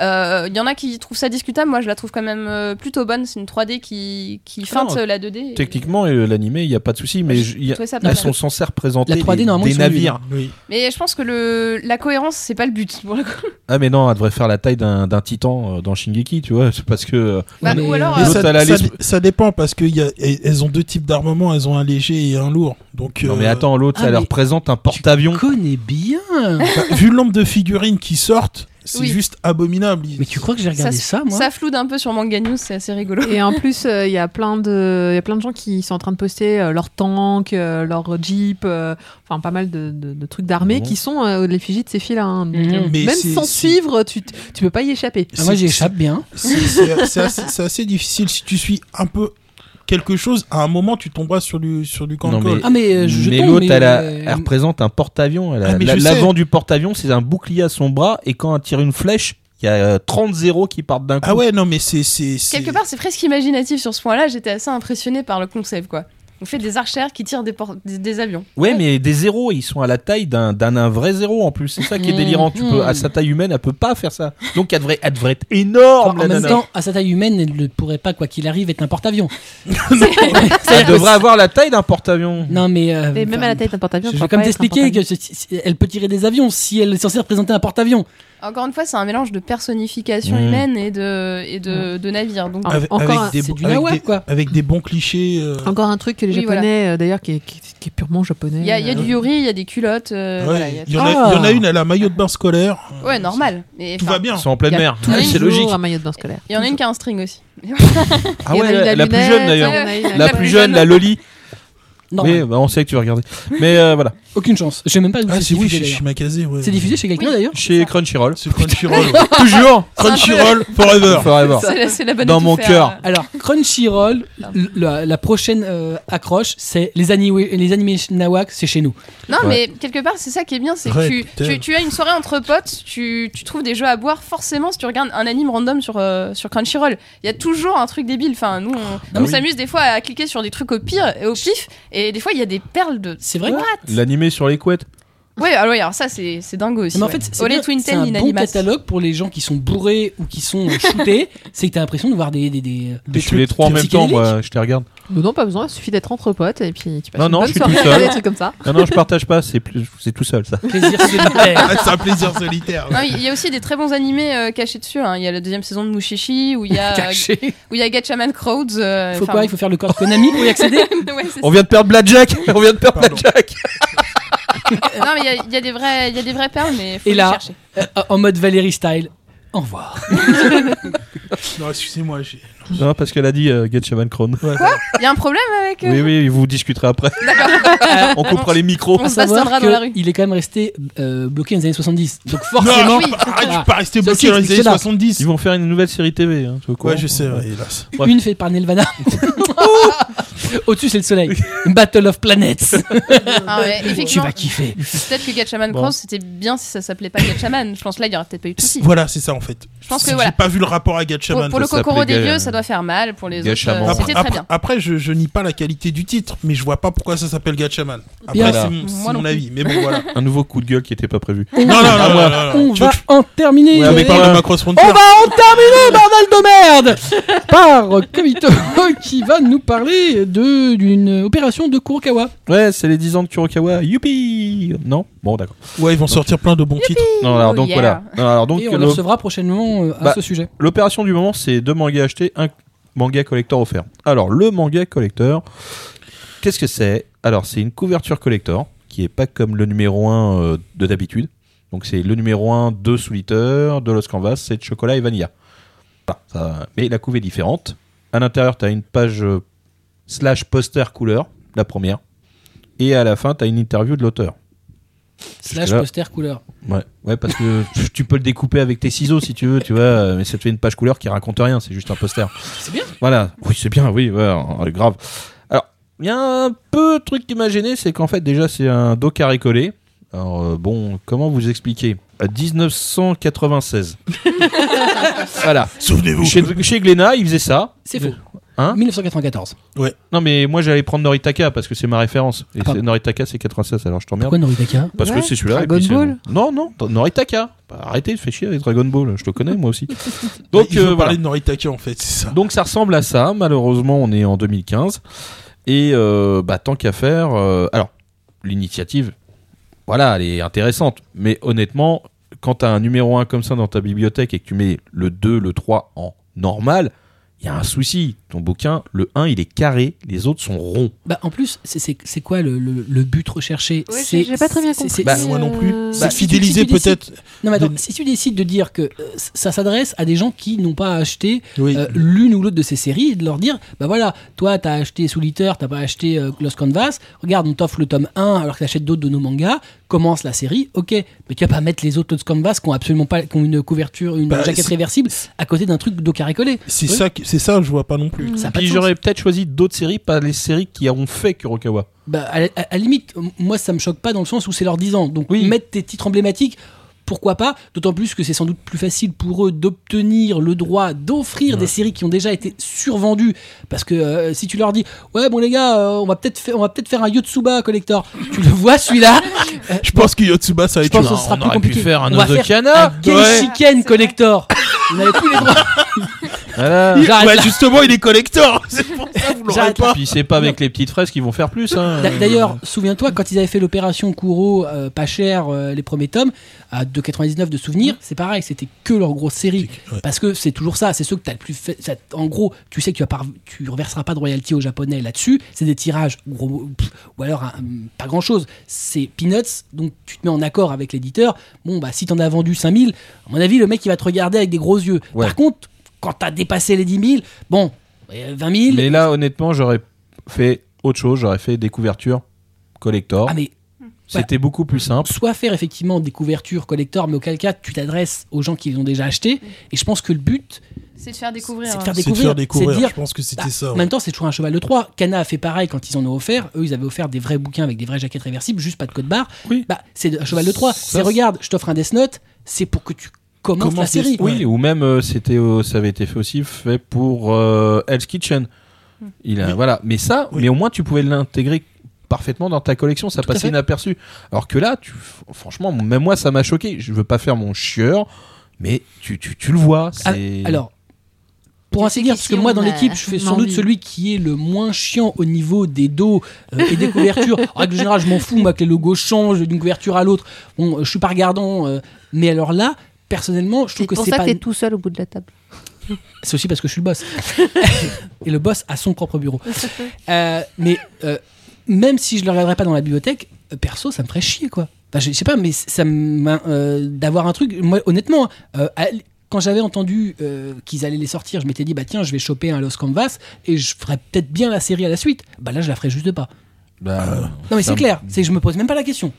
Speaker 3: euh, Il y en a qui trouvent ça discutable, moi je la trouve quand même euh, plutôt bonne. C'est une 3D qui, qui
Speaker 5: Ah non,
Speaker 3: feinte euh, la 2D. et-
Speaker 5: Techniquement, euh, l'animé, il n'y a pas de souci, mais je- il y
Speaker 3: J'ai
Speaker 5: a-
Speaker 3: trouvé ça pas
Speaker 5: elles
Speaker 3: mal.
Speaker 5: sont censées représenter
Speaker 1: La 3D,
Speaker 5: des-
Speaker 1: normalement,
Speaker 5: des
Speaker 1: ils sont nuls.
Speaker 5: navires.
Speaker 4: Oui.
Speaker 3: Mais je pense que le, la cohérence, c'est pas le but. pour le coup.
Speaker 5: Ah mais non, elle devrait faire la taille d'un d'un titan euh, dans Shingeki, tu vois, c'est parce que euh,
Speaker 3: Bah,
Speaker 1: mais,
Speaker 3: ou alors,
Speaker 4: Mais
Speaker 5: euh,
Speaker 4: ça,
Speaker 5: L'autre, elle a
Speaker 4: ça-
Speaker 5: les-
Speaker 4: ça dépend parce qu'elles ont deux types d'armement, elles ont un léger et un lourd. Donc,
Speaker 5: non mais
Speaker 4: euh,
Speaker 5: attends, l'autre
Speaker 1: ah,
Speaker 5: elle
Speaker 1: mais-
Speaker 5: représente un porte-avions.
Speaker 1: Tu connais bien.
Speaker 4: bah, vu le nombre de figurines qui sortent, c'est
Speaker 3: Oui.
Speaker 4: juste abominable. Ils-
Speaker 1: Mais tu crois que j'ai regardé ça, moi
Speaker 3: ça floude un peu sur Manga News, c'est assez rigolo.
Speaker 2: Et en plus, euh, il y a plein de, il y a plein de gens qui sont en train de poster euh, leur tank, euh, leur jeep, euh, enfin pas mal de, de- de trucs d'armée
Speaker 5: Bon.
Speaker 2: qui sont euh, l'effigie de ces filles-là. hein. Donc,
Speaker 1: Mhm.
Speaker 2: euh,
Speaker 4: Mais
Speaker 2: Même
Speaker 4: c'est-
Speaker 2: sans
Speaker 4: c'est-
Speaker 2: suivre, tu, t- tu peux pas y échapper.
Speaker 1: Ah, Moi,
Speaker 4: c'est-
Speaker 1: j'y échappe bien.
Speaker 4: C'est- C'est c'est assez, c'est assez difficile si tu suis un peu quelque chose. À un moment, tu tomberas sur du sur du
Speaker 5: Non, mais-
Speaker 4: cancol.
Speaker 1: Ah, mais euh, je je
Speaker 5: mais
Speaker 1: tombe,
Speaker 5: l'autre,
Speaker 1: mais,
Speaker 5: elle, a-
Speaker 1: euh,
Speaker 5: elle représente un porte-avions. Elle a-
Speaker 4: Ah, mais
Speaker 5: la-
Speaker 4: je
Speaker 5: L'avant du porte-avions, c'est un bouclier à son bras, et quand elle tire une flèche, il y a euh, 30 zéros qui partent d'un coup.
Speaker 4: Ah ouais, non, mais c'est c'est c'est-
Speaker 3: Quelque part, c'est presque imaginatif sur ce point-là. J'étais assez impressionné par le concept, quoi. On fait des archères qui tirent des, por- des, des avions.
Speaker 5: Ouais, mais des zéros, ils sont à la taille d'un d'un un vrai zéro en plus. C'est ça qui
Speaker 1: Mmh,
Speaker 5: est délirant. Tu peux, à sa taille humaine, elle peut pas faire ça. Donc elle devrait, elle devrait être énorme.
Speaker 1: en
Speaker 5: la
Speaker 1: même
Speaker 5: nana.
Speaker 1: temps, à sa taille humaine, elle ne pourrait pas, quoi qu'il arrive, être un porte-avions.
Speaker 5: elle devrait avoir la taille d'un porte-avions.
Speaker 1: Non, mais. euh,
Speaker 2: Et même
Speaker 1: enfin,
Speaker 2: à la tête d'un porte-avions.
Speaker 1: Je
Speaker 2: tu
Speaker 1: vais
Speaker 2: vas
Speaker 1: quand même
Speaker 2: pas être un
Speaker 1: t'expliquer
Speaker 2: porte-avions.
Speaker 1: que si- si- elle peut tirer des avions si elle est censée représenter un porte-avions.
Speaker 3: Encore une fois, c'est un mélange de personnification
Speaker 4: Mmh.
Speaker 5: Mm.
Speaker 3: humaine et de, et
Speaker 1: Mmh.
Speaker 3: de, de navire. Donc,
Speaker 2: Ah,
Speaker 4: avec,
Speaker 2: encore
Speaker 4: avec
Speaker 2: un-
Speaker 4: des,
Speaker 1: c'est
Speaker 4: bo-
Speaker 1: du
Speaker 4: avec
Speaker 1: nawa,
Speaker 4: des-
Speaker 1: quoi.
Speaker 4: avec des bons clichés. euh,
Speaker 2: Encore un truc que les
Speaker 3: Oui,
Speaker 2: Japonais,
Speaker 3: voilà.
Speaker 2: euh, d'ailleurs, qui est, qui est- qui est purement japonais. euh,
Speaker 3: il y a, il y a du yuri, il y a des culottes. euh,
Speaker 4: ouais,
Speaker 3: voilà, il y a-
Speaker 4: il, y en a,
Speaker 1: Ah.
Speaker 4: il y en a une, elle a un maillot de bain scolaire.
Speaker 3: Ouais, normal. Mais,
Speaker 4: Tout
Speaker 3: enfin,
Speaker 4: va bien.
Speaker 5: Ils sont en pleine
Speaker 2: Il y a
Speaker 5: mer.
Speaker 2: Toujours
Speaker 5: Ouais, C'est logique.
Speaker 2: un maillot de bain scolaire.
Speaker 3: Il y en a une qui a un string aussi.
Speaker 5: Ah
Speaker 2: Il y en a
Speaker 5: ouais,
Speaker 2: eu
Speaker 5: la,
Speaker 2: la
Speaker 5: la plus
Speaker 2: lunette,
Speaker 5: jeune
Speaker 2: il y en
Speaker 5: d'ailleurs.
Speaker 2: a eu la
Speaker 5: La
Speaker 2: lunette.
Speaker 5: plus jeune, la Loli.
Speaker 1: Non,
Speaker 5: Oui, bah, on sait que tu vas regarder. Mais euh, voilà,
Speaker 1: aucune chance. Je sais même pas où
Speaker 4: Ah,
Speaker 1: c'est
Speaker 4: c'est oui,
Speaker 1: diffusé.
Speaker 4: chez
Speaker 1: d'ailleurs.
Speaker 4: Shimakazé, ouais.
Speaker 1: C'est diffusé chez quelqu'un
Speaker 3: Oui.
Speaker 1: d'ailleurs
Speaker 5: chez Crunchyroll.
Speaker 4: C'est Crunchyroll.
Speaker 5: Toujours.
Speaker 4: Crunchyroll forever.
Speaker 5: Forever.
Speaker 3: C'est la, c'est la bonne
Speaker 5: Dans
Speaker 3: à tout
Speaker 5: mon
Speaker 3: faire. euh,
Speaker 5: cœur.
Speaker 1: Alors, Crunchyroll, l- la, la prochaine euh, accroche, c'est les, ani- les animés nawak, c'est chez nous.
Speaker 3: Non,
Speaker 5: Ouais.
Speaker 3: mais quelque part, c'est ça qui est bien, c'est que
Speaker 4: Ouais,
Speaker 3: tu,
Speaker 4: putain.
Speaker 3: tu- tu as une soirée entre potes, tu, tu trouves des jeux à boire, forcément, si tu regardes un anime random sur, euh, sur Crunchyroll. Il y a toujours un truc débile. Enfin, nous, on, on
Speaker 4: Ah oui.
Speaker 3: s'amuse des fois à cliquer sur des trucs au pire et au pif, et des fois, il y a des perles de.
Speaker 1: C'est vrai
Speaker 5: L'animé sur les couettes.
Speaker 3: Ouais, alors, oui, alors ça, c'est c'est dingo aussi.
Speaker 1: Mais en
Speaker 3: ouais.
Speaker 1: fait, c'est
Speaker 3: Olé
Speaker 1: bien,
Speaker 3: Twin
Speaker 1: c'est
Speaker 3: Tail,
Speaker 1: un bon
Speaker 3: Inanimax.
Speaker 1: catalogue pour les gens qui sont bourrés ou qui sont euh, shootés. c'est que t'as l'impression de voir des. des, des-
Speaker 5: Je suis les trois en même temps, moi, je te regarde.
Speaker 2: Mais Non, pas besoin, il suffit d'être entre potes et puis tu passes
Speaker 5: Non,
Speaker 2: une
Speaker 5: non,
Speaker 2: bonne
Speaker 5: je suis
Speaker 2: soirée
Speaker 5: tout
Speaker 2: à regarder
Speaker 5: seul.
Speaker 2: des trucs comme ça.
Speaker 5: Non, non, je partage pas, c'est plus- c'est tout seul ça.
Speaker 1: plaisirs solitaires.
Speaker 3: Euh,
Speaker 4: Ah, c'est un plaisir solitaire.
Speaker 3: Non, Il y a aussi des très bons animés euh, cachés dessus. hein. Il y a la deuxième saison de Mushishi, où il y a, euh,
Speaker 1: Cachés.
Speaker 3: où il y a Gatchaman Crowds. euh,
Speaker 1: Faut
Speaker 3: enfin,
Speaker 1: quoi Il faut faire le corps de Konami pour y accéder
Speaker 3: ouais, c'est
Speaker 5: On vient de perdre Blackjack On vient de perdre
Speaker 4: Pardon.
Speaker 5: Blackjack
Speaker 3: ça. Non, mais il y a- il y, a des vrais- il y a des vraies perles, mais faut
Speaker 1: Et
Speaker 3: les
Speaker 1: là-
Speaker 3: chercher.
Speaker 1: Euh, En mode Valérie style. Au revoir.
Speaker 4: Non, excusez-moi. j'ai-
Speaker 5: Non, parce qu'elle a dit euh, Get Shaman Crown.
Speaker 4: Ouais.
Speaker 3: Il y a un problème avec. euh,
Speaker 5: Oui, oui, vous discuterez après. On coupera les micros.
Speaker 3: On se
Speaker 1: Savoir
Speaker 3: bastonnera
Speaker 1: que
Speaker 3: dans la rue.
Speaker 1: Il est quand même resté euh, bloqué dans les années 70. Donc
Speaker 4: Non,
Speaker 1: forcément.
Speaker 4: je suis pas- ah, je suis pas resté
Speaker 1: Oh, Ça
Speaker 4: bloqué dans les
Speaker 1: aussi,
Speaker 4: années
Speaker 1: c'est là.
Speaker 4: 70.
Speaker 5: Ils vont faire une nouvelle série TV. Hein, tu vois quoi
Speaker 4: Ouais, je sais, ouais, hélas.
Speaker 5: Bref.
Speaker 1: Une faite par Nelvana. Au-dessus, c'est le soleil. Battle of Planets.
Speaker 3: Ah ouais,
Speaker 1: Tu
Speaker 3: effectivement,
Speaker 1: vas kiffer.
Speaker 3: peut-être que Gatchaman
Speaker 5: Bon.
Speaker 3: Cross c'était bien si ça s'appelait pas Gatchaman. Je pense que là, il y aurait peut-être pas eu de soucis.
Speaker 4: Voilà, c'est ça en fait.
Speaker 3: Je pense que
Speaker 4: J'ai
Speaker 3: voilà.
Speaker 4: pas vu le rapport à
Speaker 3: Pour,
Speaker 4: Gatchaman.
Speaker 3: pour le
Speaker 5: ça
Speaker 3: Kokoro
Speaker 5: s'appelait
Speaker 3: des
Speaker 5: Ga-
Speaker 3: vieux, ça doit faire mal. Pour les autres,
Speaker 5: Gatchaman.
Speaker 3: euh,
Speaker 4: Après,
Speaker 3: c'était très
Speaker 4: après-
Speaker 3: bien.
Speaker 4: après, je, je nie pas la qualité du titre, mais je vois pas pourquoi ça s'appelle Gatchaman. Après,
Speaker 1: Bien.
Speaker 4: c'est mon, c'est
Speaker 3: Moi non
Speaker 4: mon
Speaker 3: plus.
Speaker 4: avis, mais bon, voilà.
Speaker 5: Un nouveau coup de gueule qui était pas prévu.
Speaker 4: non, non, non, non, non, non.
Speaker 1: Ah, On
Speaker 4: Tu veux
Speaker 1: va
Speaker 4: que je-
Speaker 1: en terminer.
Speaker 5: Ouais,
Speaker 4: tu veux
Speaker 5: avec
Speaker 4: que je parle
Speaker 5: un-
Speaker 4: de Macross Frontier
Speaker 1: On va en terminer, bordel de merde Par Komito qui va nous parler de- d'une opération de Kurokawa.
Speaker 5: Ouais, c'est les 10 ans de Kurokawa. Youpi Non Bon, d'accord.
Speaker 4: Ouais, ils vont sortir plein de bons titres.
Speaker 5: Non, alors donc
Speaker 3: yeah.
Speaker 5: voilà. Non, alors donc
Speaker 1: et on
Speaker 5: le-
Speaker 1: le recevra prochainement euh, à
Speaker 5: Bah,
Speaker 1: ce sujet.
Speaker 5: l'opération du moment, c'est deux mangas achetés, un manga collector offert. Alors, le manga collector, qu'est-ce que c'est Alors, c'est une couverture collector qui est pas comme le numéro 1 euh, de d'habitude. Donc, c'est le numéro 1 de Souliter, de Los Canvas, c'est de chocolat et vanilla. Voilà, ça- Mais la couve est différente. À l'intérieur, tu as une page euh, slash poster couleur, la première. Et à la fin, tu as une interview de l'auteur.
Speaker 1: Slash
Speaker 5: là-
Speaker 1: poster couleur.
Speaker 5: Ouais, ouais, parce que tu peux le découper avec tes ciseaux si tu veux, tu vois, euh, mais ça te fait une page couleur qui raconte rien, c'est juste un poster.
Speaker 1: C'est bien.
Speaker 5: Voilà, oui, c'est bien, oui, ouais, euh, grave. Alors, il y a un peu de truc qui m'a gêné, c'est qu'en fait, déjà, c'est un dos carré collé. Alors, euh, bon, comment vous expliquer À 1996. voilà.
Speaker 4: Souvenez-vous.
Speaker 5: Chez, chez Glénat, il faisait ça.
Speaker 1: C'est faux.
Speaker 5: Hein
Speaker 1: 1994.
Speaker 5: Non, mais moi j'allais prendre Noritaka parce que c'est ma référence. Et
Speaker 1: Ah, pardon.
Speaker 5: c'est- Noritaka c'est 96, alors je t'emmerde.
Speaker 1: Pourquoi Noritaka
Speaker 5: Parce
Speaker 2: Ouais,
Speaker 5: que c'est celui-là. et
Speaker 2: Dragon
Speaker 5: puis c'est-
Speaker 2: Ball.
Speaker 5: Non, non, t- Noritaka. Bah, arrêtez, fais chier avec Dragon Ball. Je te connais moi aussi. Donc
Speaker 4: il
Speaker 5: euh,
Speaker 4: veut
Speaker 5: voilà.
Speaker 4: parler de Noritake en fait, c'est ça.
Speaker 5: Donc ça ressemble à ça. Malheureusement, on est en 2015. Et euh, bah, tant qu'à faire. euh, alors, l'initiative, voilà, elle est intéressante. Mais honnêtement, quand tu as un numéro 1 comme ça dans ta bibliothèque et que tu mets le 2, le 3 en normal, il y a un souci. Ton bouquin, le 1, il est carré. Les autres sont ronds.
Speaker 1: Bah, en plus, c'est- c'est c'est quoi le, le- le but recherché
Speaker 2: Ouais,
Speaker 1: C'est-
Speaker 2: j'ai- j'ai pas très bien
Speaker 1: c'est-
Speaker 2: compris.
Speaker 1: c'est-
Speaker 5: Bah,
Speaker 1: c'est-
Speaker 4: moi non plus.
Speaker 2: Euh,
Speaker 1: C'est-
Speaker 4: Bah,
Speaker 1: si tu-
Speaker 4: fidéliser
Speaker 1: si tu décides-
Speaker 4: peut-être.
Speaker 1: Non, mais attends,
Speaker 4: de-
Speaker 1: si tu décides de dire que euh, ça s'adresse à des gens qui n'ont pas acheté
Speaker 4: Oui.
Speaker 1: euh, l'une ou l'autre de ces séries et de leur dire bah voilà toi t'as acheté Souliter t'as pas acheté euh, Lost Canvas regarde on t'offre le tome 1 alors que t'achètes d'autres de nos mangas commence la série ok mais tu vas pas mettre les autres Lost Canvas qui ont absolument pas qui ont une couverture une
Speaker 4: Bah,
Speaker 1: jaquette
Speaker 4: c'est-
Speaker 1: réversible à côté d'un truc d'eau carré collé
Speaker 4: C'est
Speaker 1: Oui.
Speaker 4: ça, que- c'est ça, je vois pas non plus.
Speaker 2: Ah,
Speaker 1: ça a pas de
Speaker 2: bah,
Speaker 5: Puis
Speaker 1: sens.
Speaker 5: j'aurais peut-être choisi d'autres séries, pas les séries qui ont fait Kurokawa.
Speaker 1: Bah, à, la- à la limite m- moi ça me choque pas dans le sens où c'est leur 10 ans donc
Speaker 5: Oui.
Speaker 1: mettre tes titres emblématiques pourquoi pas D'autant plus que c'est sans doute plus facile pour eux d'obtenir le droit d'offrir des séries qui ont déjà été survendues. Parce que euh, si tu leur dis, ouais, bon les gars, euh, on va peut-être faire, on va peut-être faire un Yotsuba collector. tu le vois celui-là Euh,
Speaker 4: Je pense que Yotsuba, ça va
Speaker 1: Je
Speaker 4: être
Speaker 1: pense
Speaker 4: chaud.
Speaker 1: que ce sera
Speaker 5: on
Speaker 1: plus
Speaker 5: aurait pu
Speaker 1: compliqué.
Speaker 5: faire un
Speaker 1: on va
Speaker 5: Ozokana.
Speaker 1: faire un Genshiken
Speaker 2: Ouais.
Speaker 1: collector. Vous n'avez plus les droits.
Speaker 5: Voilà.
Speaker 4: Il-
Speaker 1: J'arrête
Speaker 4: bah,
Speaker 1: Ah, là.
Speaker 4: justement, il est collector. C'est pour ça que vous l'aurez
Speaker 1: J'arrête
Speaker 4: pas.
Speaker 5: Puis c'est pas avec les petites fraises qu'ils vont faire plus. hein.
Speaker 1: D'a- D'ailleurs, souviens-toi, quand ils avaient fait l'opération Kuro euh, pas cher, euh, les premiers tomes, à 2,99 de souvenirs, c'est pareil, c'était que leur grosse série.
Speaker 4: Ouais.
Speaker 1: Parce que c'est toujours ça, c'est ceux que tu as le plus fait. ça- en gros, tu sais que tu, vas pas- tu reverseras pas de royalty aux japonais là-dessus, c'est des tirages, gros, pff, ou alors un- pas grand-chose. C'est Peanuts, donc tu te mets en accord avec l'éditeur. Bon, bah si t'en as vendu 5000, à mon avis, le mec il va te regarder avec des gros yeux.
Speaker 5: Ouais.
Speaker 1: Par contre, quand t'as dépassé les 10 000, bon, euh, 20 000.
Speaker 5: Mais là, honnêtement, j'aurais fait autre chose. J'aurais fait des couvertures collector.
Speaker 1: Ah, mais
Speaker 5: C'était beaucoup plus simple.
Speaker 1: soit faire effectivement des couvertures collector, mais auquel cas tu t'adresses aux gens qui les ont déjà acheté. Et je pense que le but,
Speaker 3: C'est de faire découvrir.
Speaker 1: c'est de
Speaker 3: hein.
Speaker 1: faire
Speaker 4: C'est de
Speaker 1: découvrir.
Speaker 4: faire
Speaker 1: c'est de
Speaker 4: découvrir.
Speaker 1: dire,
Speaker 4: Je pense que
Speaker 1: bah,
Speaker 4: c'était ça.
Speaker 1: En même temps, c'est toujours un cheval de Troie. Cana a fait pareil quand ils en ont offert. Eux, ils avaient offert des vrais bouquins avec des vraies jaquettes réversibles, juste pas de code barre.
Speaker 5: Oui.
Speaker 1: Bah, c'est un cheval de Troie.
Speaker 5: Ça,
Speaker 1: C'est
Speaker 5: c'est-
Speaker 1: regarde, je t'offre un Death Note, c'est pour que tu commences
Speaker 4: Commence
Speaker 1: la série.
Speaker 4: Death Note.
Speaker 5: Oui, ou même euh, c'était, euh, ça avait été fait aussi fait pour euh, Hell's Kitchen.
Speaker 1: Hmm.
Speaker 5: Il a,
Speaker 4: Oui.
Speaker 5: voilà. Mais ça,
Speaker 4: Oui.
Speaker 5: mais au moins tu pouvais l'intégrer parfaitement dans ta collection. Ça
Speaker 1: à
Speaker 5: passait
Speaker 1: fait.
Speaker 5: inaperçu. Alors que là, tu, franchement, même moi, ça m'a choqué. Je veux pas faire mon chieur, mais tu, tu, tu le vois.
Speaker 1: Ah,
Speaker 5: c'est-
Speaker 1: Alors, pour
Speaker 2: C'est
Speaker 1: ainsi dire, parce
Speaker 2: qu'ici,
Speaker 1: que moi
Speaker 2: on
Speaker 1: dans
Speaker 2: a
Speaker 1: l'équipe, je fais sans
Speaker 2: envie.
Speaker 1: doute celui qui est le moins chiant au niveau des dos euh, et des couvertures. En règle générale, je m'en fous, moi, que les logos changent d'une couverture à l'autre. Bon, euh, je suis pas regardant, euh, mais alors là, personnellement, je trouve
Speaker 2: C'est
Speaker 1: que
Speaker 2: pour
Speaker 1: c'est
Speaker 2: ça
Speaker 1: pas.
Speaker 2: que t'es tout seul au bout de la table.
Speaker 1: C'est aussi parce que je suis le boss. et le boss a son propre bureau. Euh, mais euh, même si je le regarderais pas dans la bibliothèque, euh, perso, ça me ferait chier, quoi. Enfin, je je sais pas, mais c- ça m'a- euh, d'avoir un truc. Moi, honnêtement, euh, à- quand j'avais entendu euh, qu'ils allaient les sortir, je m'étais dit, bah tiens, je vais choper un Los Canvas et je ferais peut-être bien la série à la suite. Bah là, je la ferais juste pas.
Speaker 5: Bah,
Speaker 1: Non, mais
Speaker 5: ça
Speaker 1: c'est
Speaker 5: me-
Speaker 1: clair. C'est, je me pose même pas la question.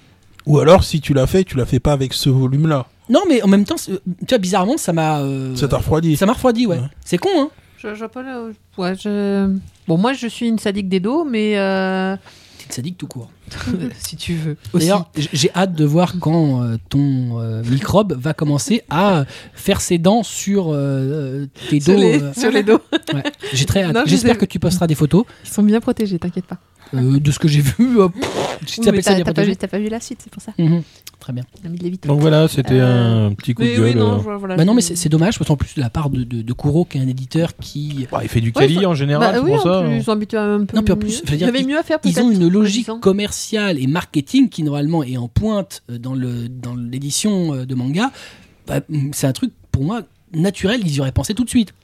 Speaker 4: Ou alors, si tu l'as fait, tu l'as fait pas avec ce volume-là.
Speaker 1: Non, mais en même temps, c'est- tu vois, bizarrement, ça m'a. euh,
Speaker 4: Ça t'a refroidi.
Speaker 1: ça m'a refroidi, ouais.
Speaker 4: Ouais.
Speaker 1: C'est con, hein.
Speaker 2: Je, je, pas là où- ouais, je- Bon, moi, je suis une sadique des dos, mais euh,
Speaker 1: Petite sadique tout court.
Speaker 2: si tu veux. Aussi.
Speaker 1: D'ailleurs, j- j'ai hâte de voir quand euh, ton euh, microbe va commencer à faire ses dents sur euh, tes dos.
Speaker 2: sur, les,
Speaker 1: euh,
Speaker 2: sur les dos.
Speaker 1: ouais. J'ai très hâte.
Speaker 2: Non, je
Speaker 1: J'espère
Speaker 2: sais.
Speaker 1: que tu posteras des photos
Speaker 2: Ils sont bien protégés, t'inquiette pas.
Speaker 1: euh, de ce que j'ai vu. hop. Si
Speaker 2: Oui,
Speaker 1: t'appelles
Speaker 2: mais
Speaker 1: ça
Speaker 2: T'as
Speaker 1: des
Speaker 2: t'as pas,
Speaker 1: protégés.
Speaker 2: vu- t'as pas vu la suite, c'est pour ça.
Speaker 1: Mhm. Très bien.
Speaker 2: On a mis de l'évitement.
Speaker 5: Donc voilà, c'était
Speaker 2: Euh,
Speaker 5: un petit coup
Speaker 2: Mais
Speaker 5: de
Speaker 2: oui,
Speaker 5: gueule.
Speaker 2: non,
Speaker 5: euh.
Speaker 2: je vois- voilà,
Speaker 1: Bah non,
Speaker 2: je-
Speaker 1: mais c'est c'est dommage parce qu'en plus de la part de, de, de Kuro, qui est un éditeur qui
Speaker 5: Bah, il fait du
Speaker 2: Ouais,
Speaker 5: Cali en général,
Speaker 2: Bah
Speaker 5: c'est
Speaker 2: oui,
Speaker 5: pour
Speaker 2: en
Speaker 5: ça.
Speaker 2: plus, ils sont habitués à un peu.
Speaker 1: Non, puis en plus, je veux
Speaker 2: mieux. il y
Speaker 1: dire,
Speaker 2: avait mieux à faire
Speaker 1: ils
Speaker 2: peut-être,
Speaker 1: ont une
Speaker 2: en
Speaker 1: logique
Speaker 2: disant.
Speaker 1: commerciale et marketing qui normalement est en pointe euh, dans le dans l'édition euh, de manga. Bah, mm, c'est un truc pour moi naturel. Ils y auraient pensé tout de suite.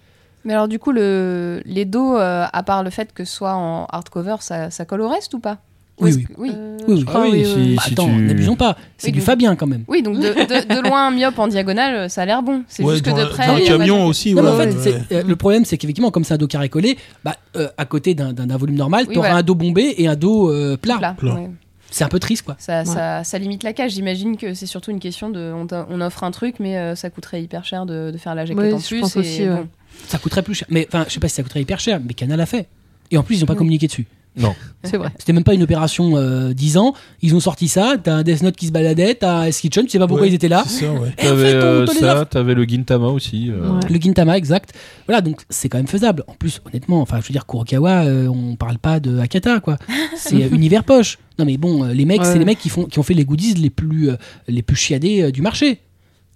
Speaker 3: Mais alors, du coup, le... les dos, euh, à part le fait que ce soit en hardcover, ça, ça colle au reste ou pas Ou
Speaker 1: Oui,
Speaker 3: est-ce
Speaker 1: oui.
Speaker 3: que- oui.
Speaker 2: Euh,
Speaker 1: Oui, oui.
Speaker 2: je
Speaker 5: Ah
Speaker 2: crois,
Speaker 5: oui, si-
Speaker 1: Bah, attends,
Speaker 5: tu-
Speaker 1: n'abusons pas. C'est
Speaker 3: Oui,
Speaker 1: du
Speaker 3: donc-
Speaker 1: Fabien quand même.
Speaker 3: Oui, donc de, de- de loin, un myope en diagonale, ça a l'air bon. C'est
Speaker 4: Ouais,
Speaker 3: juste que
Speaker 4: dans
Speaker 3: de
Speaker 4: la-
Speaker 3: près.
Speaker 4: dans
Speaker 3: il
Speaker 4: le
Speaker 3: y a pas
Speaker 4: camion
Speaker 3: de-
Speaker 4: aussi.
Speaker 1: Non, mais en
Speaker 4: voilà,
Speaker 1: fait,
Speaker 4: ouais.
Speaker 1: c'est- euh, le problème, c'est qu'effectivement, comme c'est un dos carré collé, bah, euh, à côté d'un- d'un d'un volume normal,
Speaker 3: Oui,
Speaker 1: t'auras
Speaker 3: voilà.
Speaker 1: un dos bombé et un dos euh, plat.
Speaker 3: Là,
Speaker 4: Là.
Speaker 3: ouais.
Speaker 1: C'est un peu triste, quoi.
Speaker 3: Ça,
Speaker 2: Ouais.
Speaker 3: ça, ça limite la cage. J'imagine que c'est surtout une question de. On, t'a- on offre un truc, mais euh, ça coûterait hyper cher de, de faire la jaquette
Speaker 2: Ouais,
Speaker 3: en
Speaker 2: je
Speaker 3: plus.
Speaker 2: pense
Speaker 3: et
Speaker 2: aussi, ouais.
Speaker 3: bon.
Speaker 1: Ça coûterait plus cher. Mais enfin, je sais pas si ça coûterait hyper cher, mais Canal a fait. Et en plus, ils ont pas
Speaker 3: Oui.
Speaker 1: communiqué dessus.
Speaker 5: Non.
Speaker 2: C'est vrai.
Speaker 1: C'était même pas une opération euh, 10 ans. Ils ont sorti ça. T'as un Death Note qui se baladait, t'as un Skitchon, tu sais pas pourquoi
Speaker 4: Ouais,
Speaker 1: ils étaient là. Eh,
Speaker 4: C'est ça, ouais.
Speaker 1: Et en fait,
Speaker 5: T'avais
Speaker 1: on
Speaker 5: euh,
Speaker 1: te les a-
Speaker 5: ça, t'avais le Gintama aussi. euh,
Speaker 2: Ouais.
Speaker 1: Le Gintama, exact. Voilà, donc c'est quand même faisable. En plus, honnêtement, enfin, je veux dire, Kurokawa, euh, on parle pas de Akata, quoi. C'est euh, univers poche. Non, mais bon, euh, les mecs,
Speaker 2: Ouais.
Speaker 1: c'est les mecs qui, font, qui ont fait les goodies les plus, euh, les plus chiadés euh, du marché.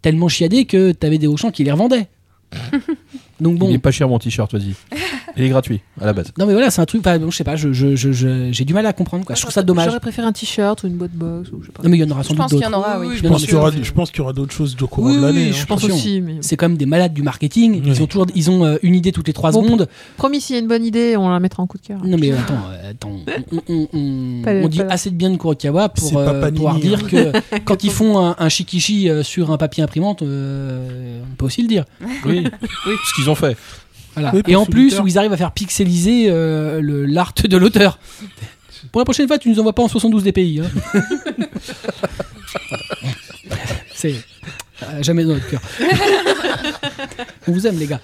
Speaker 1: Tellement chiadés que t'avais des Auchan qui les revendaient. donc
Speaker 5: Il
Speaker 1: bon.
Speaker 5: est pas cher mon t-shirt, vas-y. Il est gratuit à la base.
Speaker 1: Non, mais voilà, c'est un truc, enfin, bon, je sais pas, je- je- je- je- j'ai du mal à comprendre, quoi. bah, Je trouve ça dommage.
Speaker 2: J'aurais préféré un t-shirt ou une boîte box ou je sais pas.
Speaker 1: Non, mais il y en aura
Speaker 3: Je
Speaker 1: sans doute
Speaker 3: pense qu'il y
Speaker 1: d'autres.
Speaker 3: en aura, oui.
Speaker 4: Je
Speaker 1: Non,
Speaker 4: pense
Speaker 1: mais
Speaker 4: qu'il y aura-
Speaker 1: je-
Speaker 4: je pense qu'il y aura d'autres choses au courant
Speaker 1: Oui,
Speaker 4: de l'année.
Speaker 1: oui,
Speaker 4: hein.
Speaker 1: je
Speaker 2: Je pense
Speaker 1: Attention.
Speaker 2: aussi, mais
Speaker 1: C'est quand même des malades du marketing. Ils
Speaker 4: Oui.
Speaker 1: ont toujours, ils ont euh, une idée toutes les 3
Speaker 2: Bon,
Speaker 1: secondes.
Speaker 2: promis, s'il y a une bonne idée, on la mettra en coup de cœur.
Speaker 1: Non mais euh, attends, euh, attends, on, on- on-
Speaker 2: Pas le-
Speaker 1: on dit
Speaker 2: pas le-
Speaker 1: assez de bien de Kurokawa
Speaker 4: C'est
Speaker 1: pour
Speaker 4: pas
Speaker 1: euh,
Speaker 4: Panini,
Speaker 1: pouvoir
Speaker 4: hein.
Speaker 1: dire que quand ils font un, un shikishi euh, sur un papier imprimante, euh, on peut aussi le dire.
Speaker 5: Oui, ce qu'ils ont fait.
Speaker 1: Voilà.
Speaker 4: Oui, pour
Speaker 1: Et en
Speaker 4: sous
Speaker 1: plus
Speaker 4: l'auteur.
Speaker 1: où ils arrivent à faire pixeliser euh, le- l'art de l'auteur. Pour la prochaine fois, tu nous envoies pas en 72 des pays. hein. C'est euh, jamais dans notre cœur. on vous aime les gars.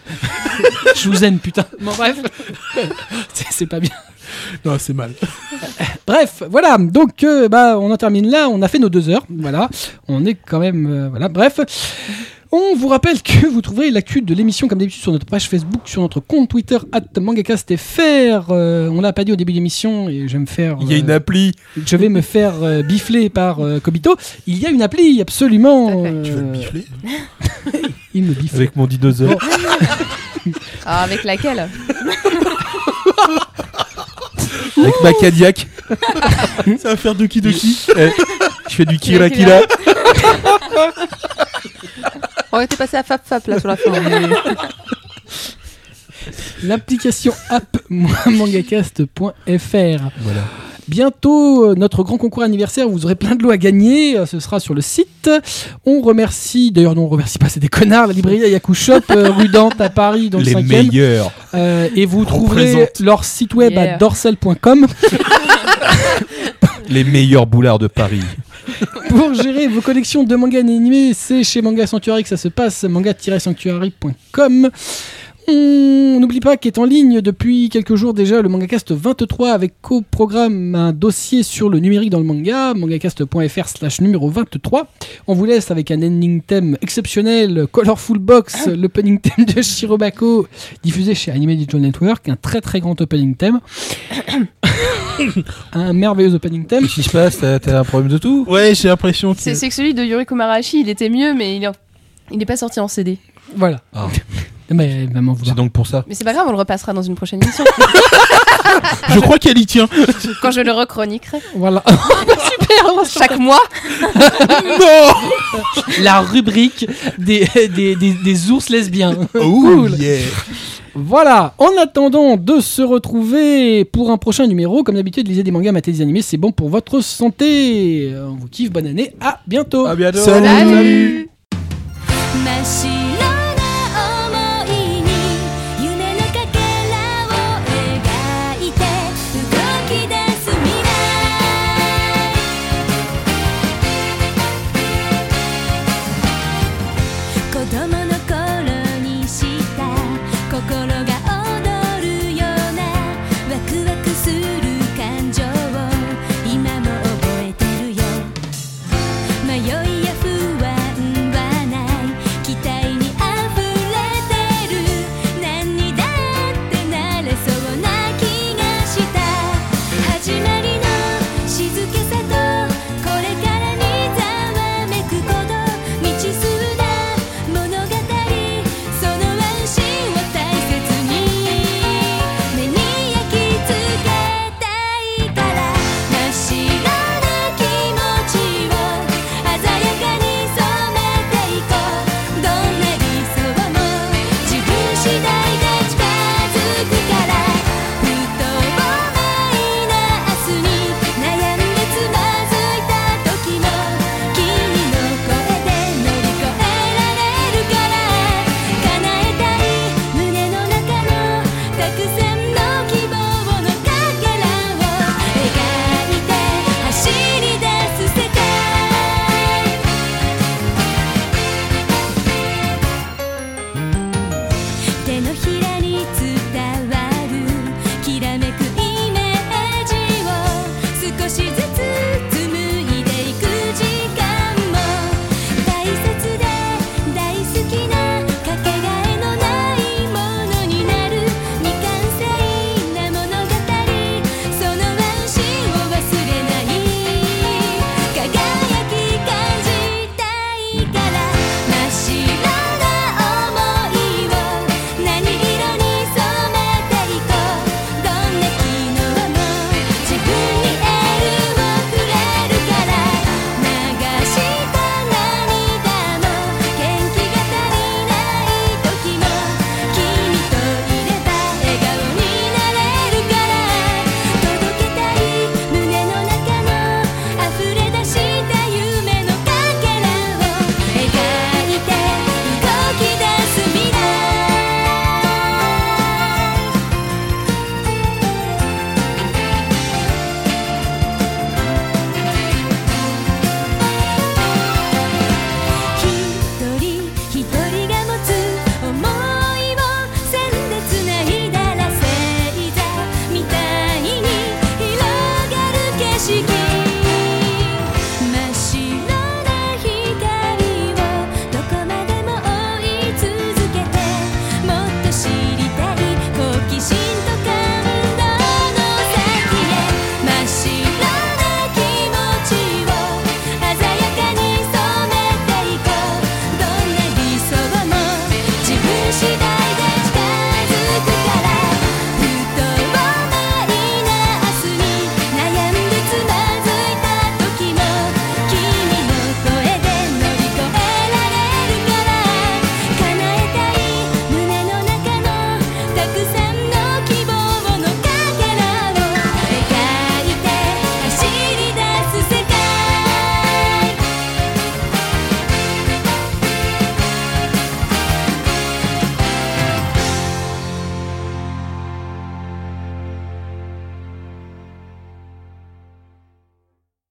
Speaker 1: Je vous aime putain. Bon bref, C'est- c'est pas bien.
Speaker 4: Non, c'est mal.
Speaker 1: Euh, Bref, voilà. Donc, euh, bah, on en termine là. On a fait nos deux heures. Voilà. On est quand même. euh, voilà. Bref. On vous rappelle que vous trouverez l'actu de l'émission comme d'habitude sur notre page Facebook, sur notre compte Twitter @mangacastfr. Euh, on l'a pas dit au début de l'émission et je vais me faire.
Speaker 5: Il y a
Speaker 1: euh,
Speaker 5: une appli.
Speaker 1: je vais me faire euh, bifler par euh, Kobito. Il y a une appli absolument.
Speaker 2: Tout à fait.
Speaker 4: Tu vas le
Speaker 1: euh,
Speaker 4: bifler
Speaker 1: Il me bifle.
Speaker 5: Avec mon dinosaure.
Speaker 3: Ah, avec laquelle
Speaker 5: avec ma Cadillac.
Speaker 4: Ça va faire de qui de qui
Speaker 5: Eh, Je fais du
Speaker 3: Kira
Speaker 5: Kira
Speaker 3: Kira.
Speaker 5: Kira.
Speaker 2: On était passé à Fab Fap là sur la fin. mais-
Speaker 1: L'application app-mangacast.fr. Bientôt, euh, notre grand concours anniversaire, vous aurez plein de lots à gagner. euh, Ce sera sur le site. On remercie, d'ailleurs, non, on remercie pas, c'est des connards, la librairie Ayaku Shop, euh, rue Dante à Paris, dans le
Speaker 5: Les
Speaker 1: 5
Speaker 5: meilleurs.
Speaker 1: Et vous trouverez
Speaker 4: Représente.
Speaker 1: leur site web à
Speaker 3: Yeah.
Speaker 1: dorsal.com
Speaker 5: Les meilleurs boulards de Paris.
Speaker 1: pour gérer vos collections de mangas animés. C'est chez Manga Sanctuary que ça se passe, manga-sanctuary.com. On n'oublie pas qu'est en ligne depuis quelques jours déjà le MangaCast 23 avec au programme un dossier sur le numérique dans le manga, mangacast.fr slash numéro 23. On vous laisse avec un ending thème exceptionnel, Colorful Box, l'opening thème de Shirobako, diffusé chez Anime Digital Network, un très très grand opening thème. un merveilleux opening thème.
Speaker 5: Qu'est-ce qui se passe T'as- T'as un problème de tout
Speaker 4: Ouais, j'ai l'impression que.
Speaker 3: C'est c'est que celui de Yuri Komarashi, il était mieux, mais il est, il est pas sorti en CD.
Speaker 1: Voilà.
Speaker 5: Ah.
Speaker 1: Mais maman, vous
Speaker 5: C'est donc pour ça.
Speaker 3: Mais c'est pas grave, on le repassera dans une prochaine émission.
Speaker 4: Je crois qu'elle y tient.
Speaker 3: quand je le rechroniquerai.
Speaker 1: Voilà.
Speaker 3: Chaque mois.
Speaker 1: La rubrique des, des, des, des ours lesbiens.
Speaker 4: Oh, yeah.
Speaker 1: Voilà. En attendant de se retrouver pour un prochain numéro, comme d'habitude, lisez des mangas, matez des animés, c'est bon pour votre santé. On vous kiffe, bonne année, à bientôt.
Speaker 5: À bientôt.
Speaker 4: Salut.
Speaker 3: Salut.
Speaker 6: 真っ白な想いに夢のかけらを描いて動き出す未来子供の頃にした心が踊るようなワクワクする感情を今も覚えてるよ迷いや不安はない期待にあふれてる何にだってなれそうな気がした始まりの静けさとこれからにざわめくこと未知数な物語その安心を大切に目に焼き付けたいから真っ白な気持ちを鮮やかに染めていこうどんな理想も自分次第で近づくからふと思いな明日に悩んでつまずいた時も君の声で乗り越えられるから叶えたい胸の中のたくさん